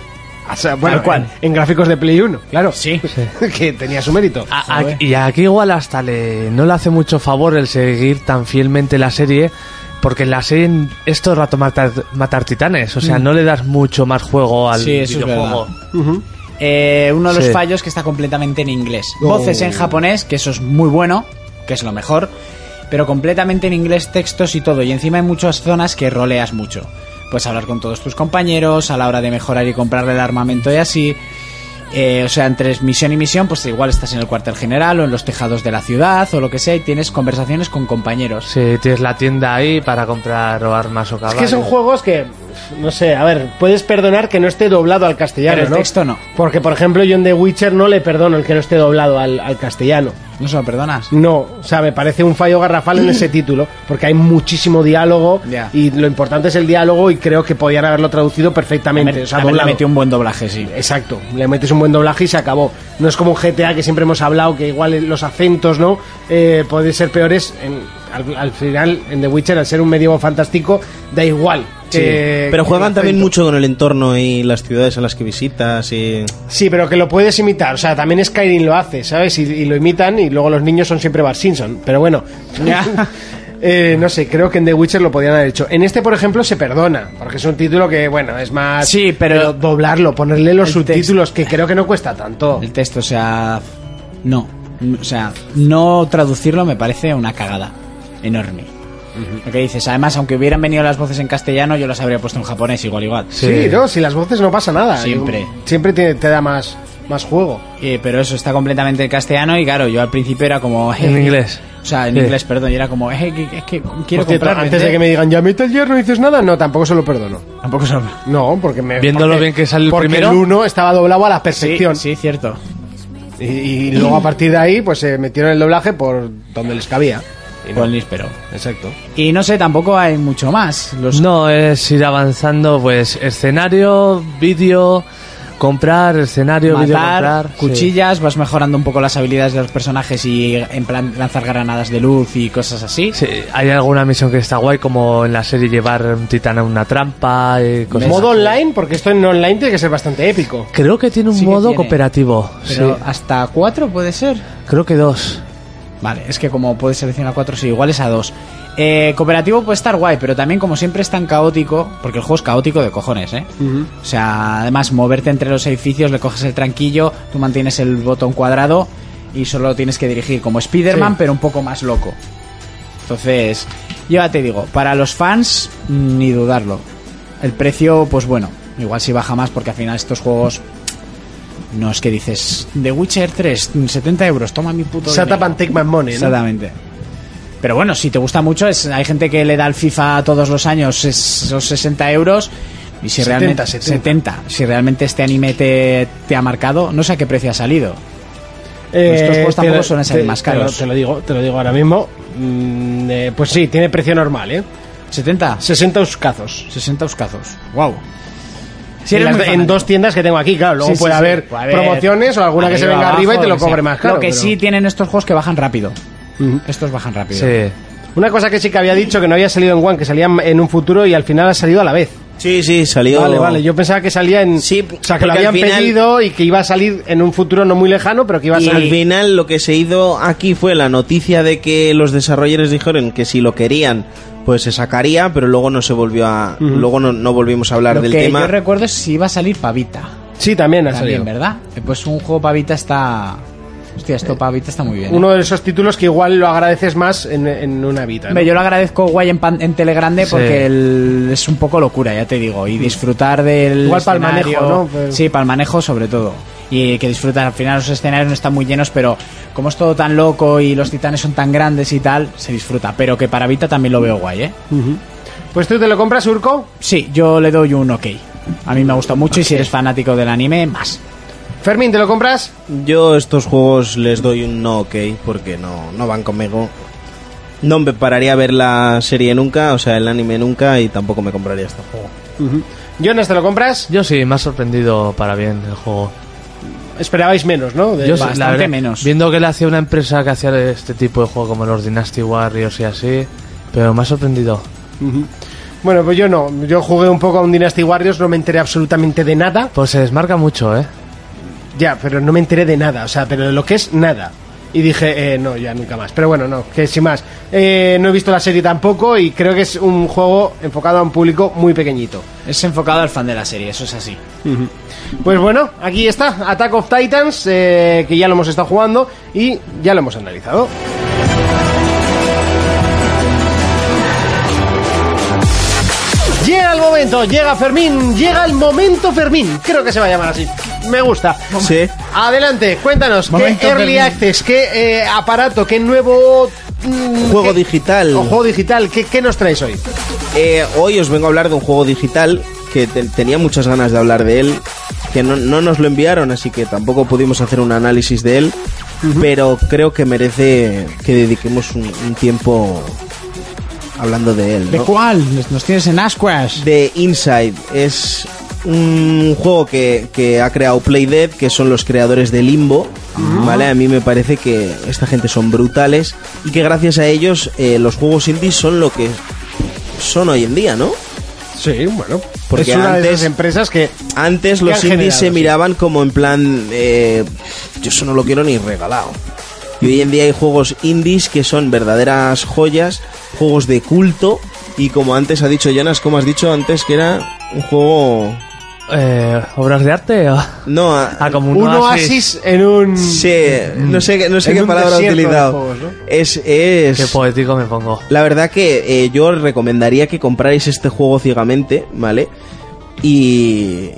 [SPEAKER 2] O sea, bueno,
[SPEAKER 3] Tal cual.
[SPEAKER 2] En, en gráficos de Play 1, claro.
[SPEAKER 3] Sí.
[SPEAKER 2] (laughs) que tenía su mérito.
[SPEAKER 3] Ah,
[SPEAKER 5] A- a- y aquí igual hasta le, no le hace mucho favor el seguir tan fielmente la serie, porque en la serie en- es todo el rato matar, matar titanes, o sea, no le das mucho más juego al
[SPEAKER 3] Mm. Sí, eso es
[SPEAKER 5] videojuego.
[SPEAKER 3] verdad. Eh, uno de los
[SPEAKER 5] Sí.
[SPEAKER 3] fallos que está completamente en inglés. Voces en japonés, que eso es muy bueno, que es lo mejor, pero completamente en inglés, textos y todo. Y encima hay muchas zonas que roleas mucho. Pues hablar con todos tus compañeros, a la hora de mejorar y comprarle el armamento y así. Eh, o sea, entre misión y misión, pues igual estás en el cuartel general o en los tejados de la ciudad o lo que sea y tienes conversaciones con compañeros.
[SPEAKER 5] Sí, tienes la tienda ahí para comprar o armas o
[SPEAKER 2] Es
[SPEAKER 5] caballos.
[SPEAKER 2] que son juegos que, no sé, a ver, puedes perdonar que no esté doblado al castellano,
[SPEAKER 3] Pero el
[SPEAKER 2] ¿no?
[SPEAKER 3] texto no.
[SPEAKER 2] Porque, por ejemplo, yo en The Witcher no le perdono el que no esté doblado al, al castellano.
[SPEAKER 3] No se lo perdonas.
[SPEAKER 2] No, o sea, me parece un fallo garrafal en ese título, porque hay muchísimo diálogo
[SPEAKER 3] Ya.
[SPEAKER 2] y lo importante es el diálogo y creo que podían haberlo traducido perfectamente. o sea,
[SPEAKER 3] También le
[SPEAKER 2] doblado.
[SPEAKER 3] metí un buen doblaje, sí.
[SPEAKER 2] Exacto, le metes un buen doblaje y se acabó. No es como un GTA que siempre hemos hablado que igual los acentos, ¿no? Eh, pueden ser peores. En- al, al final, en The Witcher, al ser un medio fantástico, da igual. que-
[SPEAKER 4] Eh, Pero
[SPEAKER 2] que
[SPEAKER 4] juegan
[SPEAKER 2] el
[SPEAKER 4] también
[SPEAKER 2] acento.
[SPEAKER 4] mucho con el entorno y las ciudades a las que visitas y...
[SPEAKER 2] Sí, pero que lo puedes imitar. O sea, también Skyrim lo hace, ¿sabes? Y, y lo imitan y luego los niños son siempre Bart Simpson. Pero bueno. (laughs) eh, no sé, creo que en The Witcher lo podían haber hecho. En este, por ejemplo, se perdona, porque es un título que, bueno, es más...
[SPEAKER 3] Sí, pero-
[SPEAKER 2] doblarlo, ponerle los
[SPEAKER 3] El texto.
[SPEAKER 2] subtítulos, que creo que no cuesta tanto.
[SPEAKER 3] El texto, o sea. No. O sea, no traducirlo me parece una cagada enorme. Lo que dices, además, aunque hubieran venido las voces en castellano, yo las habría puesto en japonés igual, igual.
[SPEAKER 2] Sí, no, si las voces no pasa nada.
[SPEAKER 3] Siempre.
[SPEAKER 2] Siempre te, te da más, más juego.
[SPEAKER 3] Eh, pero eso está completamente en castellano y claro, yo al principio era como... eh,
[SPEAKER 5] En inglés.
[SPEAKER 3] O sea, en
[SPEAKER 5] Sí.
[SPEAKER 3] inglés, perdón, y era como... eh, que- es que quiero ¿eh?
[SPEAKER 2] Por cierto,
[SPEAKER 3] comprar...
[SPEAKER 2] antes de que me digan, ya mete el hierro, no dices nada, no, tampoco se lo perdono.
[SPEAKER 3] Tampoco son...
[SPEAKER 2] No, porque me.
[SPEAKER 5] Viendo lo
[SPEAKER 2] porque-
[SPEAKER 5] bien que sale el
[SPEAKER 2] porque
[SPEAKER 5] primero.
[SPEAKER 2] el 1 estaba doblado a la
[SPEAKER 3] Sí,
[SPEAKER 2] perfección.
[SPEAKER 3] sí, cierto.
[SPEAKER 2] Y, y luego a partir de ahí, pues se metieron el doblaje por donde les cabía. Y no.
[SPEAKER 3] Con Lispero.
[SPEAKER 2] Exacto.
[SPEAKER 3] Y no sé, tampoco hay mucho más. Los...
[SPEAKER 5] No, es ir avanzando, pues, escenario, vídeo, comprar, escenario, vídeo,
[SPEAKER 3] Matar,
[SPEAKER 5] comprar. sí.
[SPEAKER 3] cuchillas, vas mejorando un poco las habilidades de los personajes y en plan lanzar granadas de luz y cosas así.
[SPEAKER 5] Sí, hay alguna misión que está guay, como en la serie llevar un titán a una trampa y cosas
[SPEAKER 2] Modo
[SPEAKER 5] así.
[SPEAKER 2] online, porque esto en online tiene que ser bastante épico.
[SPEAKER 5] Creo que tiene un
[SPEAKER 3] Sí que
[SPEAKER 5] modo
[SPEAKER 3] tiene.
[SPEAKER 5] cooperativo.
[SPEAKER 3] Pero
[SPEAKER 5] sí.
[SPEAKER 3] hasta cuatro puede ser.
[SPEAKER 5] Creo que dos.
[SPEAKER 3] Vale, es que como puedes seleccionar cuatro, sí, iguales a dos. Eh, cooperativo puede estar guay, pero también como siempre es tan caótico, porque el juego es caótico de cojones, ¿eh? O sea, además moverte entre los edificios, le coges el tranquillo, tú mantienes el botón cuadrado y solo tienes que dirigir como Spider-Man, pero un poco más loco. Entonces, yo ya te digo, para los fans, mm, ni dudarlo. El precio, pues bueno, igual si baja más, porque al final estos juegos... No es que dices, The Witcher 3, 70 euros, toma mi puto
[SPEAKER 2] Shut up
[SPEAKER 3] dinero".
[SPEAKER 2] and take my money, ¿no?
[SPEAKER 3] Exactamente. Pero bueno, si te gusta mucho, es, hay gente que le da al FIFA todos los años esos 60 euros. Y si
[SPEAKER 2] 70,
[SPEAKER 3] realmente,
[SPEAKER 2] 70.
[SPEAKER 3] 70. Si realmente este anime te, te ha marcado, no sé a qué precio ha salido.
[SPEAKER 2] Eh,
[SPEAKER 3] Estos juegos
[SPEAKER 2] te
[SPEAKER 3] tampoco
[SPEAKER 2] lo-
[SPEAKER 3] suelen ser
[SPEAKER 2] te-
[SPEAKER 3] más
[SPEAKER 2] te lo-
[SPEAKER 3] caros.
[SPEAKER 2] Te lo, digo, te lo digo ahora mismo. Mm, eh, pues sí, tiene precio normal, ¿eh?
[SPEAKER 3] ¿70?
[SPEAKER 2] 60 euskazos.
[SPEAKER 3] 60 euskazos. Wow. Si
[SPEAKER 2] en,
[SPEAKER 3] eres
[SPEAKER 2] las-
[SPEAKER 3] muy
[SPEAKER 2] en
[SPEAKER 3] fanático.
[SPEAKER 2] dos tiendas que tengo aquí, claro. Luego
[SPEAKER 3] Sí, sí,
[SPEAKER 2] puede
[SPEAKER 3] sí.
[SPEAKER 2] haber
[SPEAKER 3] Puede haber
[SPEAKER 2] promociones o alguna que se venga
[SPEAKER 3] abajo,
[SPEAKER 2] arriba y te lo
[SPEAKER 3] sea.
[SPEAKER 2] cobre más caro.
[SPEAKER 3] Lo que
[SPEAKER 2] pero-
[SPEAKER 3] sí tienen estos juegos que bajan rápido. Estos bajan rápido.
[SPEAKER 5] Sí.
[SPEAKER 2] Una cosa que sí que había dicho que no había salido en One, que salía en un futuro y al final ha salido a la vez.
[SPEAKER 4] Sí, sí, salió.
[SPEAKER 2] Vale, vale, yo pensaba que salía en...
[SPEAKER 4] Sí,
[SPEAKER 2] o sea, que lo
[SPEAKER 4] porque al
[SPEAKER 2] habían
[SPEAKER 4] final-
[SPEAKER 2] pedido y que iba a salir en un futuro no muy lejano, pero que iba a
[SPEAKER 4] Y al
[SPEAKER 2] salir...
[SPEAKER 4] final lo que se hizo aquí fue la noticia de que los desarrolladores dijeron que si lo querían, pues se sacaría, pero luego no se volvió a. Luego no, no volvimos a hablar
[SPEAKER 3] Lo
[SPEAKER 4] del
[SPEAKER 3] que
[SPEAKER 4] tema.
[SPEAKER 3] yo recuerdo es si iba a salir Pavita.
[SPEAKER 2] Sí, también ha
[SPEAKER 3] También,
[SPEAKER 2] salido.
[SPEAKER 3] ¿verdad? Eh, Pues un juego pavita está. Hostia, esto pavita está muy bien. ¿eh?
[SPEAKER 2] Uno de esos títulos que igual lo agradeces más en, en una vida. ¿no?
[SPEAKER 3] ¿eh? Hombre, Yo lo agradezco guay en, pan- en Telegrande
[SPEAKER 5] Sí.
[SPEAKER 3] porque el- es un poco locura, ya te digo. Y disfrutar del.
[SPEAKER 2] Igual pa'l manejo,
[SPEAKER 3] escenario-
[SPEAKER 2] ¿no? Pero-
[SPEAKER 3] Sí, para el manejo sobre todo. Y que disfrutar. Al final los escenarios no están muy llenos, pero como es todo tan loco y los titanes son tan grandes y tal, se disfruta. Pero que para Vita también lo veo guay, ¿eh?
[SPEAKER 2] Pues tú te lo compras, Urco.
[SPEAKER 3] Sí, yo le doy un ok. A mí me ha gustado mucho y si eres fanático del anime, más.
[SPEAKER 2] Fermín, ¿te lo compras?
[SPEAKER 4] Yo estos juegos les doy un no ok porque no, no van conmigo. No me pararía a ver la serie nunca, o sea, el anime nunca y tampoco me compraría este juego.
[SPEAKER 2] Jonas, ¿te lo compras?
[SPEAKER 5] Yo sí, me ha sorprendido para bien el juego.
[SPEAKER 2] Esperabais menos, ¿no? De-
[SPEAKER 5] Yo sí,
[SPEAKER 2] Va.
[SPEAKER 3] Eh, bastante
[SPEAKER 5] la verdad,
[SPEAKER 3] menos.
[SPEAKER 5] Viendo que le hacía una empresa que hacía este tipo de juego como los Dynasty Warriors y así, pero me ha sorprendido.
[SPEAKER 2] Bueno, pues yo no. Yo jugué un poco a un Dynasty Warriors, no me enteré absolutamente de nada.
[SPEAKER 5] Pues se desmarca mucho, ¿eh?
[SPEAKER 2] Ya, pero no me enteré de nada, o sea, pero de lo que es nada. Y dije, eh, no, ya nunca más. Pero bueno, no, que sin más. Eh, no he visto la serie tampoco y creo que es un juego enfocado a un público muy pequeñito.
[SPEAKER 3] Es enfocado al fan de la serie, eso es así.
[SPEAKER 2] Pues bueno, aquí está, Attack of Titans, eh, que ya lo hemos estado jugando y ya lo hemos analizado. Llega el momento, llega Fermín, llega el momento Fermín, creo que se va a llamar así. Me gusta.
[SPEAKER 4] Sí.
[SPEAKER 2] Adelante, cuéntanos, ¿qué Early Access, qué eh, aparato, qué nuevo... mm,
[SPEAKER 4] Juego
[SPEAKER 2] qué-
[SPEAKER 4] digital.
[SPEAKER 2] o juego digital, ¿qué, qué nos traes hoy?
[SPEAKER 4] Eh, hoy os vengo a hablar de un juego digital que te- tenía muchas ganas de hablar de él, que no, no nos lo enviaron, así que tampoco pudimos hacer un análisis de él, pero creo que merece que dediquemos un, un tiempo hablando de él.
[SPEAKER 3] ¿De
[SPEAKER 4] ¿no?
[SPEAKER 3] cuál? Nos tienes en Asquash.
[SPEAKER 4] de Inside. Es un juego que, que ha creado Playdead, que son los creadores de Limbo. ¿Vale? A mí me parece que esta gente son brutales y que gracias a ellos eh, los juegos indies son lo que son hoy en día, ¿no?
[SPEAKER 2] Sí, bueno,
[SPEAKER 4] porque
[SPEAKER 2] es una de
[SPEAKER 4] antes-
[SPEAKER 2] esas empresas que
[SPEAKER 4] Antes
[SPEAKER 2] ¿Qué
[SPEAKER 4] los
[SPEAKER 2] han
[SPEAKER 4] indies
[SPEAKER 2] generado,
[SPEAKER 4] se
[SPEAKER 2] sí?
[SPEAKER 4] miraban como en plan, eh, yo eso no lo quiero ni regalado. Y hoy en día hay juegos indies que son verdaderas joyas juegos de culto y como antes ha dicho Jonas, como has dicho antes que era un juego...
[SPEAKER 5] Eh, ¿Obras de arte? o- (laughs)
[SPEAKER 4] No, a-
[SPEAKER 5] Ah, como un,
[SPEAKER 2] Un
[SPEAKER 5] oasis.
[SPEAKER 2] oasis en un...
[SPEAKER 4] sí, no sé, qué- no sé
[SPEAKER 2] En
[SPEAKER 4] qué
[SPEAKER 2] un
[SPEAKER 4] palabra ha
[SPEAKER 2] desierto de
[SPEAKER 4] utilizado.
[SPEAKER 2] juegos, ¿no?
[SPEAKER 4] Es... es...
[SPEAKER 5] Qué poético me pongo.
[SPEAKER 4] La verdad que eh, yo os recomendaría que compráis este juego ciegamente, ¿vale? Y,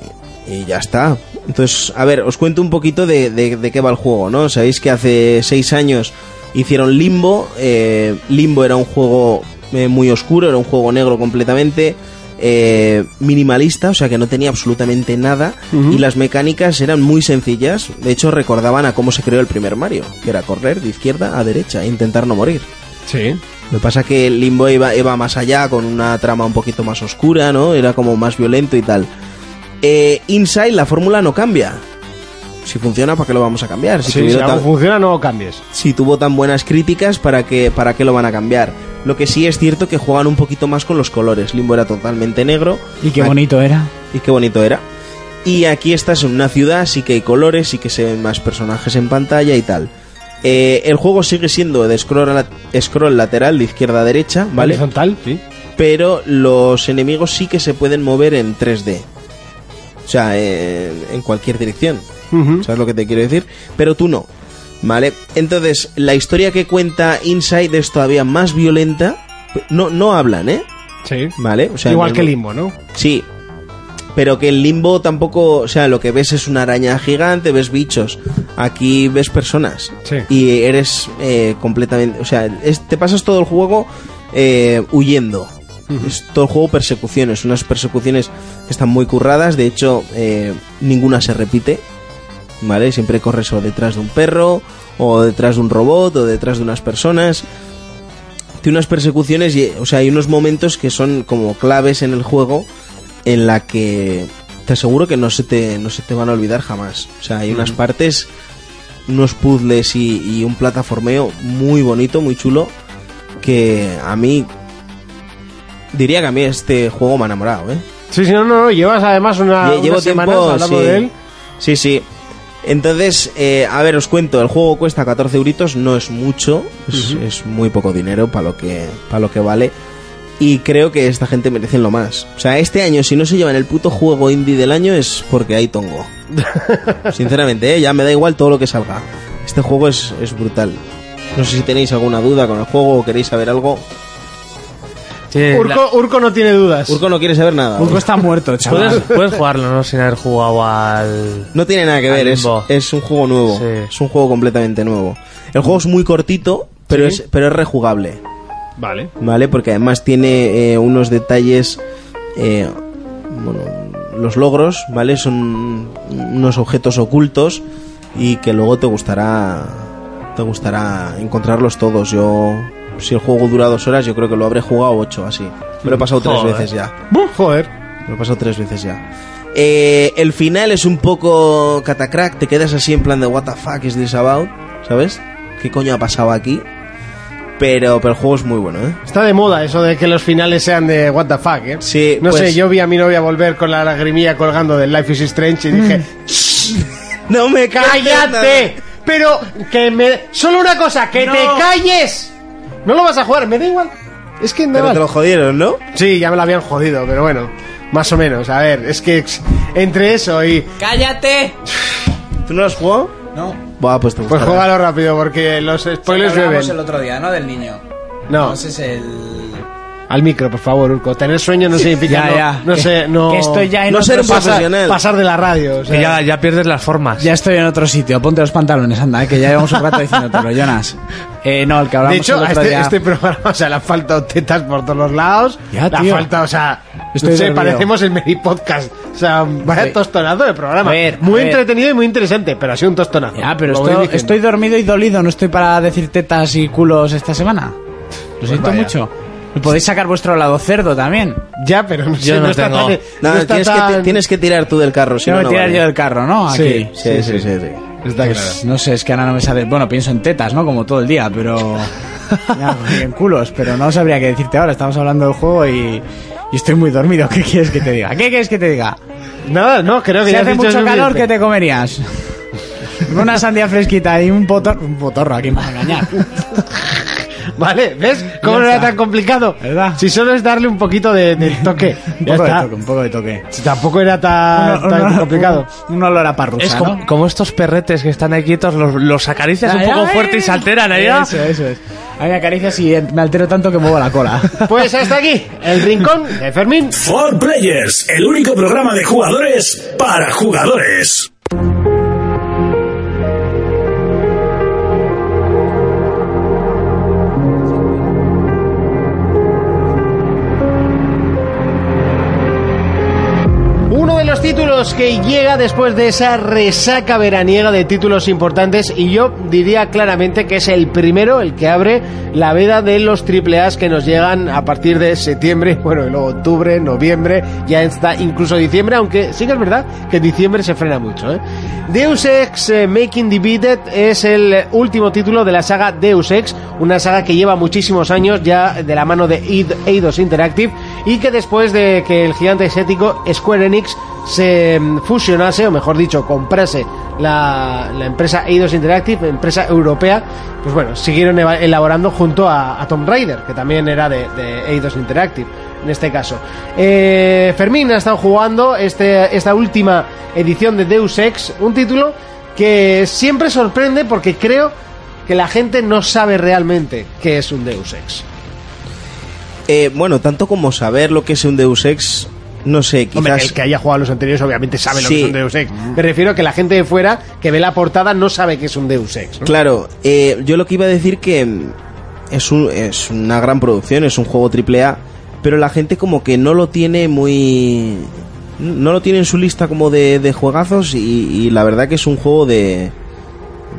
[SPEAKER 4] y ya está. Entonces, a ver, os cuento un poquito de, de- de qué va el juego, ¿no? Sabéis que hace seis años hicieron Limbo. eh, Limbo era un juego eh, muy oscuro, era un juego negro completamente. eh, minimalista, o sea que no tenía absolutamente nada y las mecánicas eran muy sencillas, de hecho recordaban a cómo se creó el primer Mario, que era correr de izquierda a derecha e intentar no morir.
[SPEAKER 2] Sí.
[SPEAKER 4] Lo que pasa es que el Limbo iba, iba más allá, con una trama un poquito más oscura, ¿no? Era como más violento y tal. Eh, Inside la fórmula no cambia. Si funciona, ¿para qué lo vamos a cambiar? Si,
[SPEAKER 2] Sí, si
[SPEAKER 4] tuvieron
[SPEAKER 2] algo
[SPEAKER 4] tan-
[SPEAKER 2] funciona, no lo cambies.
[SPEAKER 4] si tuvo tan buenas críticas, ¿para qué, ¿para qué lo van a cambiar? Lo que sí es cierto que juegan un poquito más con los colores. Limbo era totalmente negro.
[SPEAKER 3] Y qué
[SPEAKER 4] Aquí-
[SPEAKER 3] bonito era.
[SPEAKER 4] y qué bonito era. Y aquí estás en una ciudad, sí que hay colores, sí que se ven más personajes en pantalla y tal. Eh, el juego sigue siendo de scroll, la- scroll lateral, de izquierda a derecha, ¿vale?
[SPEAKER 2] Horizontal, sí.
[SPEAKER 4] pero los enemigos sí que se pueden mover en 3D. O sea, eh, en cualquier dirección.
[SPEAKER 2] Ujú.
[SPEAKER 4] ¿Sabes lo que te quiero decir? Pero tú no. ¿Vale? Entonces, la historia que cuenta Inside es todavía más violenta. No, no hablan, ¿eh?
[SPEAKER 2] Sí.
[SPEAKER 4] ¿Vale? O sea,
[SPEAKER 2] Igual
[SPEAKER 4] no-
[SPEAKER 2] que Limbo, ¿no?
[SPEAKER 4] Sí. Pero que el limbo tampoco, o sea, lo que ves es una araña gigante, ves bichos. Aquí ves personas.
[SPEAKER 2] Sí.
[SPEAKER 4] Y eres eh, completamente, o sea, es- te pasas todo el juego eh, huyendo. Es todo el juego persecuciones, unas persecuciones que están muy curradas, de hecho, eh, ninguna se repite. ¿Vale? Siempre corres o detrás de un perro, o detrás de un robot, o detrás de unas personas tiene unas persecuciones y, o sea, hay unos momentos que son como claves en el juego en la que te aseguro que no se te, no se te van a olvidar jamás. O sea, hay unas partes, unos puzzles y, y un plataformeo muy bonito, muy chulo, que a mí diría que a mí este juego me ha enamorado, ¿eh?
[SPEAKER 2] Sí, sí, no, no, no, Llevas además Ah, una,
[SPEAKER 4] Lle- Llevo
[SPEAKER 2] unas semanas
[SPEAKER 4] tiempo, sí.
[SPEAKER 2] hablando de él.
[SPEAKER 4] Sí, sí. Entonces, eh, a ver, os cuento, el juego cuesta 14 euritos, no es mucho, es, es muy poco dinero para lo, que, para lo que vale. Y creo que esta gente merece lo más. O sea, este año, si no se llevan el puto juego indie del año, es porque
[SPEAKER 2] (laughs)
[SPEAKER 4] hay tongo. Sinceramente, ¿eh? ya me da igual todo lo que salga. Este juego es, es brutal. No sé si tenéis alguna duda con el juego o queréis saber algo.
[SPEAKER 5] Sí, la-
[SPEAKER 2] Urco, Urco no tiene dudas.
[SPEAKER 4] Urco no quiere saber nada.
[SPEAKER 3] Urco está (laughs) muerto,
[SPEAKER 5] ¿Puedes,
[SPEAKER 3] chaval.
[SPEAKER 5] puedes jugarlo, ¿no? Sin haber jugado al...
[SPEAKER 4] No tiene nada que ver, es,
[SPEAKER 5] Limbo.
[SPEAKER 4] es un juego nuevo.
[SPEAKER 5] Sí.
[SPEAKER 4] Es un juego completamente nuevo. El juego es muy cortito, pero, es, pero es rejugable,
[SPEAKER 2] Vale.
[SPEAKER 4] ¿vale? Porque además tiene eh, unos detalles. eh, bueno, los logros, ¿vale? Son unos objetos ocultos y que luego te gustará. Te gustará encontrarlos todos. Yo. Si el juego dura dos horas, yo creo que lo habré jugado ocho, así. Me lo he pasado tres
[SPEAKER 5] Joder.
[SPEAKER 4] veces ya.
[SPEAKER 2] Buf, joder.
[SPEAKER 4] Me lo he pasado tres veces ya. Eh, el final es un poco catacrack, te quedas así en plan de what the fuck is this about, ¿sabes? ¿Qué coño ha pasado aquí? Pero, pero el juego es muy bueno, ¿eh?
[SPEAKER 2] Está de moda eso de que los finales sean de what the fuck, ¿eh?
[SPEAKER 4] Sí,
[SPEAKER 2] No
[SPEAKER 4] pues-
[SPEAKER 2] sé, yo vi a mi novia volver con la lagrimilla colgando del Life is Strange y
[SPEAKER 4] (laughs)
[SPEAKER 2] dije,
[SPEAKER 4] ¡No me
[SPEAKER 2] ¡cállate! Pero que me... Solo una cosa, que te calles. No lo vas a jugar, me da igual. Es que me
[SPEAKER 4] Pero
[SPEAKER 2] vale.
[SPEAKER 4] te lo jodieron, ¿no?
[SPEAKER 2] Sí, ya me lo habían jodido, pero bueno. Más o menos, a ver, es que entre eso y...
[SPEAKER 4] ¿Tú no lo has jugado?
[SPEAKER 3] No.
[SPEAKER 4] Buah, pues te
[SPEAKER 2] Pues
[SPEAKER 4] gustará.
[SPEAKER 2] jugalo rápido porque los spoilers
[SPEAKER 3] Hablábamos
[SPEAKER 2] beben.
[SPEAKER 3] otro día, ¿no? Del niño.
[SPEAKER 2] No,
[SPEAKER 3] es el...
[SPEAKER 2] al micro, por favor, Urco. Tener sueño no significa
[SPEAKER 3] Ya,
[SPEAKER 2] no,
[SPEAKER 3] ya.
[SPEAKER 2] no
[SPEAKER 3] Que-
[SPEAKER 2] sé, no...
[SPEAKER 3] que estoy ya en
[SPEAKER 4] No
[SPEAKER 3] otro
[SPEAKER 4] ser un
[SPEAKER 3] sitio.
[SPEAKER 4] profesional.
[SPEAKER 2] Pasar de la radio, o sea.
[SPEAKER 5] Que ya, ya pierdes las formas.
[SPEAKER 3] Ya estoy en otro sitio. Ponte los pantalones, anda, eh, que ya llevamos un rato diciéndotelo, Jonas. Eh, no, el que hablamos
[SPEAKER 2] De hecho,
[SPEAKER 3] el
[SPEAKER 2] a
[SPEAKER 3] otro
[SPEAKER 2] este,
[SPEAKER 3] día-
[SPEAKER 2] este programa, o sea, le han faltado tetas por todos los lados.
[SPEAKER 3] Ya,
[SPEAKER 2] le ha
[SPEAKER 3] tío.
[SPEAKER 2] faltado, o sea,
[SPEAKER 3] Estoy
[SPEAKER 2] no sé,
[SPEAKER 3] dormido.
[SPEAKER 2] parecemos el Meri Podcast. O sea, vaya
[SPEAKER 3] Sí.
[SPEAKER 2] tostonazo de programa.
[SPEAKER 3] A ver,
[SPEAKER 2] muy
[SPEAKER 3] a ver.
[SPEAKER 2] entretenido y muy interesante, pero ha sido un tostonazo.
[SPEAKER 3] Ya, pero
[SPEAKER 2] Lo
[SPEAKER 3] esto-
[SPEAKER 2] voy diciendo.
[SPEAKER 3] estoy dormido y dolido. No estoy para decir tetas y culos esta semana. Lo siento
[SPEAKER 2] Pues vaya.
[SPEAKER 3] mucho. Podéis sacar vuestro lado cerdo también.
[SPEAKER 2] Ya, pero no sé,
[SPEAKER 5] Yo no
[SPEAKER 2] no está
[SPEAKER 5] tengo.
[SPEAKER 2] tan-
[SPEAKER 4] No,
[SPEAKER 2] no está
[SPEAKER 4] tienes, que,
[SPEAKER 2] tan-
[SPEAKER 4] ti- tienes que tirar tú del carro, si
[SPEAKER 3] Tengo
[SPEAKER 4] no,
[SPEAKER 3] que
[SPEAKER 4] no
[SPEAKER 3] tirar
[SPEAKER 4] vale.
[SPEAKER 3] yo del carro, ¿no? Aquí.
[SPEAKER 2] Sí.
[SPEAKER 4] Sí, sí, sí, sí.
[SPEAKER 2] Está claro.
[SPEAKER 3] No sé, es que ahora no me sale. Bueno, pienso en tetas, ¿no? Como todo el día, pero. Ya, y en culos, pero no sabría qué decirte ahora. Estamos hablando del juego y. y estoy muy dormido. ¿Qué quieres que te diga? ¿Qué quieres que te diga?
[SPEAKER 2] Nada, no, creo que
[SPEAKER 3] Si
[SPEAKER 2] ya has
[SPEAKER 3] hace
[SPEAKER 2] dicho
[SPEAKER 3] mucho
[SPEAKER 2] suficiente.
[SPEAKER 3] calor, ¿qué te comerías? Una sandía fresquita y un potorro. Un potorro, aquí me va a engañar.
[SPEAKER 2] (laughs) ¿Vale? ¿Ves? ¿Cómo
[SPEAKER 3] Ya
[SPEAKER 2] no era
[SPEAKER 3] está.
[SPEAKER 2] tan complicado?
[SPEAKER 3] ¿Verdad?
[SPEAKER 2] Si solo es darle un poquito de,
[SPEAKER 3] (laughs)
[SPEAKER 2] de toque.
[SPEAKER 3] Un
[SPEAKER 2] ya
[SPEAKER 3] poco de
[SPEAKER 2] está. Ah,
[SPEAKER 3] toque, un poco de toque.
[SPEAKER 2] Si Tampoco era tan,
[SPEAKER 3] Uno-
[SPEAKER 2] tan
[SPEAKER 3] uno-
[SPEAKER 2] complicado.
[SPEAKER 3] Un, un olor a parrusa,
[SPEAKER 5] Es como,
[SPEAKER 3] ¿no?
[SPEAKER 5] como estos perretes que están ahí quietos, los, los acaricias un poco
[SPEAKER 3] Ay,
[SPEAKER 5] fuerte y se alteran ahí. ¿ah?
[SPEAKER 3] Eso, eso es. eh. A mí me acaricias y eh, me altero tanto que muevo la cola.
[SPEAKER 2] Pues hasta aquí, el rincón de
[SPEAKER 3] (laughs)
[SPEAKER 2] Fermín.
[SPEAKER 10] For Players, el único programa de jugadores para jugadores.
[SPEAKER 2] Uno de los títulos que llega después de esa resaca veraniega de títulos importantes y yo diría claramente que es el primero, el que abre la veda de los triple A's que nos llegan a partir de septiembre, (laughs) bueno, y luego octubre, noviembre, ya está incluso diciembre, aunque sí que es verdad que en diciembre se frena mucho. ¿eh? Deus Ex eh, Making Divided es el eh, último título de la saga Deus Ex, una saga que lleva muchísimos años ya de la mano de Eid- Eidos Interactive y que después de que el gigante asiático Square Enix se mm, fusionase, o mejor dicho, comprase la, la empresa Eidos Interactive, empresa europea, pues bueno, siguieron eva- elaborando junto a, a Tomb Raider, que también era de, de Eidos Interactive en este caso. Eh, Fermín ha estado jugando este, esta última edición de Deus Ex, un título que siempre sorprende porque creo que la gente no sabe realmente qué es un Deus Ex.
[SPEAKER 4] Eh, bueno, tanto como saber lo que es un Deus Ex, no sé, quizás...
[SPEAKER 2] Hombre, el que haya jugado a los anteriores obviamente sabe lo que
[SPEAKER 4] Sí.
[SPEAKER 2] es un Deus Ex. Me refiero a que la gente de fuera que ve la portada no sabe que es un Deus Ex. ¿no?
[SPEAKER 4] Claro, eh, yo lo que iba a decir que mm, es, un- es una gran producción, es un juego triple A, pero la gente como que no lo tiene muy... No lo tiene en su lista como de, de juegazos y, y la verdad que es un juego de...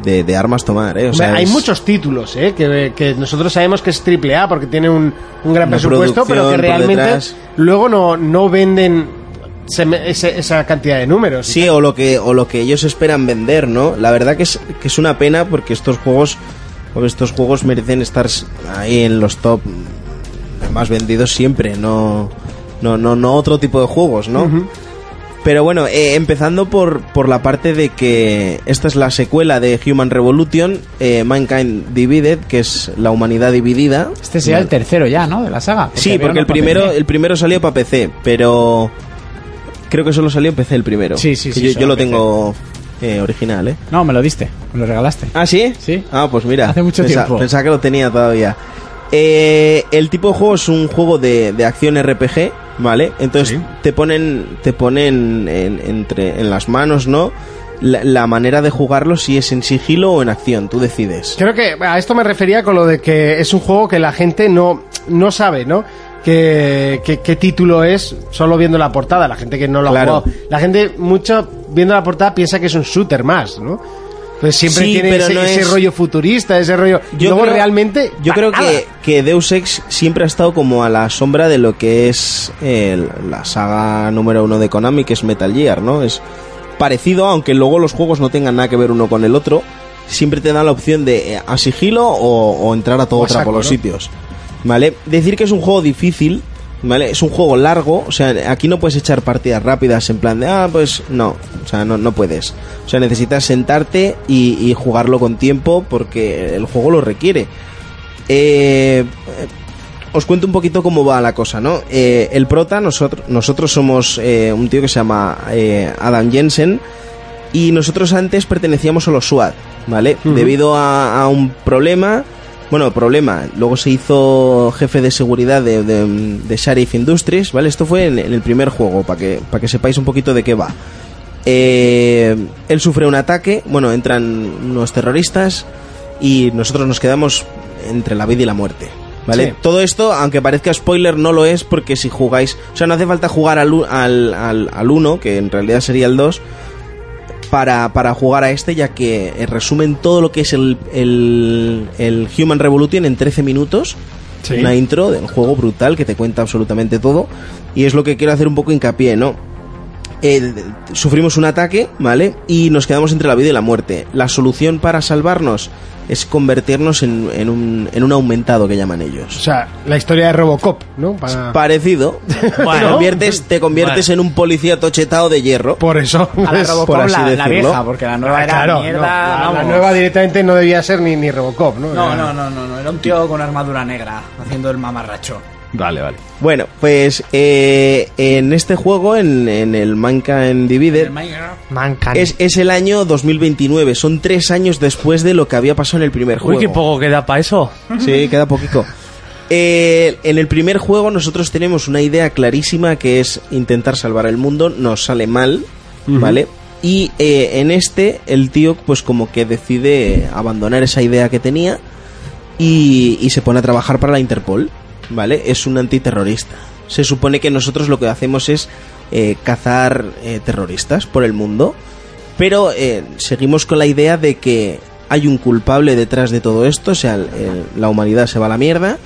[SPEAKER 4] De, de armas tomar, ¿eh? O
[SPEAKER 2] Hombre,
[SPEAKER 4] sea,
[SPEAKER 2] hay
[SPEAKER 4] es-
[SPEAKER 2] muchos títulos ¿eh? que, que nosotros sabemos que es triple A porque tiene un, un gran
[SPEAKER 4] Una
[SPEAKER 2] presupuesto, pero que
[SPEAKER 4] producción por
[SPEAKER 2] realmente
[SPEAKER 4] detrás.
[SPEAKER 2] luego no, no venden se- ese- esa cantidad de números.
[SPEAKER 4] Sí, o lo que, o lo que ellos esperan vender, ¿no? La verdad que es, que es una pena porque estos juegos, porque estos juegos merecen estar ahí en los top más vendidos siempre, no, no, no, no otro tipo de juegos, ¿no? Pero bueno, eh, empezando por, por la parte de que esta es la secuela de Human Revolution, eh, Mankind Divided, que es la humanidad dividida.
[SPEAKER 3] Este sería el tercero ya, ¿no? De la saga.
[SPEAKER 4] Sí,
[SPEAKER 3] había
[SPEAKER 4] porque
[SPEAKER 3] uno
[SPEAKER 4] el
[SPEAKER 3] para
[SPEAKER 4] primero,
[SPEAKER 3] PC.
[SPEAKER 4] el primero salió para PC, pero creo que solo salió en PC el primero.
[SPEAKER 3] Sí, sí,
[SPEAKER 4] Que
[SPEAKER 3] sí,
[SPEAKER 4] Yo,
[SPEAKER 3] solo
[SPEAKER 4] yo lo
[SPEAKER 3] en PC.
[SPEAKER 4] tengo eh, original, ¿eh?
[SPEAKER 3] No, me lo diste. Me lo regalaste.
[SPEAKER 4] ¿Ah, sí?
[SPEAKER 3] Sí.
[SPEAKER 4] Ah, pues mira.
[SPEAKER 3] Hace mucho
[SPEAKER 4] pensa-
[SPEAKER 3] tiempo.
[SPEAKER 4] Pensaba que lo tenía todavía. Eh, el tipo de juego es un juego de, de acción RPG, ¿vale? Entonces te ponen, te ponen en, entre, en las manos, ¿no? La, la manera de jugarlo, si es en sigilo o en acción, tú decides.
[SPEAKER 2] Creo que a esto me refería con lo de que es un juego que la gente no, no sabe, ¿no? ¿Qué, qué, qué título es solo viendo la portada? La gente que no lo
[SPEAKER 4] Claro.
[SPEAKER 2] ha jugado. La gente, mucho viendo la portada, piensa que es un shooter más, ¿no? Entonces siempre
[SPEAKER 4] Sí,
[SPEAKER 2] tiene
[SPEAKER 4] pero
[SPEAKER 2] ese,
[SPEAKER 4] no
[SPEAKER 2] ese
[SPEAKER 4] es-
[SPEAKER 2] rollo futurista, ese rollo. Luego realmente.
[SPEAKER 4] yo
[SPEAKER 2] para
[SPEAKER 4] creo que, que Deus Ex siempre ha estado como a la sombra de lo que es eh, la saga número uno de Konami, que es Metal Gear, ¿no? Es parecido, aunque luego los juegos no tengan nada que ver uno con el otro, siempre te dan la opción de eh, a sigilo o, o entrar a todo
[SPEAKER 2] O a
[SPEAKER 4] otra
[SPEAKER 2] saco,
[SPEAKER 4] por los
[SPEAKER 2] ¿no?
[SPEAKER 4] sitios. ¿Vale? Decir que es un juego difícil, ¿vale? Es un juego largo, o sea, aquí no puedes echar partidas rápidas en plan de, ah, pues no, o sea, no, no puedes. O sea, necesitas sentarte y, y jugarlo con tiempo porque el juego lo requiere. Eh, os cuento un poquito cómo va la cosa, ¿no? Eh, el prota, nosotros, nosotros somos eh, un tío que se llama eh, Adam Jensen y nosotros antes pertenecíamos a los SWAT, ¿vale? Debido a, a un problema, bueno, problema, luego se hizo jefe de seguridad de, de, de Sharif Industries, ¿vale? Esto fue en, en el primer juego, para que, para que sepáis un poquito de qué va. Eh, él sufre un ataque, bueno, entran unos terroristas y nosotros nos quedamos entre la vida y la muerte. ¿Vale?
[SPEAKER 2] Sí.
[SPEAKER 4] Todo esto, aunque parezca spoiler, no lo es porque si jugáis... O sea, no hace falta jugar al 1, al, al, al uno, que en realidad sería el 2, para, para jugar a este, ya que eh, resumen todo lo que es el, el, el Human Revolution en 13 minutos. Una intro de un juego brutal que te cuenta absolutamente todo. Y es lo que quiero hacer un poco hincapié, ¿no? el- sufrimos un ataque, ¿vale? Y nos quedamos entre la vida y la muerte. La solución para salvarnos es convertirnos en, en un, en un aumentado que llaman
[SPEAKER 2] O
[SPEAKER 4] ellos.
[SPEAKER 2] sea, la historia de Robocop, ¿no? Para-
[SPEAKER 4] Parecido.
[SPEAKER 3] Ah. (laughs) Bueno.
[SPEAKER 4] te conviertes, te conviertes en un policía tochetado de hierro.
[SPEAKER 2] Por eso.
[SPEAKER 3] A la
[SPEAKER 2] es-
[SPEAKER 3] Robocop,
[SPEAKER 4] por así
[SPEAKER 3] la, la
[SPEAKER 4] decirlo.
[SPEAKER 3] vieja, Ah, porque la nueva era
[SPEAKER 2] Claro,
[SPEAKER 3] mierda.
[SPEAKER 2] no, la, la
[SPEAKER 3] vamos.
[SPEAKER 2] nueva directamente no debía ser ni, ni Robocop, ¿no?
[SPEAKER 3] No,
[SPEAKER 2] Era-
[SPEAKER 3] no, no, no, no, era un tío con armadura negra haciendo el mamarracho.
[SPEAKER 11] Vale, vale.
[SPEAKER 4] Bueno, pues eh, en este juego, en, en el Mankind Divided,
[SPEAKER 3] El Minecraft.
[SPEAKER 5] Mancan.
[SPEAKER 4] es, es el año 2029. Son tres años después de lo que había pasado en el primer
[SPEAKER 5] Uy,
[SPEAKER 4] juego.
[SPEAKER 5] qué poco queda para eso.
[SPEAKER 4] Sí, queda poquito. Eh, en el primer juego nosotros tenemos una idea clarísima que es intentar salvar el mundo, nos sale mal, ¿vale? Y eh, en este el tío pues como que decide abandonar esa idea que tenía y, y se pone a trabajar para la Interpol, ¿vale? Es un antiterrorista. Se supone que nosotros lo que hacemos es eh, cazar eh, terroristas por el mundo, pero eh, seguimos con la idea de que hay un culpable detrás de todo esto, o sea, el- el- la humanidad se va a la mierda.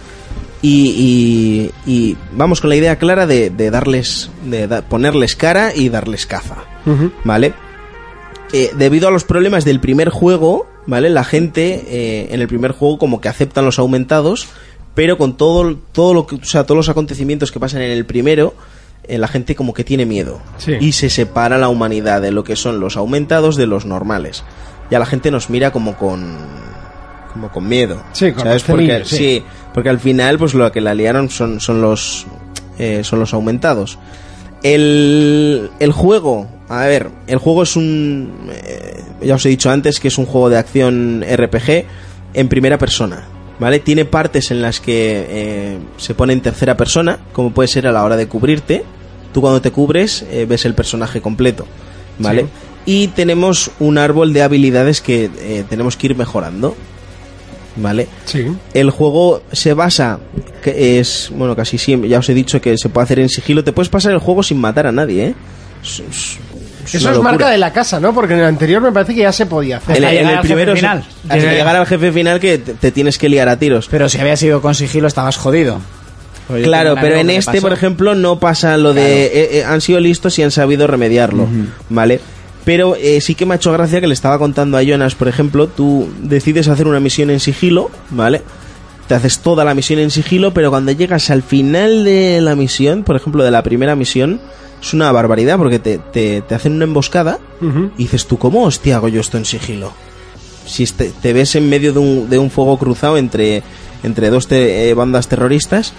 [SPEAKER 4] Y, y- y vamos con la idea clara de, de darles, de da- ponerles cara y darles caza, ¿vale? Eh, debido a los problemas del primer juego, ¿vale? La gente eh, en el primer juego como que aceptan los aumentados, pero con todo, todo lo que, o sea, todos los acontecimientos que pasan en el primero, eh, la gente como que tiene miedo.
[SPEAKER 2] Sí.
[SPEAKER 4] Y se separa la humanidad de lo que son los aumentados de los normales. Ya la gente nos mira como con como con miedo.
[SPEAKER 2] Sí, con
[SPEAKER 4] ¿sabes?
[SPEAKER 2] recelo,
[SPEAKER 4] Porque,
[SPEAKER 2] sí.
[SPEAKER 4] sí, porque al final pues lo que la liaron son, son los eh, son los aumentados. El, el juego, a ver, el juego es un... eh, ya os he dicho antes que es un juego de acción RPG en primera persona, ¿vale? Tiene partes en las que eh, se pone en tercera persona, como puede ser a la hora de cubrirte. Tú cuando te cubres eh, ves el personaje completo, ¿vale? Y tenemos un árbol de habilidades que eh, tenemos que ir mejorando, ¿vale?
[SPEAKER 2] Sí.
[SPEAKER 4] El juego se basa, que es, bueno, casi siempre, ya os he dicho que se puede hacer en sigilo. Te puedes pasar el juego sin matar a nadie, ¿eh? Es- es- es
[SPEAKER 2] Eso
[SPEAKER 4] una
[SPEAKER 2] es
[SPEAKER 4] locura.
[SPEAKER 2] marca de la casa, ¿no? Porque en el anterior me parece que ya se podía hacer.
[SPEAKER 4] En,
[SPEAKER 3] Hasta
[SPEAKER 4] en
[SPEAKER 3] llegar
[SPEAKER 4] el
[SPEAKER 3] al jefe
[SPEAKER 4] primero, se-
[SPEAKER 3] final.
[SPEAKER 4] hasta
[SPEAKER 3] Llegar-
[SPEAKER 4] llegar al jefe final que te, te tienes que liar a tiros.
[SPEAKER 3] Pero si había sido con sigilo estabas jodido. Oye,
[SPEAKER 4] Claro,
[SPEAKER 3] tengo un
[SPEAKER 4] pero
[SPEAKER 3] amigo
[SPEAKER 4] en
[SPEAKER 3] que le
[SPEAKER 4] este,
[SPEAKER 3] pasó.
[SPEAKER 4] por ejemplo, no pasa lo de... eh, eh, han sido listos y han sabido remediarlo, ¿vale? Pero eh, sí que me ha hecho gracia que le estaba contando a Jonas, por ejemplo, tú decides hacer una misión en sigilo, ¿vale? Te haces toda la misión en sigilo, pero cuando llegas al final de la misión, por ejemplo, de la primera misión, es una barbaridad porque te, te- te hacen una emboscada y dices tú, ¿cómo hostia hago yo esto en sigilo? si este- te, ves en medio de un, de un fuego cruzado entre, entre dos te- eh, bandas terroristas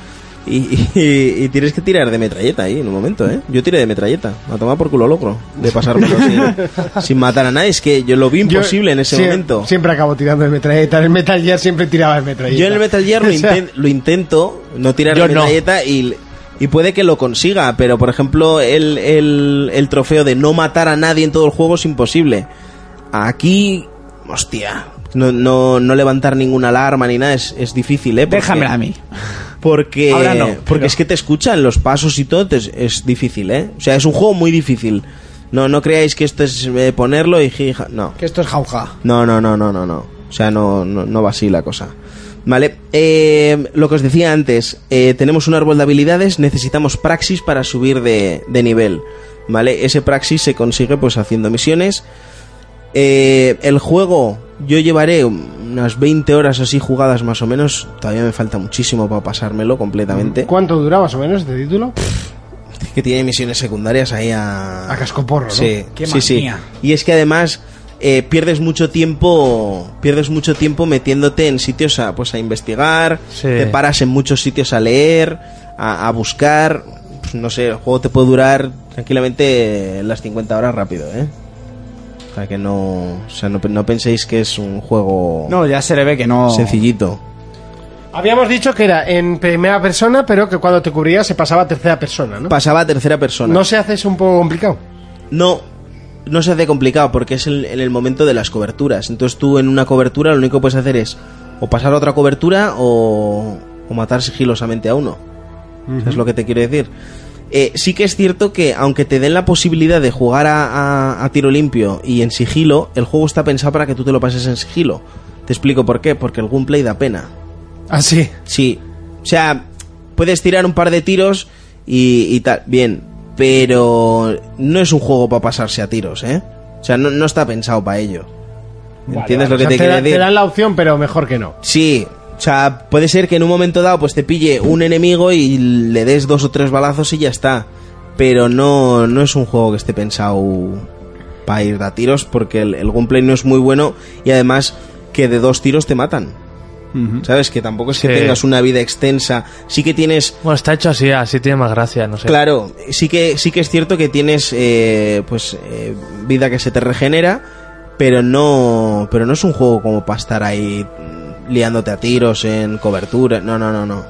[SPEAKER 4] y, y- y tienes que tirar de metralleta ahí en un momento, ¿eh? Yo tiré de metralleta, a tomar por culo logro, de pasármelo sin, sin matar a nadie, es que yo lo vi
[SPEAKER 2] Yo
[SPEAKER 4] imposible en ese
[SPEAKER 2] sie-
[SPEAKER 4] momento.
[SPEAKER 2] Siempre acabo tirando de metralleta. En el Metal Gear siempre tiraba de metralleta.
[SPEAKER 4] Yo en el
[SPEAKER 2] (laughs)
[SPEAKER 4] Metal Gear lo,
[SPEAKER 2] O
[SPEAKER 3] (laughs)
[SPEAKER 2] sea,
[SPEAKER 4] inten- lo intento, no tirar la
[SPEAKER 5] Yo no.
[SPEAKER 4] metralleta y, y puede que lo consiga, pero por ejemplo el, el- el trofeo de no matar a nadie en todo el juego es imposible. Aquí, hostia, no, no, no levantar ninguna alarma ni nada es, es difícil, ¿eh? Porque-
[SPEAKER 3] Déjamela a mí.
[SPEAKER 4] Porque,
[SPEAKER 3] Ahora no,
[SPEAKER 4] porque
[SPEAKER 3] pero-
[SPEAKER 4] es que te escuchan los pasos y todo, te- es, difícil, ¿eh? O sea, es un juego muy difícil. No, no creáis que esto es eh, ponerlo y jija, no.
[SPEAKER 3] Que esto es jauja.
[SPEAKER 4] No, no, no, no, no, no. O sea, no, no, no va así la cosa. Vale, eh, lo que os decía antes, eh, tenemos un árbol de habilidades, necesitamos praxis para subir de, de nivel. Vale, ese praxis se consigue pues haciendo misiones. Eh, el juego, yo llevaré unas 20 horas así jugadas más o menos. Todavía me falta muchísimo para pasármelo completamente.
[SPEAKER 2] ¿Cuánto dura más o menos este título?
[SPEAKER 4] Que tiene misiones secundarias ahí a.
[SPEAKER 2] A cascoporro, ¿no?
[SPEAKER 4] Sí,
[SPEAKER 3] Qué
[SPEAKER 4] sí, sí.
[SPEAKER 3] manía.
[SPEAKER 4] Y es que además eh, pierdes mucho tiempo, pierdes mucho tiempo metiéndote en sitios a, pues a investigar,
[SPEAKER 5] Sí.
[SPEAKER 4] te paras en muchos sitios a leer, a, a buscar, Pues no sé, el juego te puede durar tranquilamente las 50 horas rápido, ¿eh? Para que no, o sea, no, pe- no penséis que es un juego
[SPEAKER 3] No, ya se le ve que no.
[SPEAKER 4] sencillito.
[SPEAKER 2] Habíamos dicho que era en primera persona, pero que cuando te cubría se pasaba a tercera persona, ¿no?
[SPEAKER 4] Pasaba a tercera persona.
[SPEAKER 2] ¿No se hace eso un poco complicado?
[SPEAKER 4] No, no se hace complicado porque es el- en el momento de las coberturas. Entonces tú en una cobertura lo único que puedes hacer es o pasar a otra cobertura o, o matar sigilosamente a uno. Es lo que te quiero decir. Eh, sí que es cierto que aunque te den la posibilidad de jugar a, a- a tiro limpio y en sigilo, el juego está pensado para que tú te lo pases en sigilo. Te explico por qué, porque el gunplay da pena.
[SPEAKER 2] Ah, sí.
[SPEAKER 4] Sí. O sea, puedes tirar un par de tiros y, y tal. Bien. pero no es un juego para pasarse a tiros, ¿eh? O sea, no, no está pensado para ello. ¿Entiendes
[SPEAKER 2] O
[SPEAKER 4] lo que
[SPEAKER 2] sea,
[SPEAKER 4] te,
[SPEAKER 2] te,
[SPEAKER 4] quiero
[SPEAKER 2] da-
[SPEAKER 4] decir?
[SPEAKER 2] te dan la opción, pero mejor que no.
[SPEAKER 4] Sí, o sea, puede ser que en un momento dado pues te pille un enemigo y le des dos o tres balazos y ya está. Pero no, no es un juego que esté pensado para ir a tiros porque el, el gameplay no es muy bueno y además que de dos tiros te matan. ¿Sabes? Que tampoco es que
[SPEAKER 5] Sí.
[SPEAKER 4] tengas una vida extensa. Sí que tienes
[SPEAKER 5] Bueno, está hecho así, así tiene más gracia, no sé.
[SPEAKER 4] Claro, sí que, sí que es cierto que tienes eh, pues eh, vida que se te regenera, pero no, pero no es un juego como para estar ahí mm, liándote a tiros en cobertura. No, no, no, no.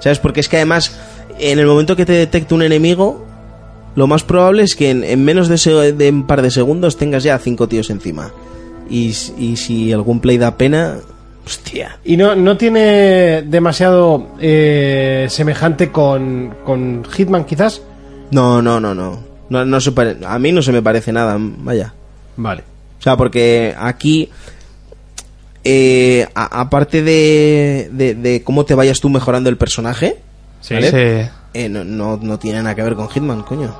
[SPEAKER 4] ¿Sabes? Porque es que además, en el momento que te detecta un enemigo, lo más probable es que en, en menos de, se- de un par de segundos tengas ya cinco tíos encima. Y, s- y si algún play da pena, hostia.
[SPEAKER 2] Y no, no tiene demasiado eh, semejante con, con Hitman, quizás.
[SPEAKER 4] No, no, no, no. No, no se pare- a mí no se me parece nada, vaya.
[SPEAKER 2] Vale.
[SPEAKER 4] O sea, porque aquí, eh, a- aparte de, de, de cómo te vayas tú mejorando el personaje,
[SPEAKER 5] Sí,
[SPEAKER 4] ¿vale?
[SPEAKER 5] sí.
[SPEAKER 4] eh, no, no, no tiene nada que ver con Hitman, coño.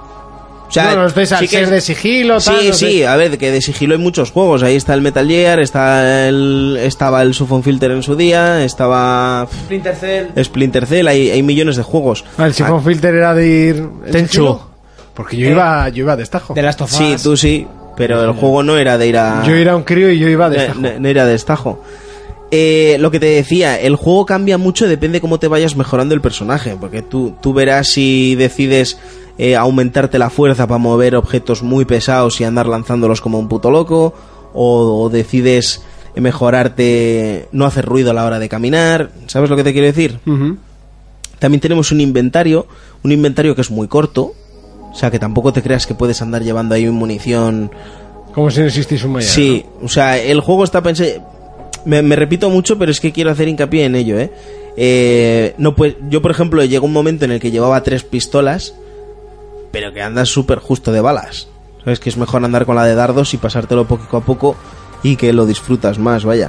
[SPEAKER 4] O sea,
[SPEAKER 2] no, los ves al
[SPEAKER 4] sí que
[SPEAKER 2] ser
[SPEAKER 4] es-
[SPEAKER 2] de sigilo, tal,
[SPEAKER 4] sí,
[SPEAKER 2] no sé.
[SPEAKER 4] sí, a ver, que de sigilo hay muchos juegos. Ahí está el Metal Gear, está el, estaba el Sufon Filter en su día, estaba pff,
[SPEAKER 7] Splinter Cell.
[SPEAKER 4] Splinter Cell, hay, hay millones de juegos.
[SPEAKER 2] Ah, El Siphon Filter era de ir... ¿el
[SPEAKER 5] Tenchu.
[SPEAKER 2] sigilo? Porque yo
[SPEAKER 4] Eh,
[SPEAKER 2] iba, yo iba a destajo.
[SPEAKER 3] De las tofas.
[SPEAKER 4] Sí, tú sí, pero el juego no era de ir a...
[SPEAKER 2] Yo era un crío y yo iba a destajo.
[SPEAKER 4] No, no- no era destajo. Eh, lo que te decía, el juego cambia mucho, depende cómo te vayas mejorando el personaje, porque tú, tú verás si decides eh, aumentarte la fuerza para mover objetos muy pesados y andar lanzándolos como un puto loco, o, o decides eh, mejorarte, no hacer ruido a la hora de caminar, ¿sabes lo que te quiero decir?
[SPEAKER 2] Ujú.
[SPEAKER 4] También tenemos un inventario, un inventario que es muy corto, o sea que tampoco te creas que puedes andar llevando ahí munición
[SPEAKER 2] Como si no existiese un mañana.
[SPEAKER 4] Sí, o sea, el juego está pensado. Me, me repito mucho, pero es que quiero hacer hincapié en ello, ¿eh? Eh, no, pues, yo, por ejemplo, llegó un momento en el que llevaba tres pistolas, pero que andas súper justo de balas. ¿Sabes? Que es mejor andar con la de dardos y pasártelo poco a poco y que lo disfrutas más, vaya.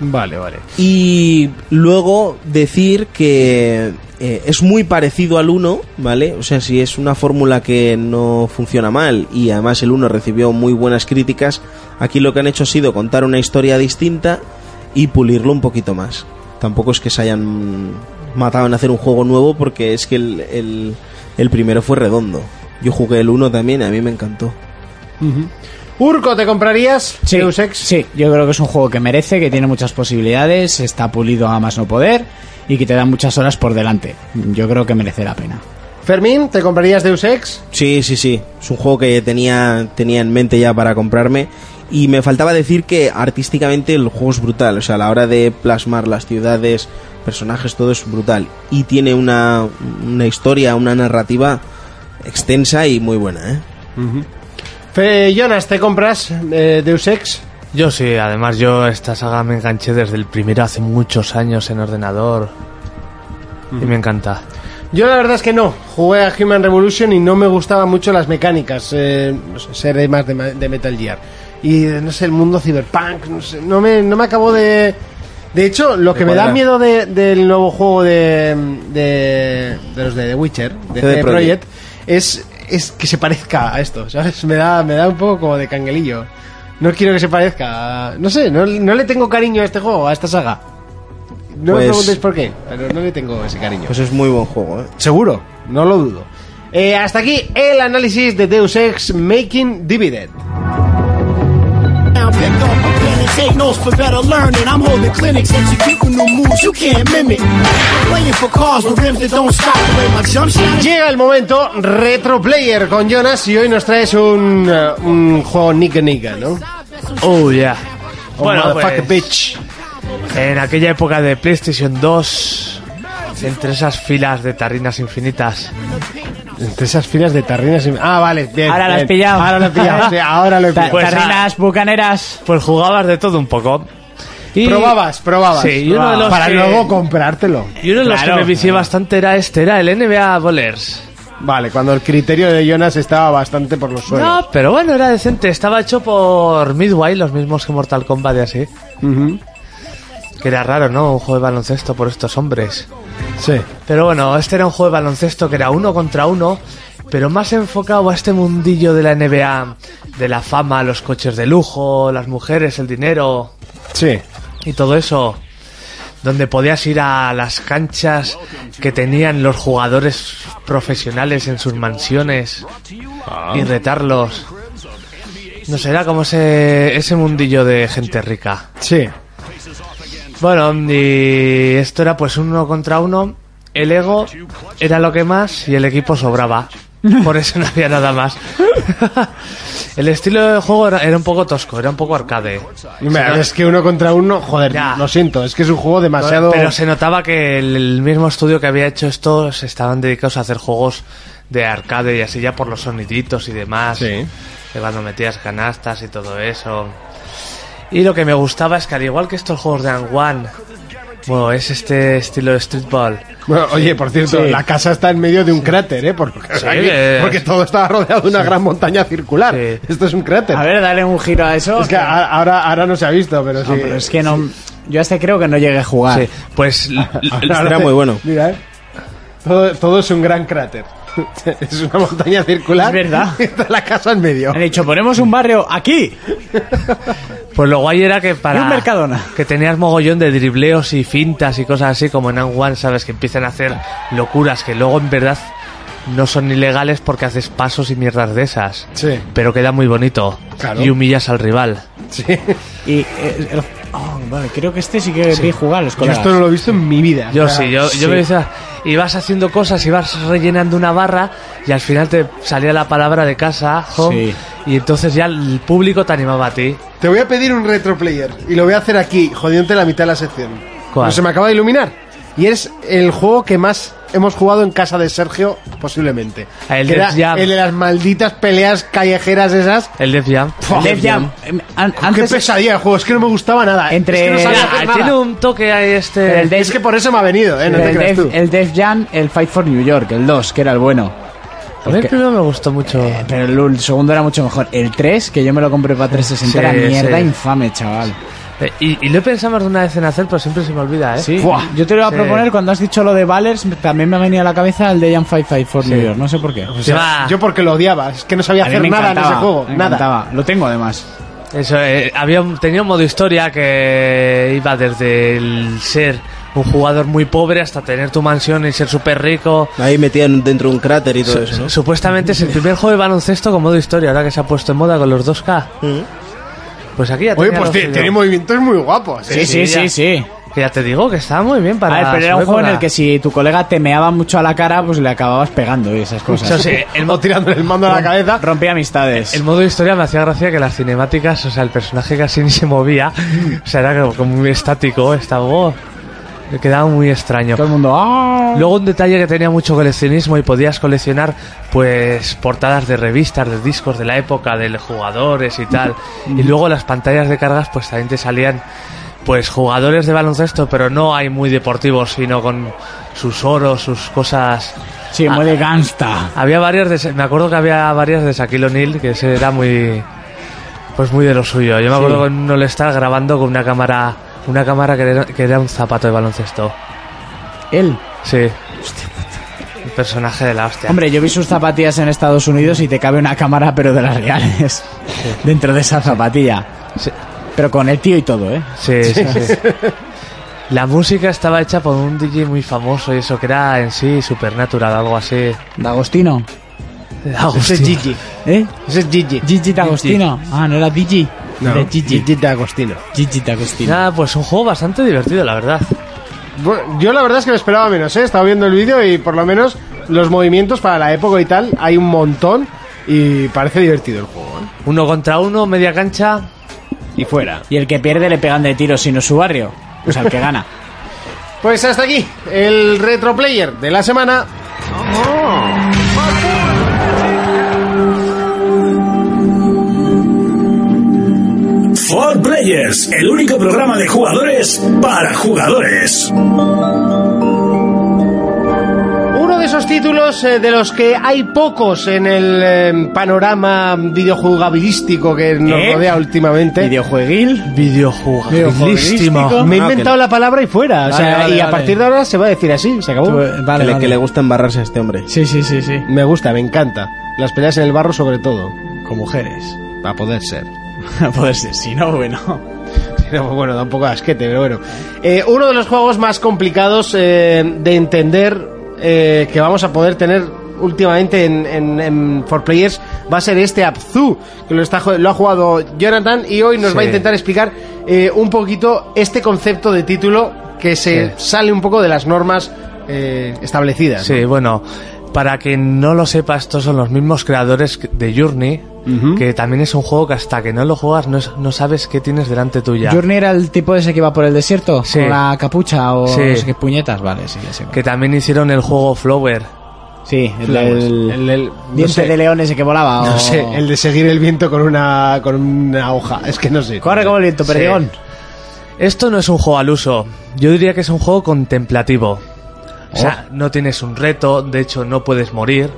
[SPEAKER 2] ¿no? Vale, vale.
[SPEAKER 4] Y luego decir que eh, es muy parecido al 1, ¿vale? O sea, si es una fórmula que no funciona mal y además el 1 recibió muy buenas críticas, aquí lo que han hecho ha sido contar una historia distinta y pulirlo un poquito más. Tampoco es que se hayan matado en hacer un juego nuevo porque es que el, el- el primero fue redondo. Yo jugué el 1 también, a mí me encantó.
[SPEAKER 2] Urco, ¿te comprarías
[SPEAKER 3] Sí,
[SPEAKER 2] Deus Ex?
[SPEAKER 3] sí, yo creo que es un juego que merece, que tiene muchas posibilidades, está pulido a más no poder y que te da muchas horas por delante. Yo creo que merece la pena.
[SPEAKER 2] Fermín, ¿te comprarías Deus Ex?
[SPEAKER 4] Sí, sí, sí. Es un juego que tenía, tenía en mente ya para comprarme. Y me faltaba decir que artísticamente el juego es brutal. O sea, a la hora de plasmar las ciudades, personajes, todo es brutal. Y tiene una, una historia, una narrativa extensa y muy buena, ¿eh?
[SPEAKER 2] Fe, Jonas, ¿te compras eh, Deus Ex?
[SPEAKER 5] Yo sí, además yo esta saga me enganché desde el primero hace muchos años en ordenador. Y me encanta.
[SPEAKER 2] Yo la verdad es que no. Jugué a Human Revolution y no me gustaban mucho las mecánicas. eh, no sé, seré más de, ma- de Metal Gear. Y eh, no sé, el mundo cyberpunk, no sé, no me, no me acabo de... De hecho, lo que me da
[SPEAKER 4] cuadrar.
[SPEAKER 2] miedo de- del nuevo juego de, de, de los de The Witcher, de
[SPEAKER 4] CD
[SPEAKER 2] CD Projekt,
[SPEAKER 4] Projekt,
[SPEAKER 2] es, es que se parezca a esto, ¿sabes? Me da, me da un poco como de canguelillo. No quiero que se parezca. a- No sé, no, no le tengo cariño a este juego, a esta saga. No me
[SPEAKER 4] Pues-
[SPEAKER 2] preguntéis por qué, pero no le tengo ese cariño.
[SPEAKER 4] Pues es muy buen juego, ¿eh?
[SPEAKER 2] Seguro, no lo dudo. Eh, hasta aquí el análisis de Deus Ex Making Dividend.
[SPEAKER 10] Now pick up a pen and take notes for better learning. I'm holding clinics, executing new moves you can't mimic. Playing for cars with rims that don't stop the way my jump shot is.
[SPEAKER 2] Llega el momento Retro Player con Jonas y hoy nos traes un, eh, un juego nica nica, ¿no?
[SPEAKER 5] Oh, yeah.
[SPEAKER 2] Oh,
[SPEAKER 5] Bueno,
[SPEAKER 2] motherfucker
[SPEAKER 5] pues,
[SPEAKER 2] bitch.
[SPEAKER 5] en aquella época de PlayStation 2, entre esas filas de tarrinas infinitas,
[SPEAKER 2] Entre esas filas de tarrinas y... Ah, vale, bien.
[SPEAKER 3] Ahora lo has
[SPEAKER 5] Eh,
[SPEAKER 2] bien.
[SPEAKER 3] pillado.
[SPEAKER 2] Ahora lo he pillado, (laughs) sí, ahora lo he
[SPEAKER 3] (laughs) Ta-
[SPEAKER 2] pillado.
[SPEAKER 5] Pues, ah.
[SPEAKER 3] Tarrinas, bucaneras.
[SPEAKER 5] pues jugabas de todo un poco. Y-
[SPEAKER 2] ah, probabas, probabas.
[SPEAKER 5] Sí, y uno de los
[SPEAKER 2] Para
[SPEAKER 5] que-
[SPEAKER 2] luego comprártelo.
[SPEAKER 5] Y uno de los
[SPEAKER 3] Claro.
[SPEAKER 5] que me vicié bastante era este, era el NBA Bowlers.
[SPEAKER 2] Vale, cuando el criterio de Jonas estaba bastante por los suelos.
[SPEAKER 5] No, pero bueno, era decente. Estaba hecho por Midway, los mismos que Mortal Kombat y así.
[SPEAKER 2] Ujú,
[SPEAKER 5] Que era raro, ¿no? Un juego de baloncesto por estos hombres.
[SPEAKER 2] Sí.
[SPEAKER 5] Pero bueno, este era un juego de baloncesto que era uno contra uno pero más enfocado a este mundillo de la NBA, de la fama, los coches de lujo, las mujeres, el dinero
[SPEAKER 2] Sí.
[SPEAKER 5] y todo eso. Donde podías ir a las canchas que tenían los jugadores profesionales en sus mansiones y retarlos. No será como ese, ese mundillo de gente rica.
[SPEAKER 2] Sí.
[SPEAKER 5] Bueno, y esto era pues uno contra uno. El ego era lo que más y el equipo sobraba. Por eso no había nada más. (laughs) el estilo de juego era, era un poco tosco, era un poco arcade.
[SPEAKER 2] Mira, es que uno contra uno, joder,
[SPEAKER 5] Ya.
[SPEAKER 2] lo siento, es que es un juego demasiado.
[SPEAKER 5] Pero se notaba que el, el mismo estudio que había hecho esto se estaban dedicados a hacer juegos de arcade y así ya por los soniditos y demás.
[SPEAKER 2] Sí.
[SPEAKER 5] De cuando metías canastas y todo eso. Y lo que me gustaba es que al igual que estos juegos de And One, bueno, es este estilo de streetball.
[SPEAKER 2] Bueno, oye, por cierto, la casa está en medio de un cráter, ¿eh? Porque,
[SPEAKER 5] que-
[SPEAKER 2] porque todo está rodeado de una gran montaña circular.
[SPEAKER 5] Sí.
[SPEAKER 2] Esto es un cráter.
[SPEAKER 3] A ver, dale un giro a eso.
[SPEAKER 2] es que a- ahora, ahora no se ha visto, pero sí.
[SPEAKER 3] No, Ah, pero es que no. Yo hasta creo que no llegué a jugar.
[SPEAKER 5] Sí,
[SPEAKER 2] (laughs)
[SPEAKER 5] pues l- l-
[SPEAKER 2] Ah. Ahora
[SPEAKER 4] Estará
[SPEAKER 2] te-
[SPEAKER 4] Este muy bueno.
[SPEAKER 2] Mira, ¿eh? Todo, todo es un gran cráter. (laughs) es una montaña circular.
[SPEAKER 3] Es verdad.
[SPEAKER 2] (laughs) y está la casa en medio.
[SPEAKER 3] Han dicho, ponemos un barrio aquí.
[SPEAKER 5] pues lo guay era que para
[SPEAKER 3] Y un Mercadona.
[SPEAKER 5] que tenías mogollón de dribleos y fintas y cosas así como en Anguan, sabes que empiezan a hacer locuras que luego en verdad no son ilegales porque haces pasos y mierdas de esas.
[SPEAKER 2] Sí.
[SPEAKER 5] Pero queda muy bonito
[SPEAKER 2] Claro.
[SPEAKER 5] y humillas al rival.
[SPEAKER 2] Sí.
[SPEAKER 3] Y. eh, el- oh, vale, creo que este sí que vi jugar a los
[SPEAKER 2] Yo
[SPEAKER 3] colegas.
[SPEAKER 2] esto no lo he visto en mi vida.
[SPEAKER 5] Yo
[SPEAKER 2] O sea,
[SPEAKER 5] sí, yo, yo me decía, y vas haciendo cosas y vas rellenando una barra y al final te salía la palabra de casa, home,
[SPEAKER 3] Sí.
[SPEAKER 5] y entonces ya el público te animaba a ti.
[SPEAKER 2] Te voy a pedir un retroplayer y lo voy a hacer aquí, jodiéndote la mitad de la sección.
[SPEAKER 5] ¿Cuál?
[SPEAKER 2] Pero se me acaba de iluminar. Y es el juego que más hemos jugado en casa de Sergio, posiblemente.
[SPEAKER 5] Ah, el
[SPEAKER 2] Que
[SPEAKER 5] Def
[SPEAKER 2] era
[SPEAKER 5] Jam.
[SPEAKER 2] el de las malditas peleas callejeras esas.
[SPEAKER 5] El Def Jam.
[SPEAKER 3] Def Jam. eh, an-
[SPEAKER 2] Qué
[SPEAKER 3] antes-
[SPEAKER 2] pesadilla de juego, es que no me gustaba nada.
[SPEAKER 3] Entre-
[SPEAKER 2] Es que, no sabía
[SPEAKER 5] Ah,
[SPEAKER 2] hacer nada.
[SPEAKER 5] tiene un toque ahí este...
[SPEAKER 3] Pero el Def-
[SPEAKER 2] Es que por eso me ha venido, ¿eh? No te
[SPEAKER 3] el,
[SPEAKER 2] creas
[SPEAKER 3] Def,
[SPEAKER 2] tú.
[SPEAKER 3] el Def Jam, el Fight for New York, el 2, que era el bueno.
[SPEAKER 5] A mí el
[SPEAKER 3] Porque-
[SPEAKER 5] primero me gustó mucho.
[SPEAKER 3] pero el, el segundo era mucho mejor. El 3, que yo me lo compré para 360, era
[SPEAKER 5] Sí,
[SPEAKER 3] mierda
[SPEAKER 5] sí.
[SPEAKER 3] infame, chaval.
[SPEAKER 5] Eh, y, y lo he pensado más de una vez en hacer, pero siempre se me olvida, ¿eh?
[SPEAKER 3] Sí, yo te lo iba a
[SPEAKER 5] Sí.
[SPEAKER 3] proponer cuando has dicho lo de Valers, también me ha venido a la cabeza el de Jam 554 New York, no sé por qué.
[SPEAKER 5] O sea,
[SPEAKER 2] Yo porque lo odiaba, es que no sabía
[SPEAKER 3] ah. A mí
[SPEAKER 2] hacer
[SPEAKER 3] me
[SPEAKER 2] nada en ese
[SPEAKER 3] encantaba,
[SPEAKER 2] juego,
[SPEAKER 3] me
[SPEAKER 2] nada.
[SPEAKER 3] encantaba. Lo tengo además.
[SPEAKER 5] Eso, eh, había un- tenía un modo historia que iba desde el ser un jugador muy pobre hasta tener tu mansión y ser súper rico.
[SPEAKER 4] Ahí metían dentro un cráter y todo eso, ¿no?
[SPEAKER 5] Supuestamente es el primer juego de baloncesto con modo historia, ahora que se ha puesto en moda con los 2K. Pues aquí ya
[SPEAKER 2] Oye,
[SPEAKER 5] tenía
[SPEAKER 2] pues
[SPEAKER 5] los
[SPEAKER 2] ti-
[SPEAKER 5] suyos.
[SPEAKER 2] tiene movimientos muy guapos. ¿eh?
[SPEAKER 3] Sí, sí,
[SPEAKER 5] ya.
[SPEAKER 3] sí, sí.
[SPEAKER 5] Que ya te digo que estaba muy bien para.
[SPEAKER 3] A ver, pero era
[SPEAKER 5] su
[SPEAKER 3] un juego en
[SPEAKER 5] época.
[SPEAKER 3] el que si tu colega te meaba mucho a la cara, pues le acababas pegando y esas cosas.
[SPEAKER 5] Eso sí, el, mo-
[SPEAKER 2] O tirándole el mando a la cabeza.
[SPEAKER 3] Rompía amistades.
[SPEAKER 5] El modo historia me hacía gracia que las cinemáticas, o sea, el personaje casi ni se movía, o sea, era como, como muy estático, estaba oh, me quedaba muy extraño.
[SPEAKER 3] Todo el mundo. ¡ah!
[SPEAKER 5] Luego un detalle que tenía mucho coleccionismo y podías coleccionar pues portadas de revistas, de discos de la época, de los jugadores y tal. Y luego las pantallas de cargas pues también te salían pues jugadores de baloncesto, pero no hay muy deportivos, sino con sus oros, sus cosas
[SPEAKER 3] Sí,
[SPEAKER 5] Ah.
[SPEAKER 3] muy de gangsta.
[SPEAKER 5] había varias de, me acuerdo que había varias de Shaquille O'Neal que ese era muy pues muy de lo suyo. Yo me acuerdo que no le estaba grabando con una cámara, una cámara que era, que era un zapato de baloncesto.
[SPEAKER 3] Él.
[SPEAKER 5] Sí. Un personaje de la hostia.
[SPEAKER 3] Hombre, yo vi sus zapatillas en Estados Unidos y te cabe una cámara, pero de las reales. (laughs) Dentro de esa zapatilla.
[SPEAKER 5] Sí.
[SPEAKER 3] Pero con el tío y todo, ¿eh?
[SPEAKER 5] Sí, sí, sí. La música estaba hecha por un DJ muy famoso y eso que era en sí supernatural, algo así.
[SPEAKER 3] D'Agostino.
[SPEAKER 2] Ese es
[SPEAKER 5] Hostia.
[SPEAKER 2] Gigi.
[SPEAKER 3] ¿Eh?
[SPEAKER 2] Ese es Gigi.
[SPEAKER 3] Gigi D'Agostino. Ah, no era Gigi. De Gigi.
[SPEAKER 2] Gigi de Agostino.
[SPEAKER 3] Gigi D'Agostino.
[SPEAKER 5] Nada, pues un juego bastante divertido, la verdad.
[SPEAKER 2] Bueno, yo la verdad es que me esperaba menos, ¿eh? Estaba viendo el vídeo y por lo menos los movimientos para la época y tal hay un montón y parece divertido el juego, ¿eh?
[SPEAKER 5] Uno contra uno, media cancha,
[SPEAKER 2] Y fuera.
[SPEAKER 3] Y el que pierde le pegan de tiros sino su barrio. Pues al que gana.
[SPEAKER 2] Pues hasta aquí el retro player de la semana.
[SPEAKER 6] For Players, el único programa de jugadores para jugadores.
[SPEAKER 2] Uno de esos títulos eh, de los que hay pocos en el eh, panorama videojugabilístico que nos
[SPEAKER 3] ¿Eh?
[SPEAKER 2] rodea últimamente.
[SPEAKER 3] Videojueguil.
[SPEAKER 5] Videojugabilístico.
[SPEAKER 2] Me he
[SPEAKER 4] Ah, que
[SPEAKER 2] inventado
[SPEAKER 4] no.
[SPEAKER 2] la palabra y fuera. o
[SPEAKER 3] Vale,
[SPEAKER 2] sea,
[SPEAKER 3] vale,
[SPEAKER 2] y a
[SPEAKER 3] vale.
[SPEAKER 2] partir de ahora se va a decir así. Se acabó.
[SPEAKER 3] Tú, eh,
[SPEAKER 4] que,
[SPEAKER 3] Vale,
[SPEAKER 4] le,
[SPEAKER 3] vale.
[SPEAKER 4] que le gusta embarrarse a este hombre.
[SPEAKER 3] Sí, sí, sí, sí.
[SPEAKER 2] Me gusta, me encanta. Las peleas en el barro sobre todo.
[SPEAKER 3] Con mujeres.
[SPEAKER 2] Para poder ser.
[SPEAKER 3] A poder ser, si no, bueno.
[SPEAKER 2] (laughs) Pero bueno, da un poco de asquete, pero bueno. Eh, uno de los juegos más complicados eh, de entender eh, que vamos a poder tener últimamente en, en, en For Players va a ser este Abzu, que lo, está, lo ha jugado Jonathan y hoy nos
[SPEAKER 5] Sí.
[SPEAKER 2] va a intentar explicar eh, un poquito este concepto de título que se
[SPEAKER 5] Sí.
[SPEAKER 2] sale un poco de las normas eh, establecidas.
[SPEAKER 5] Sí, bueno, para quien no lo sepa, estos son los mismos creadores de Journey, que también es un juego que hasta que no lo juegas no, es- no sabes qué tienes delante tuya.
[SPEAKER 3] Journey era el tipo ese que iba por el desierto
[SPEAKER 5] Sí.
[SPEAKER 3] con la capucha o
[SPEAKER 5] Sí.
[SPEAKER 3] no sé qué puñetas, vale, sí, ya sé cuál.
[SPEAKER 5] Que también hicieron el juego Flower.
[SPEAKER 3] Sí, el,
[SPEAKER 2] Vamos,
[SPEAKER 3] del-
[SPEAKER 2] el- el- no
[SPEAKER 3] diente
[SPEAKER 2] sé.
[SPEAKER 3] de león ese que volaba.
[SPEAKER 2] No
[SPEAKER 3] o-
[SPEAKER 2] sé, el de seguir el viento con una, con una hoja. Es que no sé.
[SPEAKER 3] Corre como el viento,
[SPEAKER 5] Sí.
[SPEAKER 3] perdigón.
[SPEAKER 5] Esto no es un juego al uso. Yo diría que es un juego contemplativo. O sea, no tienes un reto, de hecho no puedes morir.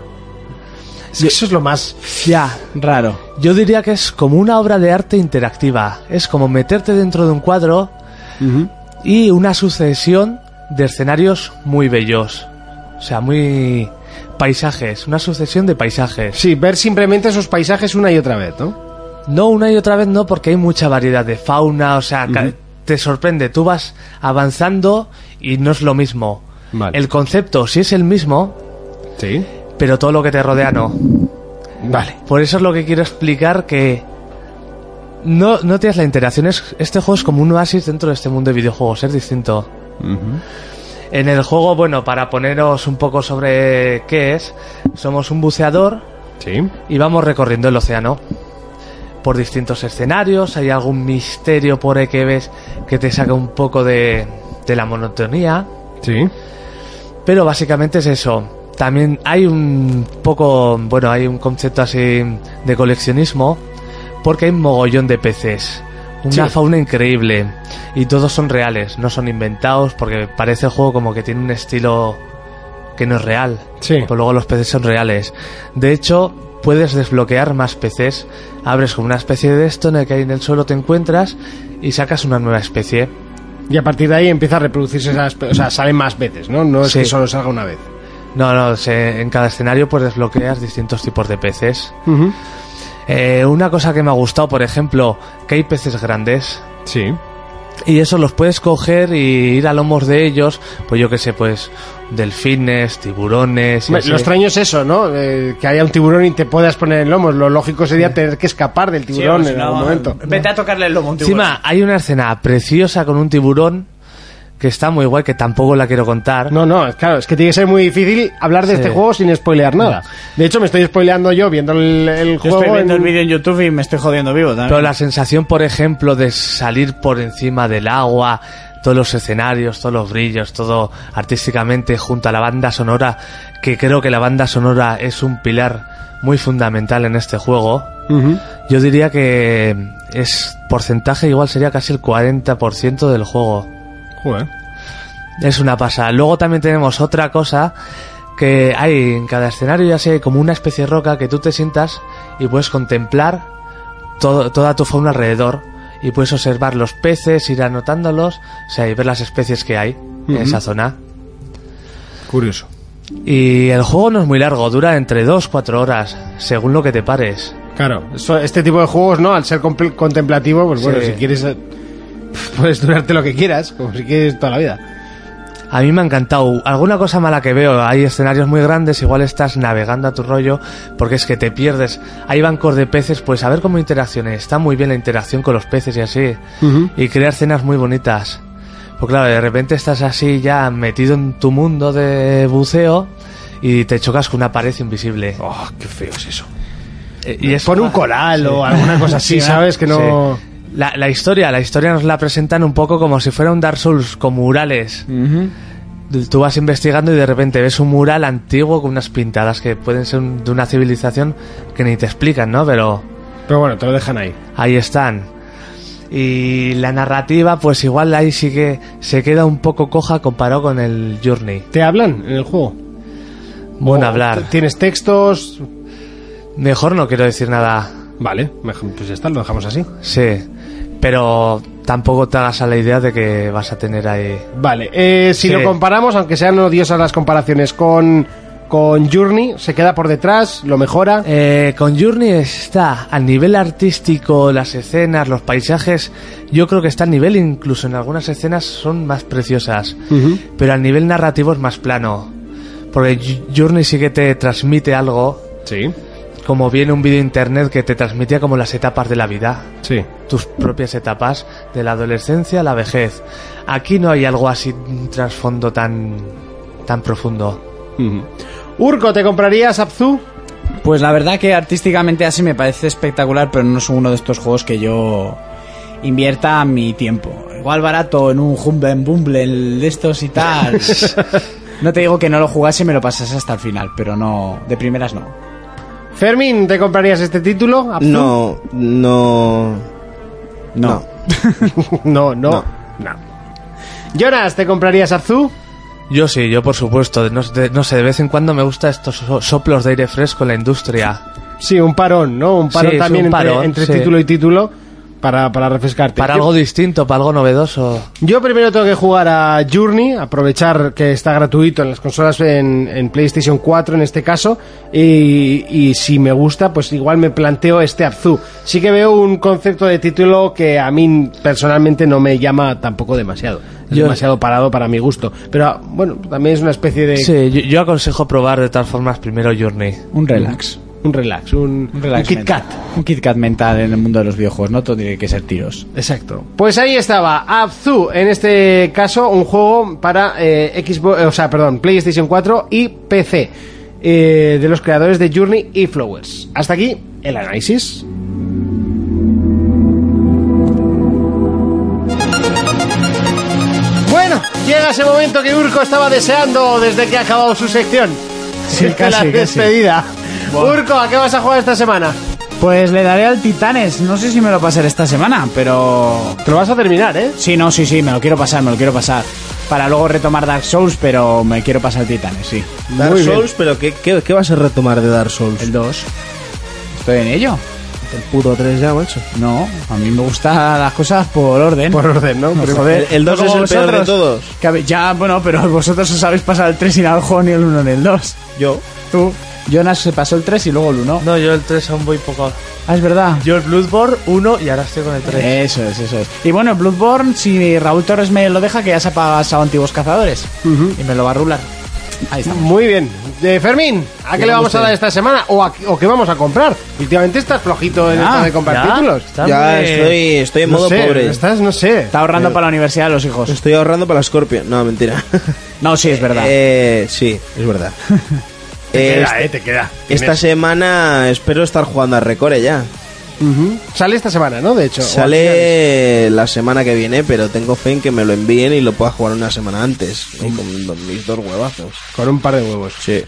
[SPEAKER 2] Es que eso es lo más...
[SPEAKER 3] Ya, raro.
[SPEAKER 5] Yo diría que es como una obra de arte interactiva. Es como meterte dentro de un cuadro y una sucesión de escenarios muy bellos. O sea, muy paisajes, una sucesión de paisajes.
[SPEAKER 2] Sí, ver simplemente esos paisajes una y otra vez, ¿no?
[SPEAKER 5] No una y otra vez no porque hay mucha variedad de fauna, o sea, ca- te sorprende, tú vas avanzando y no es lo mismo.
[SPEAKER 2] Vale.
[SPEAKER 5] El concepto sí es el mismo,
[SPEAKER 2] Sí.
[SPEAKER 5] pero todo lo que te rodea no.
[SPEAKER 2] Vale.
[SPEAKER 5] Por eso es lo que quiero explicar que no, no tienes la interacción. es- este juego es como un oasis dentro de este mundo de videojuegos, es distinto. En el juego, bueno, para poneros un poco sobre qué es, somos un buceador
[SPEAKER 2] Sí.
[SPEAKER 5] y vamos recorriendo el océano por distintos escenarios. Hay algún misterio por ahí que ves que te saca un poco de, de la monotonía.
[SPEAKER 2] Sí.
[SPEAKER 5] Pero básicamente es eso. También hay un poco, bueno, hay un concepto así de coleccionismo, porque hay un mogollón de peces. Una fauna increíble. Y todos son reales, no son inventados, porque parece el juego como que tiene un estilo que no es real.
[SPEAKER 2] Sí.
[SPEAKER 5] Pero luego los peces son reales. De hecho, puedes desbloquear más peces. Abres como una especie de esto en el que ahí en el suelo te encuentras y sacas una nueva especie.
[SPEAKER 2] Y a partir de ahí empieza a reproducirse esas... O sea, salen más veces, ¿no? No es
[SPEAKER 5] Sí.
[SPEAKER 2] que solo salga una vez.
[SPEAKER 5] No, no, se- en cada escenario pues desbloqueas distintos tipos de peces. Eh, una cosa que me ha gustado, por ejemplo, que hay peces grandes
[SPEAKER 2] Sí.
[SPEAKER 5] y eso los puedes coger y ir a lomos de ellos, pues yo qué sé, pues delfines, tiburones. y
[SPEAKER 2] Me-
[SPEAKER 5] así.
[SPEAKER 2] Lo extraño es eso, ¿no? Eh, que haya un tiburón y te puedas poner en lomos. Lo lógico sería tener que escapar del tiburón en algún momento.
[SPEAKER 3] Vete a tocarle el lomo.
[SPEAKER 5] Encima hay una escena preciosa con un tiburón que está muy guay, que tampoco la quiero contar.
[SPEAKER 2] No, no, es- claro, es que tiene que ser muy difícil hablar de
[SPEAKER 5] Sí.
[SPEAKER 2] este juego sin spoilear nada. De hecho, me estoy spoileando yo viendo el, el
[SPEAKER 3] Yo
[SPEAKER 2] juego.
[SPEAKER 3] estoy viendo
[SPEAKER 2] en-
[SPEAKER 3] el vídeo en YouTube y me estoy jodiendo vivo también.
[SPEAKER 5] Pero la sensación, por ejemplo, de salir por encima del agua, todos los escenarios, todos los brillos, todo artísticamente junto a la banda sonora, que creo que la banda sonora es un pilar muy fundamental en este juego. Yo diría que es porcentaje igual sería casi el 40% del juego.
[SPEAKER 2] Joder.
[SPEAKER 5] Es una pasada. Luego también tenemos otra cosa que hay en cada escenario, ya sea como una especie de roca que tú te sientas y puedes contemplar todo- toda tu fauna alrededor y puedes observar los peces, ir anotándolos, o sea, y ver las especies que hay en esa zona.
[SPEAKER 2] Curioso.
[SPEAKER 5] Y el juego no es muy largo, dura entre 2-4 horas, según lo que te pares.
[SPEAKER 2] Claro, eso- este tipo de juegos, ¿no? Al ser compl- contemplativo, pues bueno,
[SPEAKER 5] Sí.
[SPEAKER 2] si quieres, eh, (laughs) puedes durarte lo que quieras, como si quieres toda la vida.
[SPEAKER 5] A mí me ha encantado. Alguna cosa mala que veo, hay escenarios muy grandes, igual estás navegando a tu rollo, porque es que te pierdes. Hay bancos de peces, pues a ver cómo interacciones. Está muy bien la interacción con los peces y así. Y crear escenas muy bonitas. Pues claro, de repente estás así ya metido en tu mundo de buceo y te chocas con una pared invisible.
[SPEAKER 2] Oh, qué feo es eso.
[SPEAKER 5] Eh, Y es
[SPEAKER 2] Pon un coral o alguna cosa así,
[SPEAKER 5] (laughs) Sí,
[SPEAKER 2] ¿sabes? Que no.
[SPEAKER 5] sí. La, la historia, la historia nos la presentan un poco como si fuera un Dark Souls con murales. Tú vas investigando y de repente ves un mural antiguo con unas pintadas que pueden ser un- de una civilización que ni te explican, ¿no? Pero
[SPEAKER 2] Pero bueno, te lo dejan ahí.
[SPEAKER 5] ahí están. Y la narrativa, pues igual ahí sí que se queda un poco coja comparado con el Journey.
[SPEAKER 2] ¿Te hablan en el juego?
[SPEAKER 5] Bueno,
[SPEAKER 2] O-
[SPEAKER 5] hablar.
[SPEAKER 2] ¿Tienes textos?
[SPEAKER 5] Mejor no quiero decir nada.
[SPEAKER 2] Vale, mejor- pues ya está, lo dejamos así.
[SPEAKER 5] Sí. Pero tampoco te hagas a la idea de que vas a tener ahí.
[SPEAKER 2] Vale, eh, si
[SPEAKER 5] Sí.
[SPEAKER 2] lo comparamos, aunque sean odiosas las comparaciones con, con Journey, se queda por detrás, lo mejora.
[SPEAKER 5] Eh, con Journey está a nivel artístico, las escenas, los paisajes. Yo creo que está a nivel, incluso en algunas escenas son más preciosas.
[SPEAKER 2] Mm.
[SPEAKER 5] Pero al nivel narrativo es más plano. Porque Ju- Journey sí que te transmite algo.
[SPEAKER 2] Sí,
[SPEAKER 5] Como viene un vídeo internet que te transmitía como las etapas de la vida.
[SPEAKER 2] sí.
[SPEAKER 5] tus propias etapas de la adolescencia a la vejez. Aquí no hay algo así un trasfondo tan tan profundo.
[SPEAKER 2] Urco, ¿te comprarías Abzu?
[SPEAKER 3] Pues la verdad que artísticamente así me parece espectacular, pero no es uno de estos juegos que yo invierta mi tiempo. Igual barato en un Humble en Bumble en de estos y (laughs) tal. No te digo que no lo jugase y me lo pasase hasta el final, pero no, de primeras no.
[SPEAKER 2] Fermín, ¿te comprarías este título? Abzu?
[SPEAKER 4] No, no.
[SPEAKER 3] No.
[SPEAKER 4] No.
[SPEAKER 2] (laughs) no, no, no. Jonas, ¿te comprarías Abzu?
[SPEAKER 5] Yo sí, yo por supuesto, no, de- no sé, de vez en cuando me gusta estos so- soplos de aire fresco en la industria.
[SPEAKER 2] Sí, un parón, ¿no? Un parón
[SPEAKER 5] Sí, es
[SPEAKER 2] también
[SPEAKER 5] un
[SPEAKER 2] entre-
[SPEAKER 5] parón,
[SPEAKER 2] entre,
[SPEAKER 5] sí.
[SPEAKER 2] título y título para, para refrescarte.
[SPEAKER 5] Para
[SPEAKER 2] Yo-
[SPEAKER 5] algo distinto, para algo novedoso.
[SPEAKER 2] Yo primero tengo que jugar a Journey, aprovechar que está gratuito en las consolas en, en PlayStation 4 en este caso, y, y si me gusta, pues igual me planteo este Abzu. Sí que veo un concepto de título que a mí personalmente no me llama tampoco demasiado. Es
[SPEAKER 5] Yo-
[SPEAKER 2] demasiado parado para mi gusto. Pero ah, bueno, también es una especie de
[SPEAKER 5] Sí, yo, yo aconsejo probar de todas formas primero Journey.
[SPEAKER 3] Un relax.
[SPEAKER 2] un relax, un,
[SPEAKER 3] Un relax.
[SPEAKER 2] un Kit
[SPEAKER 3] mental.
[SPEAKER 2] Kat.
[SPEAKER 3] Un Kit Kat mental en el mundo de los videojuegos, no todo tiene que ser tiros.
[SPEAKER 2] Exacto. Pues ahí estaba Abzu, en este caso un juego para eh, Xbox, eh, o sea, perdón, PlayStation 4 y PC, eh, de los creadores de Journey y Flowers. Hasta aquí el análisis. Bueno, llega ese momento que Urco estaba deseando desde que ha acabado su sección.
[SPEAKER 3] Sí,
[SPEAKER 2] De
[SPEAKER 3] casi,
[SPEAKER 2] la
[SPEAKER 3] casi.
[SPEAKER 2] despedida. Urco, ¿a qué vas a jugar esta semana?
[SPEAKER 3] Pues le daré al Titanes, no sé si me lo pasaré esta semana, pero
[SPEAKER 2] Te lo vas a terminar, ¿eh?
[SPEAKER 3] Sí, no, sí, sí, me lo quiero pasar, me lo quiero pasar. Para luego retomar Dark Souls, pero me quiero pasar Titanes, sí.
[SPEAKER 4] Dark
[SPEAKER 2] Muy bien.
[SPEAKER 4] Souls, pero ¿qué, qué, qué vas a retomar de Dark Souls?
[SPEAKER 3] El 2. ¿Estoy en ello?
[SPEAKER 4] El puto 3 ya, macho.
[SPEAKER 3] No, a mí me gustan las cosas por orden.
[SPEAKER 2] Por orden, ¿no? Pero-
[SPEAKER 4] El, el 2
[SPEAKER 3] No
[SPEAKER 4] es el
[SPEAKER 3] como
[SPEAKER 4] peor de
[SPEAKER 3] vosotros,
[SPEAKER 4] todos.
[SPEAKER 3] que habe- ya, bueno, pero vosotros os habéis pasado el 3 sin haber jugado ni el 1 ni el 2.
[SPEAKER 4] Yo.
[SPEAKER 3] Tú, Jonas se pasó el 3 y luego el 1.
[SPEAKER 5] No, yo el 3 aún voy poco.
[SPEAKER 3] Ah, es verdad.
[SPEAKER 5] Yo el Bloodborne 1 y ahora estoy con el 3.
[SPEAKER 3] Eso es, eso es. Y bueno, Bloodborne, si Raúl Torres me lo deja, que ya se ha pasado antiguos cazadores. Y me lo va a rular. Ahí está.
[SPEAKER 2] Muy bien. Eh, Fermín, ¿a qué le vamos a dar esta semana? ¿O, a- o qué vamos a comprar? Últimamente estás flojito en
[SPEAKER 3] Ya,
[SPEAKER 2] esto de comprar
[SPEAKER 5] Ya,
[SPEAKER 2] títulos.
[SPEAKER 5] está
[SPEAKER 4] Ya
[SPEAKER 5] muy-
[SPEAKER 4] estoy, estoy en
[SPEAKER 2] No
[SPEAKER 4] modo
[SPEAKER 2] sé,
[SPEAKER 4] pobre.
[SPEAKER 2] Estás, no sé.
[SPEAKER 3] Está ahorrando para la universidad de los hijos.
[SPEAKER 4] Estoy ahorrando para la Scorpion.
[SPEAKER 2] (laughs)
[SPEAKER 4] No, mentira.
[SPEAKER 3] No, sí, es verdad.
[SPEAKER 4] Eh, sí, es verdad. Eh, esta,
[SPEAKER 2] te queda.
[SPEAKER 4] esta semana espero estar jugando a Recore ya.
[SPEAKER 2] Sale esta semana, ¿no? De hecho. o al
[SPEAKER 4] Sale la semana que viene, pero tengo fe en que me lo envíen y lo pueda jugar una semana antes. ¿no? Con do- mis dos huevazos.
[SPEAKER 2] final, Con un par de huevos.
[SPEAKER 4] Sí.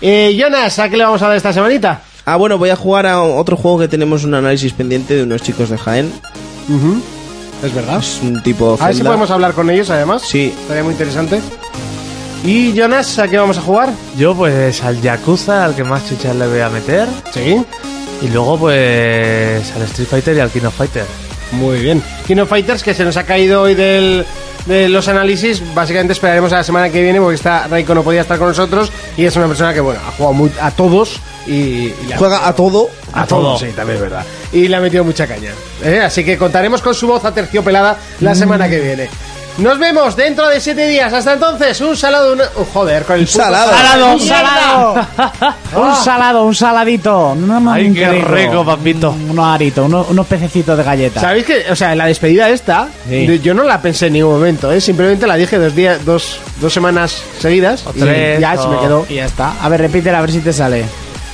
[SPEAKER 2] Eh, Jonas, ¿a qué le vamos a dar esta semanita?
[SPEAKER 4] Ah, bueno, voy a jugar a otro juego que tenemos un análisis pendiente de unos chicos de Jaén.
[SPEAKER 2] Es verdad.
[SPEAKER 4] Es un tipo
[SPEAKER 2] A ver si
[SPEAKER 4] Zelda.
[SPEAKER 2] podemos hablar con ellos, además.
[SPEAKER 4] Sí.
[SPEAKER 2] Estaría muy interesante. ¿Y Jonas, a qué vamos a jugar?
[SPEAKER 5] Yo pues al Yakuza, al que más chichas le voy a meter.
[SPEAKER 2] Sí.
[SPEAKER 5] Y luego pues al Street Fighter y al King of Fighter.
[SPEAKER 2] Muy bien. Kino Fighters, que se nos ha caído hoy del, de los análisis. Básicamente esperaremos a la semana que viene porque está, Raiko no podía estar con nosotros y es una persona que, bueno, ha jugado mu- a todos y, y le ha-
[SPEAKER 4] Juega a todo.
[SPEAKER 2] a todos, sí, también es verdad. Y le ha metido mucha caña. ¿eh? Así que contaremos con su voz aterciopelada la semana que viene. Nos vemos dentro de siete días. Hasta entonces, un salado. un- oh, joder, con el puto
[SPEAKER 4] salado.
[SPEAKER 3] salado, un
[SPEAKER 2] ¡Mierda!
[SPEAKER 3] salado. un salado, un saladito. No, no,
[SPEAKER 5] Ay, qué
[SPEAKER 3] increíble.
[SPEAKER 5] rico, papito.
[SPEAKER 3] Un- Unos aritos, unos, unos pececitos de galleta.
[SPEAKER 2] ¿Sabéis que, o sea, la despedida esta,
[SPEAKER 3] Sí.
[SPEAKER 2] de- yo no la pensé en ningún momento, ¿eh? simplemente la dije dos días, dos, dos semanas seguidas y
[SPEAKER 5] tres,
[SPEAKER 2] ya se me
[SPEAKER 5] o-
[SPEAKER 2] quedó.
[SPEAKER 3] Y ya está. A ver, repítela, a ver si te sale.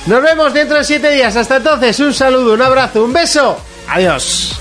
[SPEAKER 2] Nos vemos dentro de siete días. Hasta entonces, un saludo, un abrazo, un beso. Adiós.